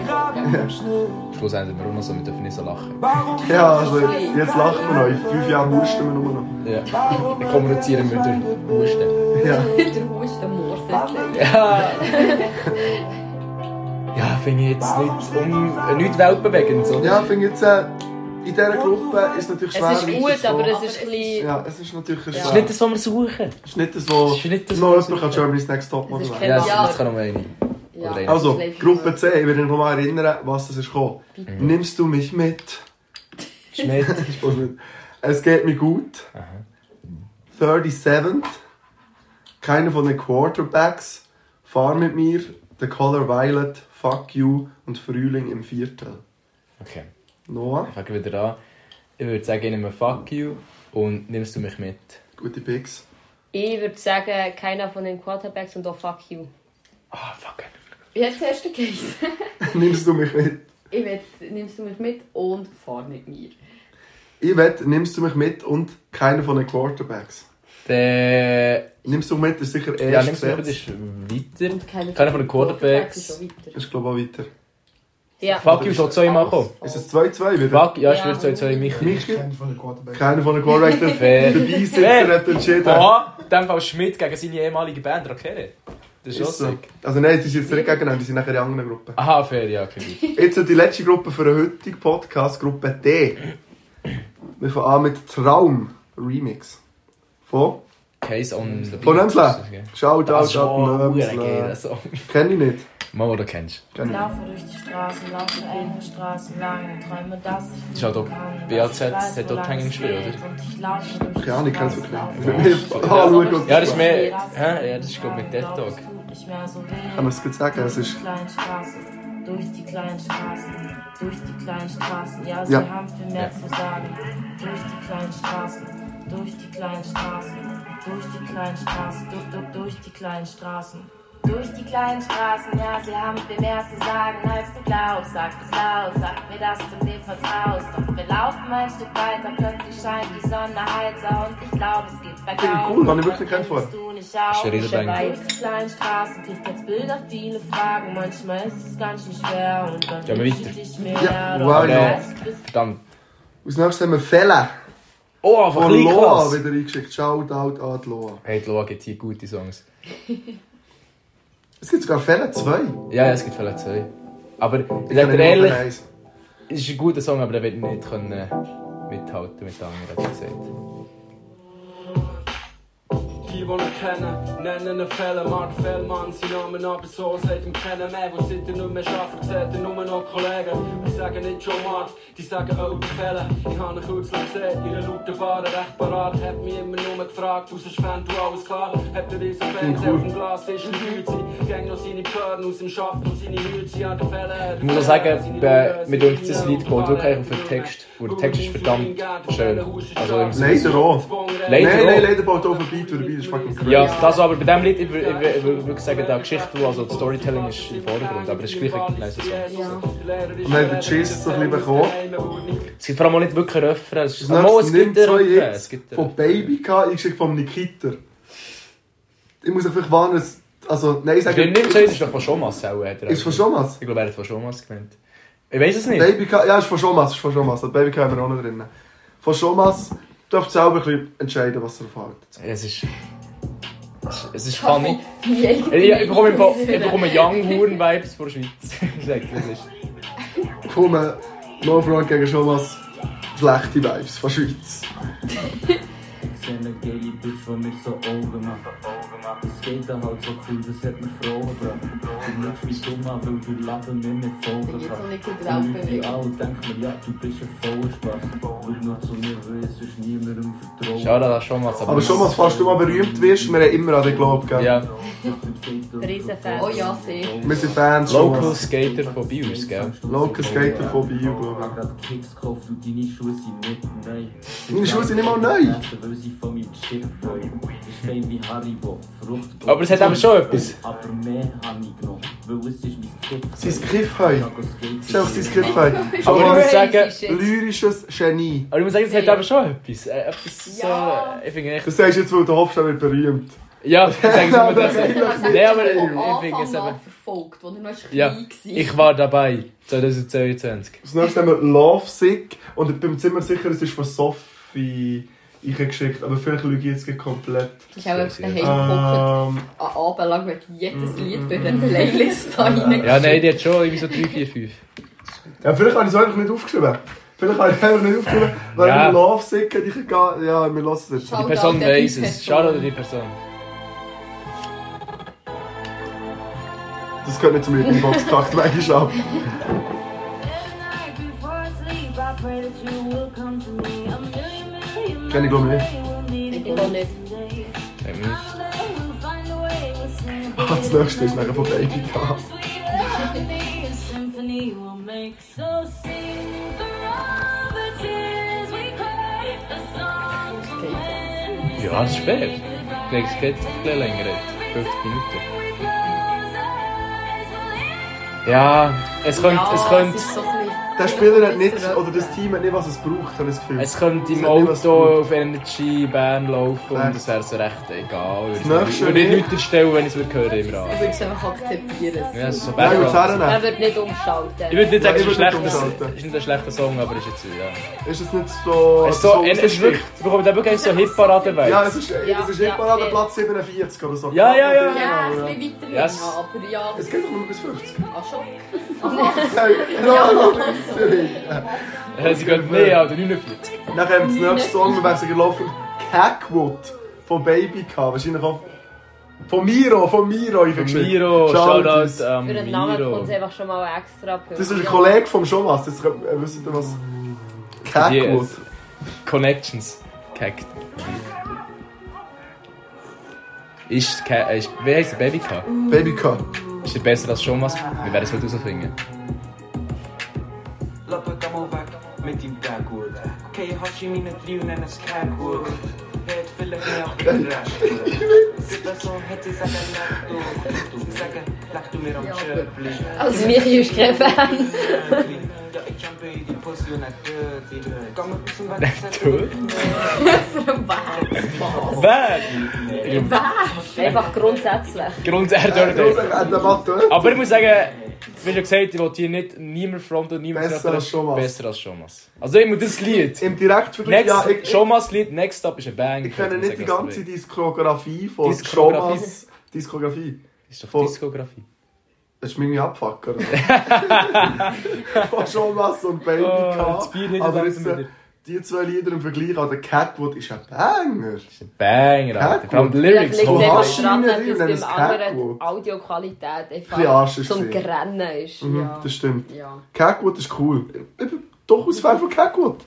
[SPEAKER 9] Graben im Schnee?
[SPEAKER 2] Schluss enden wir auch noch so, wir dürfen nicht so lachen.
[SPEAKER 9] Warum
[SPEAKER 1] Ja, also jetzt lachen wir noch. In fünf Jahren husten wir nur noch.
[SPEAKER 2] Ja. Dann kommunizieren wir durch Husten.
[SPEAKER 1] Ja.
[SPEAKER 4] Der Husten morfelt.
[SPEAKER 2] Ja. ja, finde ich jetzt nicht, um, nicht weltbewegend, oder?
[SPEAKER 1] Ja, ich finde jetzt, äh, in dieser Gruppe ist es natürlich schwer.
[SPEAKER 3] Es ist gut, aber es
[SPEAKER 1] weiterzugehen.
[SPEAKER 3] ist ein bisschen...
[SPEAKER 1] Ja, es ist natürlich schwer.
[SPEAKER 2] Das ist nicht das, was wir suchen.
[SPEAKER 1] Es ist nicht das, wo
[SPEAKER 2] Es ist nicht das,
[SPEAKER 1] noch
[SPEAKER 2] was
[SPEAKER 1] jemand kann Germany's Next Top Model
[SPEAKER 3] Es ist
[SPEAKER 1] werden
[SPEAKER 2] Ja,
[SPEAKER 3] kein-
[SPEAKER 2] das,
[SPEAKER 4] Ja.
[SPEAKER 2] das kann nur eine. Oder eine.
[SPEAKER 1] Also,
[SPEAKER 4] Das ist
[SPEAKER 1] Gruppe C, ich will dich nochmal erinnern, was das ist gekommen.
[SPEAKER 2] Mhm.
[SPEAKER 1] Nimmst du mich mit?
[SPEAKER 2] Schmidt.
[SPEAKER 1] Es geht mir gut. 37. Keiner von den Quarterbacks. Fahr mit mir. The Color Violet. Fuck you. Und Frühling im Viertel.
[SPEAKER 2] Okay,
[SPEAKER 1] Noah,
[SPEAKER 2] ich fange wieder an. Ich würde sagen, ich nehme Fuck you und nimmst du mich mit.
[SPEAKER 1] gute Picks. [LAUGHS]
[SPEAKER 3] Ich würde sagen, keiner von den Quarterbacks und auch fuck you.
[SPEAKER 2] Ah, fuck.
[SPEAKER 4] Wie hat das erste geheißen?
[SPEAKER 1] Nimmst du mich mit?
[SPEAKER 4] Ich will, nimmst du mich mit und fahr mit mir.
[SPEAKER 1] Ich wette, nimmst du mich mit und keiner von den Quarterbacks.
[SPEAKER 2] Der.
[SPEAKER 1] Nimmst du mich mit, ist sicher erst
[SPEAKER 2] Ja, nimmst du mich mit,
[SPEAKER 1] gesetzt.
[SPEAKER 2] ist weiter.
[SPEAKER 4] Und keiner
[SPEAKER 2] Keiner von den Quarterbacks.
[SPEAKER 4] Quarterbacks ist schon weiter.
[SPEAKER 1] Ist glaube auch weiter.
[SPEAKER 3] Ja.
[SPEAKER 2] Fuck you, schon zweimal kommen.
[SPEAKER 1] Ist es 2-2 wieder?
[SPEAKER 2] Fuck, ja, ich
[SPEAKER 4] Ja.
[SPEAKER 2] würde zwei, zwei mich.
[SPEAKER 1] Mich?
[SPEAKER 8] Keiner von den Quarterbacks.
[SPEAKER 1] Keiner von den Quarterbacks darf
[SPEAKER 2] Fair.
[SPEAKER 1] dabei sitzen,
[SPEAKER 2] Fair.
[SPEAKER 1] hat entschieden.
[SPEAKER 2] Aha, in dem Fall Schmidt gegen seine ehemalige Band Rakere. Das ist
[SPEAKER 1] Ist
[SPEAKER 2] schon
[SPEAKER 1] so.
[SPEAKER 2] sick.
[SPEAKER 1] Also nein, die sind jetzt nicht gegeneinander, die sind nachher in anderen Gruppen.
[SPEAKER 2] Aha, fair, ja, okay. gut.
[SPEAKER 1] Jetzt noch die letzte Gruppe für den heutigen Podcast, Gruppe D. Wir fangen an mit Traum Remix. Von?
[SPEAKER 2] Case on the
[SPEAKER 1] Von
[SPEAKER 2] Beat.
[SPEAKER 1] Nömsle. Shout
[SPEAKER 2] Das
[SPEAKER 1] out,
[SPEAKER 2] ist schon
[SPEAKER 1] shout
[SPEAKER 2] verdammt geil, also.
[SPEAKER 1] Nömsle.
[SPEAKER 2] das Song.
[SPEAKER 1] Kenn ich nicht.
[SPEAKER 2] Mal, wo du kennst.
[SPEAKER 1] Kenn ich nicht.
[SPEAKER 10] Laufe durch die Straßen, laufe enge Straßen lang, träume das.
[SPEAKER 2] Das ist halt auch BAZ, das hat dort hängen gespielt, oder?
[SPEAKER 1] Keine Ahnung, ich kenn's wirklich nicht. [LAUGHS] Ah, Ich will anschauen und-
[SPEAKER 2] Ja, das ist mehr. Hä? Ja, das ist, glaube ich, mit Dead Dog.
[SPEAKER 1] Kann man es gut sagen? Es ist...
[SPEAKER 10] kleinen Straßen, durch die kleinen Straßen, durch die kleinen Straßen. Ja, sie
[SPEAKER 1] Ja.
[SPEAKER 10] haben viel mehr
[SPEAKER 2] Ja.
[SPEAKER 10] zu sagen. Durch die kleinen Straßen, durch die kleinen Straßen, durch die kleinen Straßen, du, du, durch die kleinen Straßen. Durch die kleinen Straßen, ja, sie haben viel mehr zu sagen, als du glaubst. Sag es laut, sag mir, dass du mir vertraust. Doch wir laufen ein Stück weiter, plötzlich scheint die Sonne heiser und ich glaube, es geht bergauf.
[SPEAKER 1] cool, habe ich wirklich keinen vor.
[SPEAKER 10] Du nicht auf.
[SPEAKER 2] Ist der Redebang.
[SPEAKER 10] Durch die kleinen Straßen kriegt jetzt Bilder viele Fragen. Manchmal ist es ganz schön schwer und dann
[SPEAKER 2] Ja, aber
[SPEAKER 10] wünsche
[SPEAKER 2] weiter.
[SPEAKER 10] ich dich mehr.
[SPEAKER 1] Ja,
[SPEAKER 10] Doch
[SPEAKER 1] wow,
[SPEAKER 10] du
[SPEAKER 2] ja.
[SPEAKER 10] weißt, bis
[SPEAKER 2] Verdammt.
[SPEAKER 1] Als nächstes haben wir Fela
[SPEAKER 2] Oh,
[SPEAKER 1] von
[SPEAKER 2] von
[SPEAKER 1] Loa
[SPEAKER 2] Kleinklasse.
[SPEAKER 1] wieder eingeschickt. Shout out an die Loa.
[SPEAKER 2] Hey, die Loa gibt hier gute Songs.
[SPEAKER 1] Es gibt sogar Fela 2.
[SPEAKER 2] Ja, es gibt vielleicht zwei. Aber ich sag
[SPEAKER 1] kenn
[SPEAKER 2] dir
[SPEAKER 1] nur
[SPEAKER 2] ehrlich,
[SPEAKER 1] eins.
[SPEAKER 2] es ist ein guter Song, aber er wird nicht können äh, mithalten mit den anderen, hat gesagt.
[SPEAKER 9] Die, die ihn kennen, nennen ihn Fälle. Mark Fellmann, sein Name, aber so seit ihm kennen. Mehr, wo seit er nicht mehr arbeitet, sieht er nur noch Kollegen. Die sagen nicht schon Mark, die sagen auch die Fälle. Ich habe ihn kürzlich gesehen, ihre Lauten waren recht parat. Hat mich immer nur gefragt, was ist, wenn du alles klar? Hat er riesen Fans auf dem Glas, ist ein Hützi. Gäng noch seine Körner aus dem Schaft und seine Hützi an den Fällen.
[SPEAKER 2] Ich muss auch sagen, bei- mir denkt das Lied geht wirklich auf den Text. Und der Text ist verdammt schön. Also im Sinne-
[SPEAKER 1] Leider auch.
[SPEAKER 2] Leider
[SPEAKER 1] Nein, nein,
[SPEAKER 2] auch.
[SPEAKER 1] leider baut auf ein Beat dabei. Das ist fucking crazy.
[SPEAKER 2] Ja, das aber bei diesem Lied, ich würde ich, ich, ich, wirklich sagen, die Geschichte, also das Storytelling ist im Vordergrund, aber es ist gleich ein nicer Song.
[SPEAKER 1] Und dann hat der Cheese so ein bisschen bekommen.
[SPEAKER 2] Es gibt vor allem auch nicht wirklich einen Refrain. Es,
[SPEAKER 1] Das
[SPEAKER 2] ist, oh, es
[SPEAKER 1] nächste
[SPEAKER 2] gibt
[SPEAKER 1] nimmt
[SPEAKER 2] einen
[SPEAKER 1] zwei
[SPEAKER 2] Refrain. Es
[SPEAKER 1] jetzt
[SPEAKER 2] gibt einen
[SPEAKER 1] von Baby gehabt, eingeschickt vom Nikita. Ich muss euch vielleicht warnen, es- also nein, ich sage
[SPEAKER 2] Refrain. Nimm so, es ist doch von Schomas, auch, hat er
[SPEAKER 1] Ist
[SPEAKER 2] auch
[SPEAKER 1] von
[SPEAKER 2] gesagt.
[SPEAKER 1] Schomas?
[SPEAKER 2] Ich glaube, er hat von Schomas genannt. Ich weiß es nicht.
[SPEAKER 1] Baby Ka- ja, ist von Schomas, ist von Schomas. Das Baby haben wir auch noch drin. Von Schomas dürft ihr selber ein bisschen entscheiden, was ihr erfahrt.
[SPEAKER 2] Es ist... es ist- Es ist funny.
[SPEAKER 4] Die eigene
[SPEAKER 2] Ich, ich bekomme, im Fall- ich bekomme Young Huren Vibes von der [LAUGHS] Schweiz. Ich sag dir, das ist.
[SPEAKER 1] Kommen, No Front gegen Schomas, schlechte Vibes von Schweiz.
[SPEAKER 9] Seine geile Bitch, die mich so Augen macht. Das geht da halt so cool, das hat mich froh gebracht. Du lachst mich dumm an, weil du Lappen mir nicht
[SPEAKER 4] Da geht's noch
[SPEAKER 9] vorgebracht
[SPEAKER 4] nicht gut
[SPEAKER 9] Die Leute
[SPEAKER 4] drauf.
[SPEAKER 9] alle denken mir, Mhm. ja, du bist ein Vollspaß. Und noch zu mir weiss, ist niemandem vertrauen.
[SPEAKER 2] Schau da, Schomas.
[SPEAKER 1] Aber Schomas, falls du mal berühmt wirst, wir haben immer an dich geglaubt, gell?
[SPEAKER 2] Ja,
[SPEAKER 3] Riesenfan.
[SPEAKER 4] Oh ja, sehr.
[SPEAKER 1] Wir sind Fans,
[SPEAKER 2] Local
[SPEAKER 1] Schomas.
[SPEAKER 2] Skater von Bios, gell?
[SPEAKER 1] Local Skater von Bio, glaube ich.
[SPEAKER 9] Gerade Kicks gekauft und deine Schuhe sind nicht neu.
[SPEAKER 1] Meine Schuhe sind nicht mal neu.
[SPEAKER 9] Weil sie von meinem Chip wollen. Ist fein wie Haribo, Fruchtbar.
[SPEAKER 2] Aber es hat eben schon etwas.
[SPEAKER 9] Aber mehr habe ich genommen, weil es ist mein Kiff.
[SPEAKER 1] Sein Kiffheu. Ist einfach sein Kiffheu.
[SPEAKER 2] Aber ich
[SPEAKER 1] Aber
[SPEAKER 2] muss sagen...
[SPEAKER 1] lyrisches Genie.
[SPEAKER 2] Aber ich muss sagen, es hat aber schon etwas. Äh, etwas
[SPEAKER 4] Ja.
[SPEAKER 2] so, ich finde echt...
[SPEAKER 1] Das sagst du jetzt, weil der Hofstein wird berühmt.
[SPEAKER 2] [LAUGHS] Ja, ich sage es immer das.
[SPEAKER 1] Nein,
[SPEAKER 2] Nein, aber
[SPEAKER 4] Von
[SPEAKER 2] ich finde es
[SPEAKER 4] Anfang
[SPEAKER 2] eben...
[SPEAKER 4] an gefolgt, als er noch klein
[SPEAKER 2] Ja,
[SPEAKER 4] war.
[SPEAKER 2] Ich war dabei, 2022.
[SPEAKER 1] Das nächste haben wir Love Sick. Und ich bin mir ziemlich sicher, es ist von Sophie eingeschickt. Aber vielleicht lüge ich jetzt gerade komplett.
[SPEAKER 4] Das ist auch einfach
[SPEAKER 2] Sehr
[SPEAKER 4] daheim
[SPEAKER 2] gut.
[SPEAKER 4] gekocht.
[SPEAKER 1] Ähm,
[SPEAKER 4] An Abend lang wird jedes Lied bei der
[SPEAKER 1] Mm, mm, mm.
[SPEAKER 2] [LAUGHS]
[SPEAKER 4] Playlist da rein.
[SPEAKER 2] Ja, nein, die hat schon irgendwie so 3, 4, 5.
[SPEAKER 1] ja, vielleicht habe ich es einfach nicht aufgeschrieben. Vielleicht habe ich es einfach nicht aufgeschrieben. Weil
[SPEAKER 2] Ja.
[SPEAKER 1] ja. Love Sick hätte ich gegeben. Ja, wir lassen es jetzt.
[SPEAKER 2] Die
[SPEAKER 4] Shoutout
[SPEAKER 2] Person
[SPEAKER 4] an die
[SPEAKER 2] weiss es.
[SPEAKER 4] Person.
[SPEAKER 2] Schade oder die Person.
[SPEAKER 1] Das gehört nicht zum Rhythmus gepackt, [LAUGHS] manchmal ab. Kenn ich glaube nicht.
[SPEAKER 4] Ich auch nicht.
[SPEAKER 2] Nein, wir-
[SPEAKER 1] Ah, das nächste ist nachher von Baby K.
[SPEAKER 2] Ja, das ist fair. Nein, es geht ein bisschen länger. jetzt. 50 Minuten. Ja, es könnte, es könnte,
[SPEAKER 4] Ja, ah, ist so ein bisschen-
[SPEAKER 1] Der Spieler hat nicht, oder das Team hat nicht, was es braucht, habe ich das Gefühl.
[SPEAKER 2] es könnte
[SPEAKER 1] Es
[SPEAKER 2] im
[SPEAKER 1] hat nicht was
[SPEAKER 2] Auto
[SPEAKER 1] gebraucht.
[SPEAKER 2] auf Energy Bern laufen
[SPEAKER 1] Nein.
[SPEAKER 2] und es wäre so recht egal. Ich
[SPEAKER 1] Das
[SPEAKER 2] würde
[SPEAKER 1] nächste
[SPEAKER 2] würde
[SPEAKER 1] nicht.
[SPEAKER 2] nicht erstellen, wenn ich es hören im
[SPEAKER 4] Ich
[SPEAKER 2] Radio.
[SPEAKER 4] würde es einfach akzeptieren.
[SPEAKER 2] Ja, es ist so
[SPEAKER 1] Nein, ich würde es
[SPEAKER 2] Bern.
[SPEAKER 3] Er
[SPEAKER 1] hernehmen.
[SPEAKER 3] wird nicht
[SPEAKER 2] Ich würde
[SPEAKER 3] umschalten.
[SPEAKER 2] nicht
[SPEAKER 1] Ja,
[SPEAKER 2] sagen, es
[SPEAKER 1] ich
[SPEAKER 2] ist
[SPEAKER 1] würde
[SPEAKER 2] ein
[SPEAKER 1] nicht
[SPEAKER 2] schlechter-
[SPEAKER 1] umschalten.
[SPEAKER 2] ist nicht ein schlechter Song, aber es ist jetzt, ja.
[SPEAKER 1] Ist es nicht so...
[SPEAKER 2] Es ist so,
[SPEAKER 1] so
[SPEAKER 2] es ist
[SPEAKER 1] rausgesticht?
[SPEAKER 2] wirklich, es bekommt auch wirklich so Hip-Parade
[SPEAKER 1] Ja,
[SPEAKER 2] Vibes.
[SPEAKER 1] es ist,
[SPEAKER 3] Ja,
[SPEAKER 1] es ist
[SPEAKER 3] ja,
[SPEAKER 1] irgendwann an der
[SPEAKER 3] fair.
[SPEAKER 1] Platz 47 oder so.
[SPEAKER 2] Ja, ja, ja.
[SPEAKER 4] Ja,
[SPEAKER 1] Genau,
[SPEAKER 4] ein bisschen weiter
[SPEAKER 2] Yes.
[SPEAKER 4] ja, aber ja,
[SPEAKER 1] Es geht doch nur bis 50.
[SPEAKER 4] ach schon.
[SPEAKER 1] [LAUGHS] Ja, ja.
[SPEAKER 2] Ja, Äh, Sie gehen mehr, oder 49.
[SPEAKER 1] Nachher haben wir das nächste Song, wir wechseln gelaufen. Cackwood von Baby K. Wahrscheinlich auch... Von Miro, von Miro. ich hab geschrieben.
[SPEAKER 2] Miro,
[SPEAKER 1] Shoutout.
[SPEAKER 2] Shoutout an
[SPEAKER 3] Für den Namen kommt
[SPEAKER 2] Miro.
[SPEAKER 3] es einfach schon mal ein extra Punkt.
[SPEAKER 1] Das ist ein Kollege vom Schomas, das könnt- äh, wisst ihr was... Cackwood.
[SPEAKER 2] Yes. Connections. Kack. Ist, Ka äh, ist wie heißt der Baby K?
[SPEAKER 1] Baby K.
[SPEAKER 2] Ist er besser als schon was? Wir werden es heute [LAUGHS] herausfinden.
[SPEAKER 9] Laat het allemaal weg met die backwood. Ken je hash in mijn driel en als kijkwoord? Het wil ik niet op
[SPEAKER 1] [LAUGHS]
[SPEAKER 9] de rest. Dat is al het is aan de nacht door. Zeggen, lag toen meer op je blik.
[SPEAKER 3] Also Michi ist
[SPEAKER 4] [LAUGHS]
[SPEAKER 3] kein Fan.
[SPEAKER 9] Ja, ik kan bij die post doen naar dirty. Kan me tussen wat ik zeg.
[SPEAKER 3] [LAUGHS]
[SPEAKER 2] Wer?
[SPEAKER 3] Einfach grundsätzlich. Äh,
[SPEAKER 2] Grundsätzlich.
[SPEAKER 1] Großer Animateur.
[SPEAKER 2] Aber ich muss sagen, wie schon gesagt, ich wollte hier nicht niemand fronten, niemand
[SPEAKER 1] Besser
[SPEAKER 2] fronten.
[SPEAKER 1] als schon was.
[SPEAKER 2] Besser als schon was. Also ich muss das Lied.
[SPEAKER 1] Im Direktvergleich,
[SPEAKER 2] Next,
[SPEAKER 1] ja, ich, ich,
[SPEAKER 2] schon was Lied, Next Up ist ein Bang.
[SPEAKER 1] ich kenne
[SPEAKER 2] muss
[SPEAKER 1] nicht die
[SPEAKER 2] sagen, was
[SPEAKER 1] ganze
[SPEAKER 2] du
[SPEAKER 1] Diskografie von
[SPEAKER 2] Diskografie.
[SPEAKER 1] Schomas. Diskografie.
[SPEAKER 2] willst. Ist doch
[SPEAKER 1] von-
[SPEAKER 2] Diskografie.
[SPEAKER 1] Das ist meine Abfuck,
[SPEAKER 2] [LAUGHS]
[SPEAKER 1] oder? von Schomas und Baby
[SPEAKER 2] Oh,
[SPEAKER 1] K.
[SPEAKER 2] das Bier nicht
[SPEAKER 1] Aber
[SPEAKER 2] langsam
[SPEAKER 1] jetzt,
[SPEAKER 2] wieder.
[SPEAKER 1] äh, die zwei Lieder im Vergleich, an der Catwood ist ein Banger.
[SPEAKER 2] Das ist ein Banger, Alter.
[SPEAKER 1] Ja,
[SPEAKER 2] Vor allem die Lyrics.
[SPEAKER 3] Vielleicht liegt
[SPEAKER 1] wo
[SPEAKER 3] es
[SPEAKER 1] hast du
[SPEAKER 3] einfach daran,
[SPEAKER 1] ihn
[SPEAKER 3] dass
[SPEAKER 1] drin?
[SPEAKER 3] es
[SPEAKER 1] Wenn es
[SPEAKER 3] beim anderen
[SPEAKER 1] Catwood-
[SPEAKER 3] die Audioqualität
[SPEAKER 1] bisschen Arsch
[SPEAKER 3] einfach
[SPEAKER 1] ist
[SPEAKER 3] zum
[SPEAKER 1] gewesen.
[SPEAKER 3] Grennen ist.
[SPEAKER 1] Mhm,
[SPEAKER 4] Ja.
[SPEAKER 1] Das stimmt.
[SPEAKER 4] Ja.
[SPEAKER 1] Catwood ist cool. Ich bin durchaus Fan von Catwood.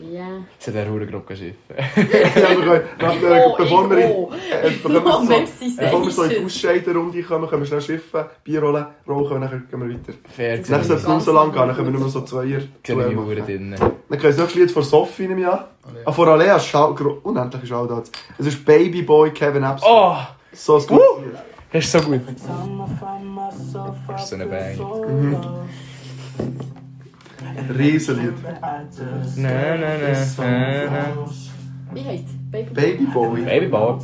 [SPEAKER 4] Ja.
[SPEAKER 2] Jetzt hat er verdammt grob geschiffen.
[SPEAKER 1] Ja, aber gut, nach der-
[SPEAKER 4] Oh,
[SPEAKER 1] bevor wir eh, in-
[SPEAKER 4] oh.
[SPEAKER 1] äh, bevor wir
[SPEAKER 4] Oh,
[SPEAKER 1] so-
[SPEAKER 4] merci,
[SPEAKER 1] bevor wir so in die
[SPEAKER 4] Sessions.
[SPEAKER 1] Ausscheiden-Runde kommen, können wir schnell schiffen, Bier holen, rauchen und dann gehen wir weiter.
[SPEAKER 2] Fair
[SPEAKER 1] Nachher soll
[SPEAKER 2] gesehen.
[SPEAKER 1] es nur so lang gehen, dann können wir nur so zweier
[SPEAKER 2] Sehe ich
[SPEAKER 1] machen.
[SPEAKER 2] Hure drinnen.
[SPEAKER 1] Dann können wir das Lied von Sophie nehmen, ja. Ah, von Alea ist schau- gro- unendliche Shoutouts. Es ist Babyboy Kevin Epstein.
[SPEAKER 2] Oh,
[SPEAKER 1] So ein gutes Lied.
[SPEAKER 2] das ist so gut. Das ist so eine Bang.
[SPEAKER 1] Riesenlied.
[SPEAKER 2] Na, na, na, na, na.
[SPEAKER 4] Wie heisst es? Baby?
[SPEAKER 1] Babyboy.
[SPEAKER 2] Baby Ball.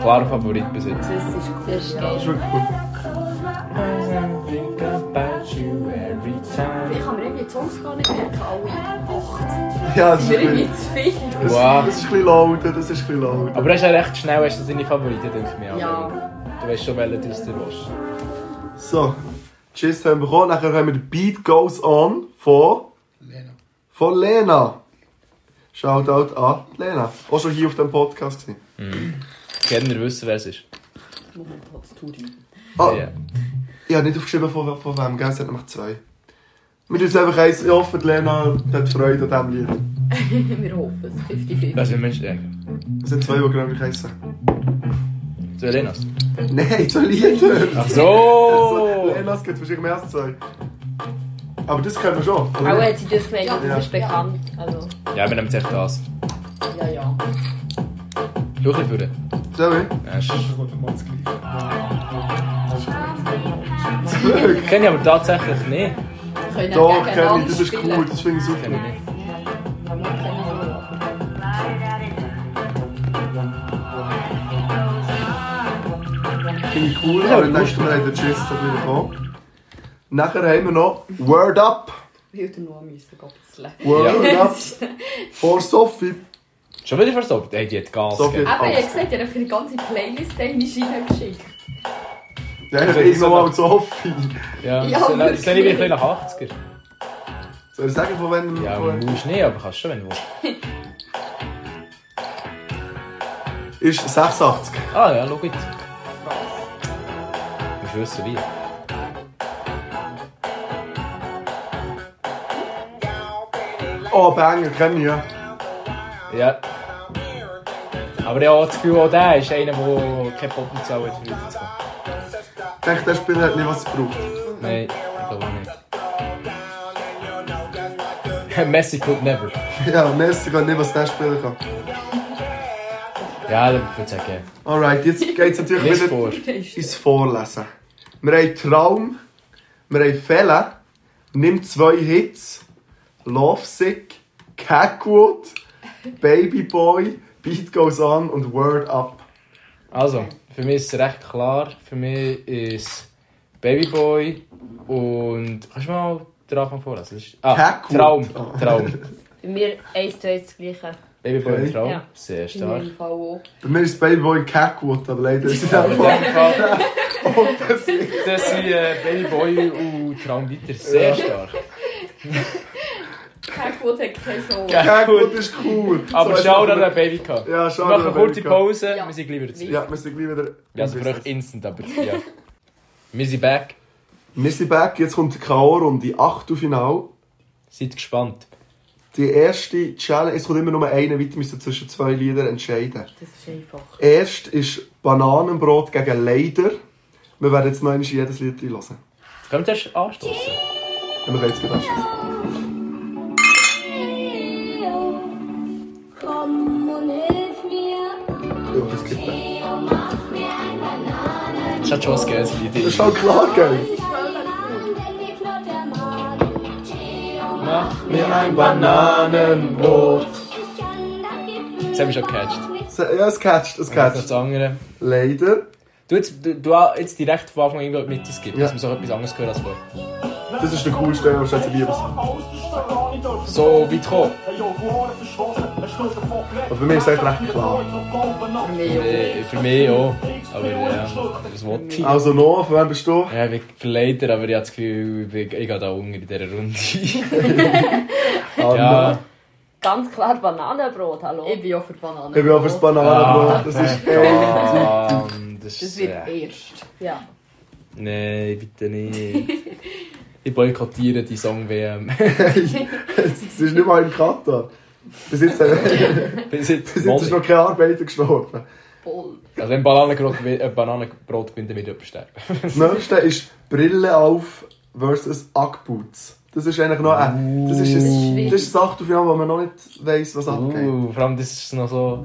[SPEAKER 2] Klarer Favorit bis jetzt.
[SPEAKER 4] Das ist cool. Das ist
[SPEAKER 1] Das ist wirklich cool.
[SPEAKER 4] Ich kann mir irgendwie die Songs gar nicht merken, alle acht.
[SPEAKER 1] Ja, das ist
[SPEAKER 4] Mir
[SPEAKER 1] wirklich
[SPEAKER 4] irgendwie zu viel.
[SPEAKER 1] Das,
[SPEAKER 2] Wow.
[SPEAKER 1] das ist ein bisschen laut, das ist ein bisschen laut.
[SPEAKER 2] Aber das ist ja recht schnell, hast du deine Favoriten, denke ich mir. an.
[SPEAKER 4] Ja.
[SPEAKER 2] Du weißt schon, welche das du willst.
[SPEAKER 1] So, Tschüss haben wir bekommen. Nachher haben wir den Beat Goes On von. Lena. Von Lena. Shoutout an Lena. Auch schon hier auf dem Podcast. gewesen.
[SPEAKER 2] Kenner wissen, wer es ist.
[SPEAKER 4] Moment, was tue ich?
[SPEAKER 1] Ah,
[SPEAKER 2] Ja.
[SPEAKER 1] ich habe nicht aufgeschrieben, von, von wem, gell? Es hat nämlich zwei. Wir tun es einfach eins. Ich hoffe, die Lena hat Freude an diesem Lied.
[SPEAKER 4] Wir hoffen es. 50-50.
[SPEAKER 2] Das ist ein Mensch, ja. Du
[SPEAKER 1] Es sind zwei, die genau gleich heißen.
[SPEAKER 2] Lenas.
[SPEAKER 1] Nein, zwei Lieder!
[SPEAKER 2] [LAUGHS] Ach so!
[SPEAKER 1] Lena, es gibt wahrscheinlich mehr als zwei. Aber das kennen wir schon. oder?
[SPEAKER 3] Auch hat sie das gemeint, und das ist
[SPEAKER 4] Ja.
[SPEAKER 3] bekannt. Also,
[SPEAKER 2] Ja, wir nehmen jetzt echt das.
[SPEAKER 4] Ja, ja.
[SPEAKER 2] Schau ein bisschen vorne.
[SPEAKER 1] Sorry.
[SPEAKER 2] Ja, ist-
[SPEAKER 8] Da geht mal das Gleiche.
[SPEAKER 2] Kenne ich aber tatsächlich nicht.
[SPEAKER 4] können
[SPEAKER 1] Doch,
[SPEAKER 4] gegeneinander
[SPEAKER 1] kenne ich, das ist
[SPEAKER 4] spielen.
[SPEAKER 1] cool, das finde ich super.
[SPEAKER 2] Kenne ich nicht.
[SPEAKER 1] Finde ich cool, aber dann ist der Schiss so wieder gekommen. Nachher haben wir noch Word Up.
[SPEAKER 4] Ich hätte nur müssen gotzeln.
[SPEAKER 1] Word Up
[SPEAKER 4] [LAUGHS]
[SPEAKER 1] for Sophie.
[SPEAKER 2] Schon wieder versorgt? Hey, die hat Gas
[SPEAKER 1] Sophie
[SPEAKER 2] gegeben.
[SPEAKER 1] hat
[SPEAKER 4] Aber ich habe
[SPEAKER 1] Angst.
[SPEAKER 4] gesagt, ihr habt eine ganze Playlist eigentlich reingeschickt.
[SPEAKER 1] Ja, ich bin nochmal Sophie.
[SPEAKER 2] Ja,
[SPEAKER 4] Ja,
[SPEAKER 2] das- das
[SPEAKER 4] wirklich.
[SPEAKER 2] sehe ich wie ein kleiner 80er.
[SPEAKER 1] Soll ich sagen, von wem?
[SPEAKER 2] Ja,
[SPEAKER 1] von wem?
[SPEAKER 2] musst nicht, aber kannst schon, wenn du willst.
[SPEAKER 1] Ist 86.
[SPEAKER 2] Ah ja, schau jetzt. Musst wissen, wie.
[SPEAKER 1] Oh, Banger, kenne ich ja.
[SPEAKER 2] Ja. Aber ich habe auch das Gefühl, auch der ist einer, der kein Potenzial hat, für weiterzukommen.
[SPEAKER 1] Ich denke, der Spieler hat nicht, was es braucht.
[SPEAKER 2] Nein, ich glaube nicht. [LAUGHS] Messi could never.
[SPEAKER 1] Ja, Messi kann nicht, was der Spieler kann.
[SPEAKER 2] Ja, dann würde ich sagen,
[SPEAKER 1] Alright, jetzt geht es natürlich
[SPEAKER 2] lies
[SPEAKER 1] wieder
[SPEAKER 2] vor.
[SPEAKER 1] ins Vorlesen. Wir haben Traum, wir haben Fälle, nimm zwei Hits, Lovesick, Cackwood, Babyboy, Beat Goes On und Word Up.
[SPEAKER 2] Also, für mich ist es recht klar. Für mich ist Babyboy und... Kannst du mal den Anfang vorlesen? Das ist- Ah,
[SPEAKER 1] Cackwood.
[SPEAKER 2] Traum.
[SPEAKER 1] Ah. [LAUGHS]
[SPEAKER 2] Traum.
[SPEAKER 3] Bei mir eins, zwei, das gleiche.
[SPEAKER 2] Babyboy
[SPEAKER 1] Okay.
[SPEAKER 2] und Traum.
[SPEAKER 3] Ja.
[SPEAKER 2] Sehr
[SPEAKER 4] In
[SPEAKER 2] stark.
[SPEAKER 4] meinem Fall auch.
[SPEAKER 1] Bei mir ist Babyboy Cackwood, aber leider ist es
[SPEAKER 2] Aber in
[SPEAKER 1] einfach.
[SPEAKER 2] dem Fall... Das sind äh, Babyboy und Traum weiter. Sehr stark.
[SPEAKER 4] Cackwood hat keine Show.
[SPEAKER 1] Cackwood ist cool.
[SPEAKER 2] Aber
[SPEAKER 1] So,
[SPEAKER 2] schau
[SPEAKER 1] jetzt
[SPEAKER 2] an
[SPEAKER 1] machen
[SPEAKER 2] den Baby gehabt.
[SPEAKER 1] wir- Ja, schau
[SPEAKER 2] Wir
[SPEAKER 1] an den
[SPEAKER 2] machen eine kurze
[SPEAKER 1] Baby. Boy.
[SPEAKER 2] Pause,
[SPEAKER 4] Ja.
[SPEAKER 2] wir sind gleich wieder zurück.
[SPEAKER 1] Ja, wir sind gleich wieder.
[SPEAKER 2] Ja, also für euch instant, aber ja. [LAUGHS] Wir sind back.
[SPEAKER 1] Wir sind back, jetzt kommt die K.O.-Runde, die Achtelfinale.
[SPEAKER 2] Seid gespannt.
[SPEAKER 1] Die erste Challenge, es kommt immer nur einer weiter, müssen zwischen zwei Liedern entscheiden.
[SPEAKER 4] Das ist einfach.
[SPEAKER 1] Erst ist Bananenbrot gegen Leider. Wir werden jetzt noch einmal jedes Lied hören.
[SPEAKER 2] Könnt ihr erst anstoßen?
[SPEAKER 1] Und wir werden jetzt gleich
[SPEAKER 5] Komm und hilf mir,
[SPEAKER 1] Ja, das gibt es.
[SPEAKER 5] Theo, mach mir ein Bananen.
[SPEAKER 2] Das hat schon was geiles Lied.
[SPEAKER 1] Das ist schon klar, gell?
[SPEAKER 2] Mach
[SPEAKER 1] Mir ein Bananenbrot.
[SPEAKER 5] Das
[SPEAKER 2] haben wir schon gecatcht.
[SPEAKER 1] Ja, es catcht, es
[SPEAKER 2] Jetzt noch das
[SPEAKER 1] catcht.
[SPEAKER 2] andere.
[SPEAKER 1] Leider.
[SPEAKER 2] Du jetzt, du, du auch jetzt direkt von Anfang an irgendwo mit uns gibst,
[SPEAKER 1] Ja.
[SPEAKER 2] dass wir so etwas anderes hören als vorher.
[SPEAKER 1] Das ist der coolste, der wahrscheinlich liebst.
[SPEAKER 2] So weit kommen.
[SPEAKER 1] Aber für mich ist es eigentlich recht klar.
[SPEAKER 2] Äh, für mich auch. Aber ja, das wollte ich.
[SPEAKER 1] Also, Noah, von wem bist du?
[SPEAKER 2] Ja, ich bin leider, aber ich habe das Gefühl, ich, bin, ich gehe da unter in dieser [LAUGHS] Runde.
[SPEAKER 1] Anna.
[SPEAKER 2] ja,
[SPEAKER 3] Ganz klar Bananenbrot, hallo.
[SPEAKER 4] Ich bin auch für Bananen.
[SPEAKER 1] Ich bin auch fürs
[SPEAKER 2] Ah,
[SPEAKER 1] Bananenbrot. Das ist
[SPEAKER 2] [LAUGHS]
[SPEAKER 1] geil.
[SPEAKER 2] ähm, das
[SPEAKER 4] Das
[SPEAKER 2] ist...
[SPEAKER 4] wird
[SPEAKER 2] Äh,
[SPEAKER 4] erst. Ja.
[SPEAKER 2] Nein, bitte nicht. Ich boykottiere die Song-WM.
[SPEAKER 1] Es ist nicht mal im Katar. Bis jetzt, äh, bis
[SPEAKER 2] [LAUGHS] Bis jetzt.
[SPEAKER 1] jetzt ist noch kein Arbeiter gestorben.
[SPEAKER 4] Voll.
[SPEAKER 2] Also wenn Bananenbrot, gewin- äh, Bananenbrot gewinnt, dann wird jemand sterben.
[SPEAKER 1] Das nächste ist Brille auf versus Ackboots. Das ist eigentlich noch ein. Das ist ein, das ist ein Achtelfinale, wo man noch nicht weiss, was abgeht.
[SPEAKER 2] Uh, vor allem das ist noch so...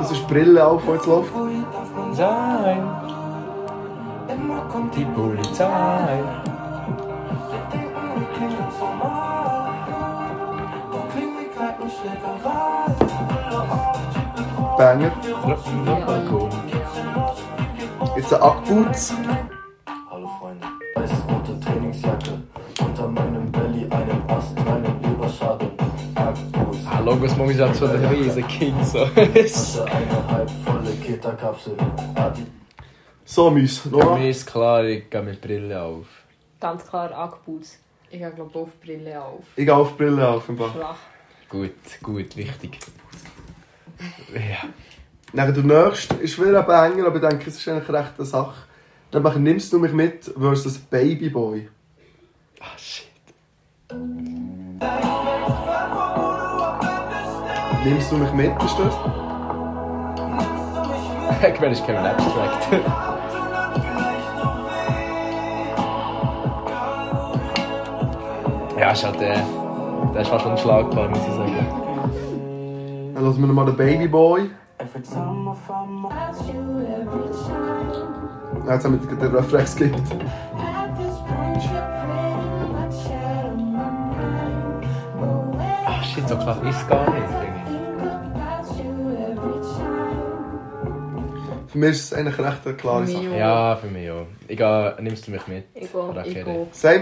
[SPEAKER 1] Das ist Brille auf, die jetzt läuft.
[SPEAKER 2] Sein. Immer kommt die Polizei.
[SPEAKER 1] Banger.
[SPEAKER 2] Cool.
[SPEAKER 1] Jetzt ein Ackboots.
[SPEAKER 9] Hallo Freunde, weiß-rote Trainingsjacke, unter meinem Belly einen Ast, meinem Überschaden, Ackbus.
[SPEAKER 2] Ah, Logos Mommies hat so einen riesen King. [LAUGHS] So.
[SPEAKER 9] Hatte eine halbvolle Keterkapsel, Adi
[SPEAKER 1] So, Müs.
[SPEAKER 2] Für
[SPEAKER 1] Noah.
[SPEAKER 2] mich ist klar, ich gehe mit Brille auf.
[SPEAKER 3] Ganz klar Ackboots.
[SPEAKER 4] Ich habe glaube auf die Brille auf.
[SPEAKER 1] Ich gehe auf Brille auf. im Fall.
[SPEAKER 3] Schwach.
[SPEAKER 2] Gut, gut, wichtig. Ja. [LAUGHS]
[SPEAKER 1] Dann der nächste ist wieder ein Banger, aber ich denke, es ist eigentlich recht eine Sache. Dann mache ich Nimmst du mich mit versus Babyboy.
[SPEAKER 2] Ah, shit.
[SPEAKER 1] Nimmst du mich mit, ist das?
[SPEAKER 2] Ich meine, ich kann mir Abstract. [LAUGHS] Ja, schade. Der ist fast unschlagbar, muss ich sagen.
[SPEAKER 1] Dann lassen wir nochmal den Babyboy. Jetzt haben wir den Reflex gibt.
[SPEAKER 2] jetzt so klar ist es gar nicht. finde
[SPEAKER 1] Für mich ist es eigentlich recht eine klare Sache.
[SPEAKER 2] ich. Ja, für mich auch. Ich gehe, nimmst du mich mit?
[SPEAKER 4] Ich gehe. Ich
[SPEAKER 2] Rakete.
[SPEAKER 4] gehe.
[SPEAKER 1] Sam,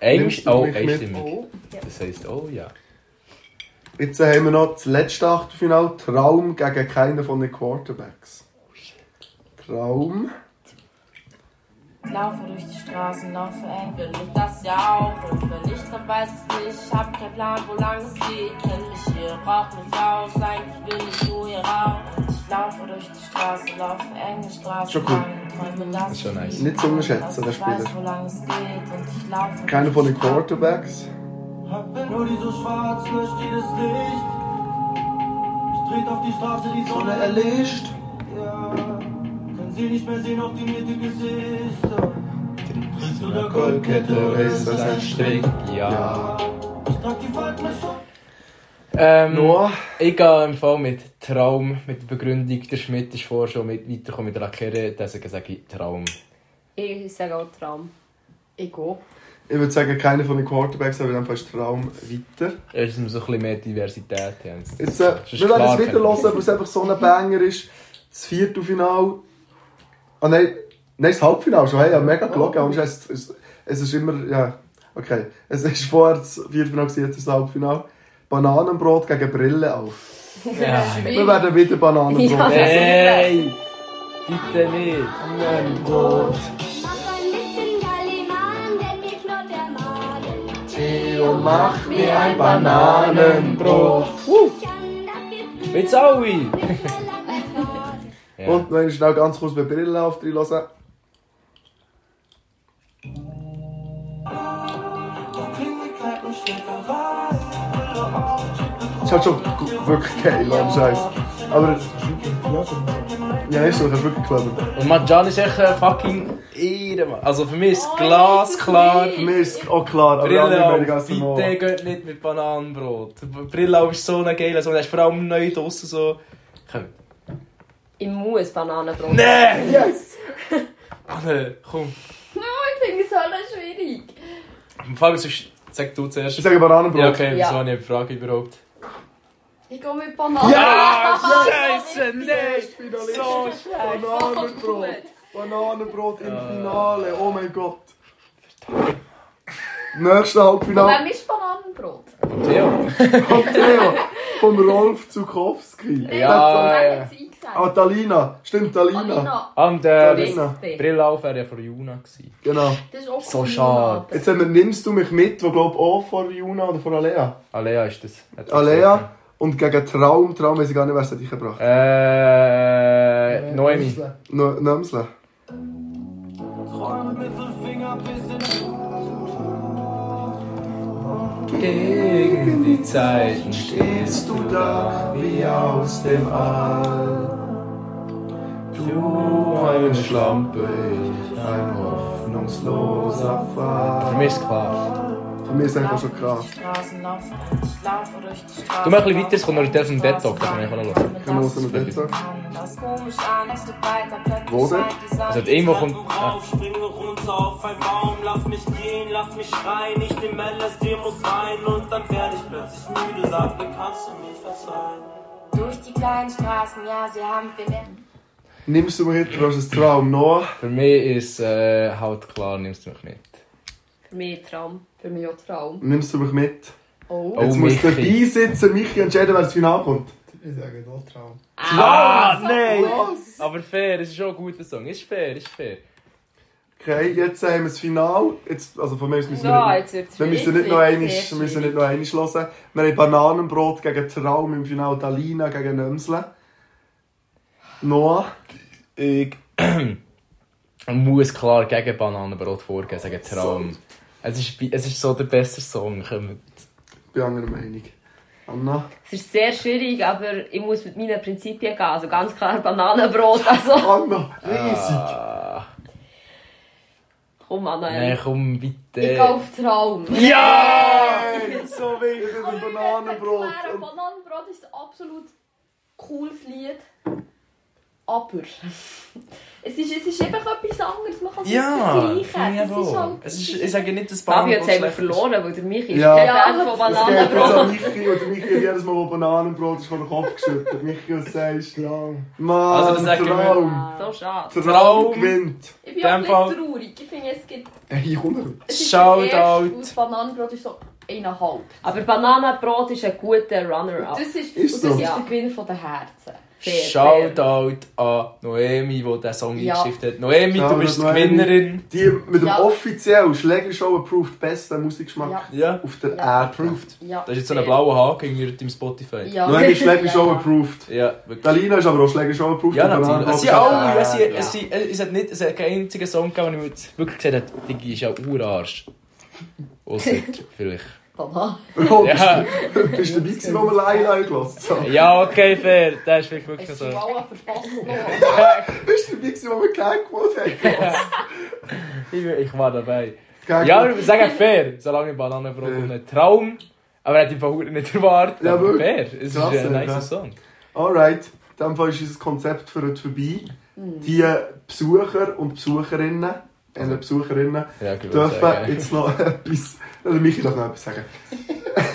[SPEAKER 1] Nimmst
[SPEAKER 2] Einstimmig.
[SPEAKER 1] du
[SPEAKER 2] Oh,
[SPEAKER 1] mich mit?
[SPEAKER 2] einstimmig.
[SPEAKER 4] Oh.
[SPEAKER 2] Das heisst, oh ja.
[SPEAKER 1] jetzt haben wir noch das letzte Achtelfinale. Traum gegen keinen von den Quarterbacks.
[SPEAKER 10] Oh,
[SPEAKER 1] Traum.
[SPEAKER 10] Laufe durch die Straßen, laufe eng, will ich das ja auch. Und wenn nicht, dann weiß es nicht. Hab keinen Plan, wo lang es geht. Kenn mich hier, brauch mich aus. Eigentlich will ich nur hier raus. Ich laufe durch die Straßen, laufe enge Straßen.
[SPEAKER 1] Schon cool.
[SPEAKER 10] lang, träume, dass
[SPEAKER 2] Ist schon
[SPEAKER 10] ich
[SPEAKER 2] nice.
[SPEAKER 10] fliegen
[SPEAKER 1] Nicht zu
[SPEAKER 10] kann,
[SPEAKER 1] unterschätzen,
[SPEAKER 10] dass
[SPEAKER 1] der
[SPEAKER 10] ich weiß,
[SPEAKER 1] Spieler.
[SPEAKER 10] wo lang es geht. Und ich laufe
[SPEAKER 1] Keiner
[SPEAKER 10] durch
[SPEAKER 1] von
[SPEAKER 10] die
[SPEAKER 1] den
[SPEAKER 10] Straßen.
[SPEAKER 1] Quarterbacks.
[SPEAKER 7] Nur die so schwarz löscht jedes Licht. Ich trete auf die Straße, die Sonne erlischt. Ja, kann sie nicht mehr sehen, auf die Mitte Gesichter. Tritt zu der Goldkette, ist das ein Strick?
[SPEAKER 2] Ja.
[SPEAKER 7] Ich trag die Falten so.
[SPEAKER 2] Ähm,
[SPEAKER 1] Noah.
[SPEAKER 2] Ich gehe im Fall mit Traum, mit der Begründung, der Schmidt ist vorher schon mit weitergekommen mit Rakete, deswegen sage ich Traum.
[SPEAKER 3] Ich sage auch Traum.
[SPEAKER 4] Ich gehe.
[SPEAKER 1] Ich würde sagen, keiner von den Quarterbacks, aber dann fast Traum weiter.
[SPEAKER 2] Ja, Es ist so ein bisschen mehr Diversität. Ja.
[SPEAKER 1] Jetzt, äh,
[SPEAKER 2] Sonst
[SPEAKER 1] wir werden es
[SPEAKER 2] klar,
[SPEAKER 1] wieder hören, ob es einfach so ein Banger ist. Das Viertelfinale. Ah nein, nein, das Halbfinale schon. Hey, ja, mega gelogen. Und es, es, es ist immer, ja, okay. Es ist vorher das Viertelfinale, gewesen, jetzt ist das Halbfinale. Bananenbrot gegen Brille auf.
[SPEAKER 2] Ja.
[SPEAKER 1] Wir werden wieder Bananenbrot.
[SPEAKER 3] Ja.
[SPEAKER 2] Nein! Bitte nicht!
[SPEAKER 1] Bananenbrot.
[SPEAKER 5] Mach ein bisschen Galliman, denn mir knurrt der Magen.
[SPEAKER 1] Theo, mach mir ein Bananenbrot.
[SPEAKER 5] Ich kann das Gefühl
[SPEAKER 2] Jetzt alle!
[SPEAKER 5] nicht mehr lange tragen.
[SPEAKER 2] Ja.
[SPEAKER 1] Und wenn ich schnell ganz kurz bei Brille auf drin hören. Ist halt schon gu- wirklich geil, am Scheiß. Aber ja, ist so, das ist wirklich clever.
[SPEAKER 2] Und Marjan ist echt ein fucking Ehrenmann. Also für mich ist es glasklar.
[SPEAKER 1] Für mich ist es auch klar, aber
[SPEAKER 2] Brille
[SPEAKER 1] andere
[SPEAKER 2] auf,
[SPEAKER 1] Meinung als der
[SPEAKER 2] bitte
[SPEAKER 1] Noah.
[SPEAKER 2] geht nicht mit Bananenbrot. Brille auf ist so ein geiler Song, der ist vor allem neu draussen so... Komm,
[SPEAKER 3] Ich muss Bananenbrot.
[SPEAKER 2] nee!
[SPEAKER 1] Yes!
[SPEAKER 2] Anne, komm.
[SPEAKER 4] Ich finde es alles schwierig.
[SPEAKER 2] Fang sonst... Sag du zuerst.
[SPEAKER 1] Ich sage Bananenbrot.
[SPEAKER 2] Ja, okay, wieso
[SPEAKER 4] Ja.
[SPEAKER 2] habe ich eine Frage überhaupt?
[SPEAKER 4] Ich gehe mit Bananen.
[SPEAKER 2] Ah, scheisse, nee!
[SPEAKER 1] Finalist. Bananenbrot. Bananenbrot im Finale. Oh mein Gott. Nächste Halbfinale.
[SPEAKER 4] Wem ist Bananenbrot?
[SPEAKER 2] Theo.
[SPEAKER 1] Theo. Vom Rolf Zukowski.
[SPEAKER 2] Ja,
[SPEAKER 4] Wer
[SPEAKER 2] ja.
[SPEAKER 4] hat es eingesagt?
[SPEAKER 2] Oh.
[SPEAKER 1] Ah, Talina. Stimmt, Talina.
[SPEAKER 4] Alina.
[SPEAKER 2] Und äh,
[SPEAKER 1] Talina.
[SPEAKER 2] Brille auf wäre ja von Juna gewesen.
[SPEAKER 1] Genau.
[SPEAKER 4] Das ist auch
[SPEAKER 2] So
[SPEAKER 4] cool,
[SPEAKER 2] schade.
[SPEAKER 4] aber-
[SPEAKER 1] Jetzt haben wir Nimmst du mich mit, wo glaube ich auch von Juna oder von Alea.
[SPEAKER 2] Alea ist das. Hat das
[SPEAKER 1] Alea und gegen Traum. Traum weiß ich gar nicht, wer es dich gebracht
[SPEAKER 2] gesagt. Äh... Noemi.
[SPEAKER 1] hat. Nömsle.
[SPEAKER 7] Träume Mittelfinger bis in
[SPEAKER 2] Gegen die Zeiten
[SPEAKER 1] Stehst du da wie aus dem All? Du eine Schlampe, ich ein hoffnungsloser
[SPEAKER 2] Für
[SPEAKER 1] Fall.
[SPEAKER 2] mich ist es klar.
[SPEAKER 1] Für mich ist es einfach schon krass.
[SPEAKER 10] Ich laufe durch die Straßen, laufe- ich laufe durch die Straßen.
[SPEAKER 2] Du mach ein bisschen weiter, es kommt noch der von Dead Dog, das kann ich auch noch hören.
[SPEAKER 1] Können wir uns noch nicht sagen? Wo denn?
[SPEAKER 2] Also irgendwo kommt... Ah,
[SPEAKER 9] springe runter auf einen Baum, lass mich gehen, lass mich schreien, ich nehm LSD, muss rein und dann werde ich plötzlich müde, sag mir, kannst du mir verzeihen?
[SPEAKER 10] Durch die kleinen Straßen, ja, sie haben bemerkt.
[SPEAKER 1] Nimmst du mir jetzt, du hast ein Traum, Noah?
[SPEAKER 2] für mich ist äh, halt klar, nimmst du mich mit.
[SPEAKER 3] Für mich Traum.
[SPEAKER 4] Für mich auch Traum.
[SPEAKER 1] Nimmst du mich mit?
[SPEAKER 4] Oh.
[SPEAKER 2] Oh,
[SPEAKER 1] Jetzt muss der
[SPEAKER 2] Michi.
[SPEAKER 1] Beisitzen, Michi entscheiden, wer ins Finale kommt.
[SPEAKER 8] Ich sage doch Traum.
[SPEAKER 2] Ah, nein! Aber fair, es ist schon ein guter Song. Ist fair, ist fair.
[SPEAKER 1] Okay, jetzt haben wir das Finale. Jetzt, also von mir aus müssen wir
[SPEAKER 3] Ja,
[SPEAKER 1] nicht-
[SPEAKER 3] jetzt wird es
[SPEAKER 1] Wir müssen nicht noch einmal, wir müssen nicht noch einmal hören. Wir haben Bananenbrot gegen Traum im Finale, Dalina gegen Nömsle. Noah,
[SPEAKER 2] Ich muss klar gegen Bananenbrot vorgehen, sagen Traum. Es ist, bi- es ist so der beste Song. Kommt.
[SPEAKER 1] ich bin anderer Meinung. Anna.
[SPEAKER 3] Es ist sehr schwierig, aber ich muss mit meinen Prinzipien gehen. Also ganz klar Bananenbrot. Also,
[SPEAKER 1] Anna, riesig!
[SPEAKER 2] Ah,
[SPEAKER 3] komm, Anna.
[SPEAKER 2] nein, komm
[SPEAKER 4] Ich gehe
[SPEAKER 2] bitte.
[SPEAKER 4] auf Traum.
[SPEAKER 2] Ja!
[SPEAKER 1] Hey, so wichtig, ein
[SPEAKER 4] Bananenbrot.
[SPEAKER 1] Bananenbrot. Und
[SPEAKER 4] Bananenbrot ist ein absolut cooles Lied. Aber [LAUGHS] es ist, es ist einfach etwas anderes. Man kann es
[SPEAKER 2] Ja,
[SPEAKER 4] nicht
[SPEAKER 2] finde ich
[SPEAKER 4] vergleichen. Es ist
[SPEAKER 2] auch.
[SPEAKER 4] halt,
[SPEAKER 2] Es ist, ich sage nicht, dass
[SPEAKER 3] Fabio,
[SPEAKER 2] Bananenbrot
[SPEAKER 3] jetzt haben wir
[SPEAKER 2] schlecht ist.
[SPEAKER 3] verloren, weil der Michi ist
[SPEAKER 1] Ja.
[SPEAKER 3] kein Fan von
[SPEAKER 1] Es geht jetzt
[SPEAKER 3] Bananenbrot.
[SPEAKER 1] an Michi und der Michi hat jedes Mal, wo Bananenbrot ist, von den Kopf geschüttelt. Michi, was sagst du?
[SPEAKER 8] Traum.
[SPEAKER 1] Mann,
[SPEAKER 2] Also, das sag ich
[SPEAKER 1] Traum.
[SPEAKER 3] So schade.
[SPEAKER 1] Traum
[SPEAKER 2] Traum.
[SPEAKER 1] gewinnt.
[SPEAKER 4] ich bin auch ein
[SPEAKER 2] Fall-
[SPEAKER 4] bisschen traurig. Ich finde, es gibt...
[SPEAKER 1] Hey, komm
[SPEAKER 4] Es ist
[SPEAKER 2] Shoutout.
[SPEAKER 4] der erste aus Bananenbrot ist so eineinhalb.
[SPEAKER 3] Aber Bananenbrot ist ein guter Runner-up.
[SPEAKER 4] Das ist,
[SPEAKER 1] Ist
[SPEAKER 4] und
[SPEAKER 1] so.
[SPEAKER 4] das ist
[SPEAKER 3] Ja.
[SPEAKER 4] der Gewinn von den Herzen.
[SPEAKER 3] Fair, fair.
[SPEAKER 2] Shoutout an Noemi, die diesen Song
[SPEAKER 4] Ja.
[SPEAKER 2] eingeschickt hat. Noemi,
[SPEAKER 1] Shoutout
[SPEAKER 2] du bist die
[SPEAKER 1] Noemi.
[SPEAKER 2] Gewinnerin.
[SPEAKER 1] Die mit dem
[SPEAKER 4] Ja.
[SPEAKER 1] offiziell Schlägershow approved besten Musikgeschmack
[SPEAKER 4] Ja.
[SPEAKER 2] Ja.
[SPEAKER 1] auf der
[SPEAKER 4] Ja.
[SPEAKER 1] Erde. Approved.
[SPEAKER 4] Ja,
[SPEAKER 2] Da ist jetzt so ein
[SPEAKER 4] fair.
[SPEAKER 2] blauer Haken hinter deinem Spotify.
[SPEAKER 4] Ja.
[SPEAKER 1] Noemi Schlägershow [LAUGHS]
[SPEAKER 4] [LAUGHS] Ja.
[SPEAKER 1] approved.
[SPEAKER 2] Ja, wirklich.
[SPEAKER 1] Dalina ist aber auch Schlägershow approved.
[SPEAKER 2] Ja,
[SPEAKER 1] und
[SPEAKER 2] natürlich.
[SPEAKER 1] Bananenbrot
[SPEAKER 2] Es sind
[SPEAKER 1] ist
[SPEAKER 2] alle,
[SPEAKER 1] auch-
[SPEAKER 2] ja, sie,
[SPEAKER 1] oh, Ja.
[SPEAKER 2] es, sind, es, hat nicht, es hat keinen einzigen Song gegeben, den ich jetzt wirklich gesehen habe, Digi ist ja Urarsch. Ausser vielleicht.
[SPEAKER 4] Banane.
[SPEAKER 1] Bro, bist
[SPEAKER 2] Ja.
[SPEAKER 1] du bist du dabei gewesen, wo wir Laila eingelassen haben?
[SPEAKER 2] ja, okay, fair. Der ist vielleicht
[SPEAKER 4] Es
[SPEAKER 2] wirklich
[SPEAKER 4] ist
[SPEAKER 2] so.
[SPEAKER 4] Chihuahua verpasst worden.
[SPEAKER 1] Bist du dabei gewesen, wo wir Gang gewohnt haben?
[SPEAKER 2] Ich, ich war dabei.
[SPEAKER 1] Gang
[SPEAKER 2] Ja,
[SPEAKER 1] gewohnt.
[SPEAKER 2] aber sagen fair, solange Bananenbrot
[SPEAKER 1] Fair.
[SPEAKER 2] und ein Traum. Aber er hat im Fall nicht erwartet.
[SPEAKER 1] Ja,
[SPEAKER 2] aber
[SPEAKER 1] wirklich.
[SPEAKER 2] fair. Es ist
[SPEAKER 1] Klasse,
[SPEAKER 2] ein nicer
[SPEAKER 1] ja.
[SPEAKER 2] Song.
[SPEAKER 1] Alright, in dem Fall ist unser Konzept für heute vorbei.
[SPEAKER 4] Hmm.
[SPEAKER 1] Die eh, Besucher und Besucherinnen, also Besucherinnen,
[SPEAKER 2] Ja, ich würde
[SPEAKER 1] dürfen
[SPEAKER 2] sagen.
[SPEAKER 1] jetzt noch [LAUGHS] etwas. Oder Michi darf noch etwas sagen.
[SPEAKER 8] Dass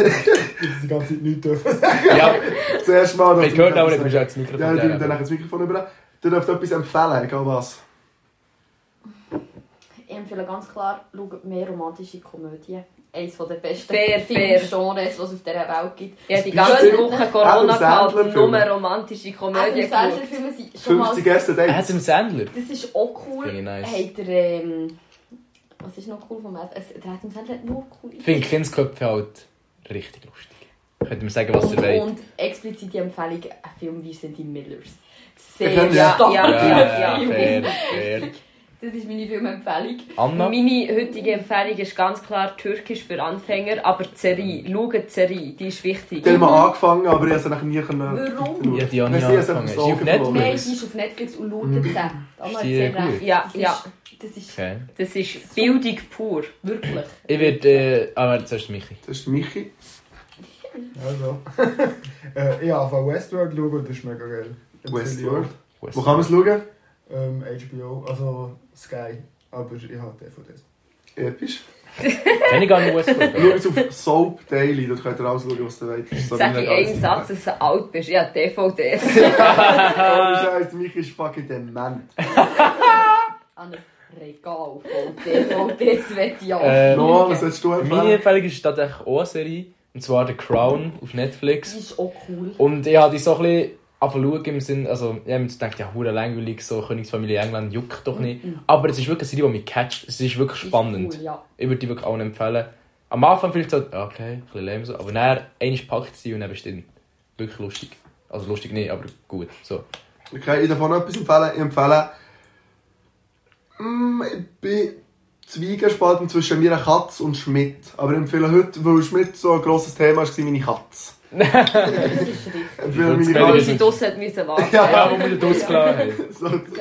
[SPEAKER 8] die [LAUGHS] ganze Zeit nichts dürfen.
[SPEAKER 2] Ja,
[SPEAKER 1] Zuerst mal.
[SPEAKER 2] ich höre aber nicht, du bist ja jetzt nicht
[SPEAKER 1] Ja, die dann
[SPEAKER 2] gerade
[SPEAKER 1] nachher das Mikrofon über. Du darfst etwas empfehlen, egal was.
[SPEAKER 4] Ich empfehle ganz klar, schaut mehr romantische Komödien. Eines der besten
[SPEAKER 3] Fair, fair.
[SPEAKER 4] Filmgenres, die es auf dieser Welt gibt.
[SPEAKER 3] Ich habe die
[SPEAKER 1] Bist
[SPEAKER 3] ganze
[SPEAKER 1] du-
[SPEAKER 3] Woche Corona
[SPEAKER 1] Adam Sandler
[SPEAKER 3] gehabt und nur
[SPEAKER 1] Filme.
[SPEAKER 3] romantische
[SPEAKER 4] Adam
[SPEAKER 3] Komödien
[SPEAKER 4] Sandler
[SPEAKER 3] geschaut.
[SPEAKER 4] Filme sind schon mal...
[SPEAKER 1] 50 erste Dates.
[SPEAKER 2] Adam Sandler.
[SPEAKER 4] Das ist auch cool.
[SPEAKER 2] Finde ich nice.
[SPEAKER 4] Hat er, ähm, was ist noch cool vom Adam? Es- Der Adam Sandler hat nur cool.
[SPEAKER 2] Ich finde Kindsköpfe halt richtig lustig. Könnte man sagen, was er
[SPEAKER 4] und,
[SPEAKER 2] will.
[SPEAKER 4] und explizite Empfehlung, ein Film wie sind die Millers.
[SPEAKER 1] Ich kenn
[SPEAKER 4] Sehr
[SPEAKER 1] den. Ja,
[SPEAKER 4] stark.
[SPEAKER 3] ja,
[SPEAKER 2] Ja,
[SPEAKER 3] ja.
[SPEAKER 2] fair, fair.
[SPEAKER 4] Das ist meine Filmempfehlung.
[SPEAKER 2] Anna?
[SPEAKER 3] Meine heutige Empfehlung ist ganz klar Türkisch für Anfänger, aber die Serie, schaut die Serie, die ist wichtig.
[SPEAKER 1] Die haben wir angefangen, aber ich habe sie nachher nie können.
[SPEAKER 4] Warum?
[SPEAKER 2] Ja, die habe ich
[SPEAKER 1] Merci, es hat mich
[SPEAKER 2] angefangen. Ist die
[SPEAKER 1] so
[SPEAKER 2] auf
[SPEAKER 1] gefreut.
[SPEAKER 4] Nein,
[SPEAKER 2] Netflix?
[SPEAKER 4] sie ist auf Netflix und
[SPEAKER 2] Hmm.
[SPEAKER 4] schaut sie. Anna
[SPEAKER 2] Ist
[SPEAKER 4] hat
[SPEAKER 2] die
[SPEAKER 4] sehr
[SPEAKER 2] gut?
[SPEAKER 4] recht.
[SPEAKER 3] Ja,
[SPEAKER 4] Das
[SPEAKER 3] ja,
[SPEAKER 4] ist, das ist
[SPEAKER 2] Okay.
[SPEAKER 3] das ist Bildung pur.
[SPEAKER 4] wirklich.
[SPEAKER 2] Ich werde. Äh, aber jetzt hast du Michi.
[SPEAKER 1] Das ist Michi.
[SPEAKER 8] Also. [LAUGHS] äh, ich habe Westworld schauen und das ist mega geil. Empfehle ich
[SPEAKER 1] Westworld.
[SPEAKER 8] auch.
[SPEAKER 1] Wo kann man es schauen?
[SPEAKER 8] Ähm, HBO, also Sky. Aber ich habe DVDs.
[SPEAKER 1] Episch.
[SPEAKER 2] Kann ich gar nicht
[SPEAKER 1] Schaut
[SPEAKER 2] [LAUGHS] Westworld?
[SPEAKER 1] es auf Soap Daily, dort könnt ihr alles schauen, was ihr wollt. Das ist so
[SPEAKER 3] Sag
[SPEAKER 1] wie
[SPEAKER 3] in
[SPEAKER 1] eine
[SPEAKER 3] einem Satz, dass du alt bist. Ja, DVDs.
[SPEAKER 1] Ohne Scheiß, Michi ist fucking dement.
[SPEAKER 4] An einem Regal voll DVDs, wette ich auch.
[SPEAKER 2] Äh,
[SPEAKER 1] Noah, was sollst du
[SPEAKER 2] Meine
[SPEAKER 1] empfehlen?
[SPEAKER 2] Empfehlung ist tatsächlich auch eine Serie. Und zwar The Crown auf
[SPEAKER 4] Die
[SPEAKER 2] Netflix.
[SPEAKER 4] ist auch cool.
[SPEAKER 2] Und ich habe die so ein bisschen angefangen im Sinn, also ich habe mir gedacht, ja, hure langweilig, so Königsfamilie England juckt doch nicht. Aber es ist wirklich eine Serie, die mich catcht. Es ist wirklich
[SPEAKER 4] Die Mhm. ist
[SPEAKER 2] spannend.
[SPEAKER 4] cool, ja.
[SPEAKER 2] Ich würde die wirklich allen empfehlen. Am Anfang vielleicht so, ja, okay, ein bisschen lame so, aber nachher, einmal packt sie und dann bist du drin. Wirklich lustig. Also lustig nicht, aber gut. So.
[SPEAKER 1] Okay, ich darf auch noch etwas empfehlen. Ich empfehle. Mm, ich bin zwiegespalten zwischen meiner Katz und Schmidt. Aber ich empfehle heute, weil Schmidt so ein grosses Thema war, meine Katz.
[SPEAKER 4] Das ist richtig.
[SPEAKER 1] Ich empfehle meine
[SPEAKER 2] Jetzt bin
[SPEAKER 3] Weil
[SPEAKER 1] Katze.
[SPEAKER 3] sie draussen müssen warten.
[SPEAKER 2] Ja, wo wir das ausgelassen haben.
[SPEAKER 1] So,
[SPEAKER 4] Ja,
[SPEAKER 1] für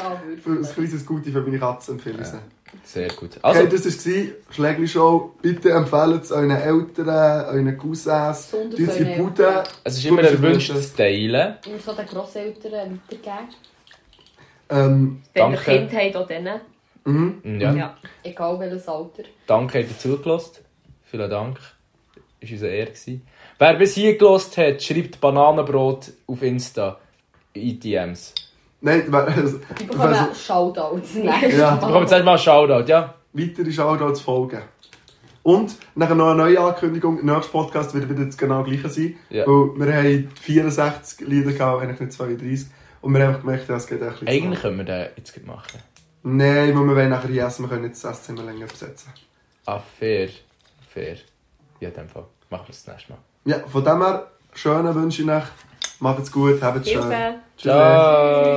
[SPEAKER 1] ein
[SPEAKER 4] wirklich.
[SPEAKER 1] kleines Gute für meine Katze empfehle ich sie.
[SPEAKER 2] Sehr gut.
[SPEAKER 1] Okay,
[SPEAKER 2] Also,
[SPEAKER 1] das war Schlägli-Show. Bitte empfehlt es euren Eltern, euren Cousins.
[SPEAKER 4] Besonders
[SPEAKER 1] Tut sie
[SPEAKER 4] euren
[SPEAKER 1] Bude.
[SPEAKER 2] es ist immer
[SPEAKER 1] Gut, dass
[SPEAKER 2] erwünscht
[SPEAKER 1] wir das-
[SPEAKER 2] zu teilen.
[SPEAKER 4] Ich muss so den Grosseltern weitergeben.
[SPEAKER 1] Ähm,
[SPEAKER 3] Wenn ihr
[SPEAKER 2] Danke.
[SPEAKER 3] Kind habt, auch denen.
[SPEAKER 1] mhm.
[SPEAKER 2] Ja.
[SPEAKER 3] Ja.
[SPEAKER 4] Egal welches Alter.
[SPEAKER 2] Danke, habt ihr zugelassen. Vielen Dank. Es war unsere Ehre. gewesen. Wer bis hier gelost hat, schreibt Bananenbrot auf Insta in die DMs.
[SPEAKER 1] Nein, [LAUGHS] wer- also,
[SPEAKER 4] Die bekommen
[SPEAKER 1] Also-
[SPEAKER 4] auch Shoutouts. Nein.
[SPEAKER 1] Ja.
[SPEAKER 2] Da kommt jetzt erstmal ein Shoutout, ja?
[SPEAKER 1] weiter ist auch da zu folgen. Und nachher noch eine neue Ankündigung. Nächster Podcast wird wieder das genau gleiche sein.
[SPEAKER 2] Ja.
[SPEAKER 1] Weil wir haben 64 Lieder gehabt, eigentlich nicht 32. Und wir haben einfach gemerkt, ja, es geht echt
[SPEAKER 2] Eigentlich können wir den jetzt gleich machen.
[SPEAKER 1] Nein, weil wir wollen nachher yes, wir können jetzt das Esszimmer länger besetzen.
[SPEAKER 2] Ah, fair. Fair. Ja, in dem Fall. Machen wir es das nächste Mal.
[SPEAKER 1] Ja, von dem her, schöne Wünsche ich euch. Macht's gut, habt's schön.
[SPEAKER 3] Hilfe.
[SPEAKER 1] Tschüss.
[SPEAKER 2] Ciao.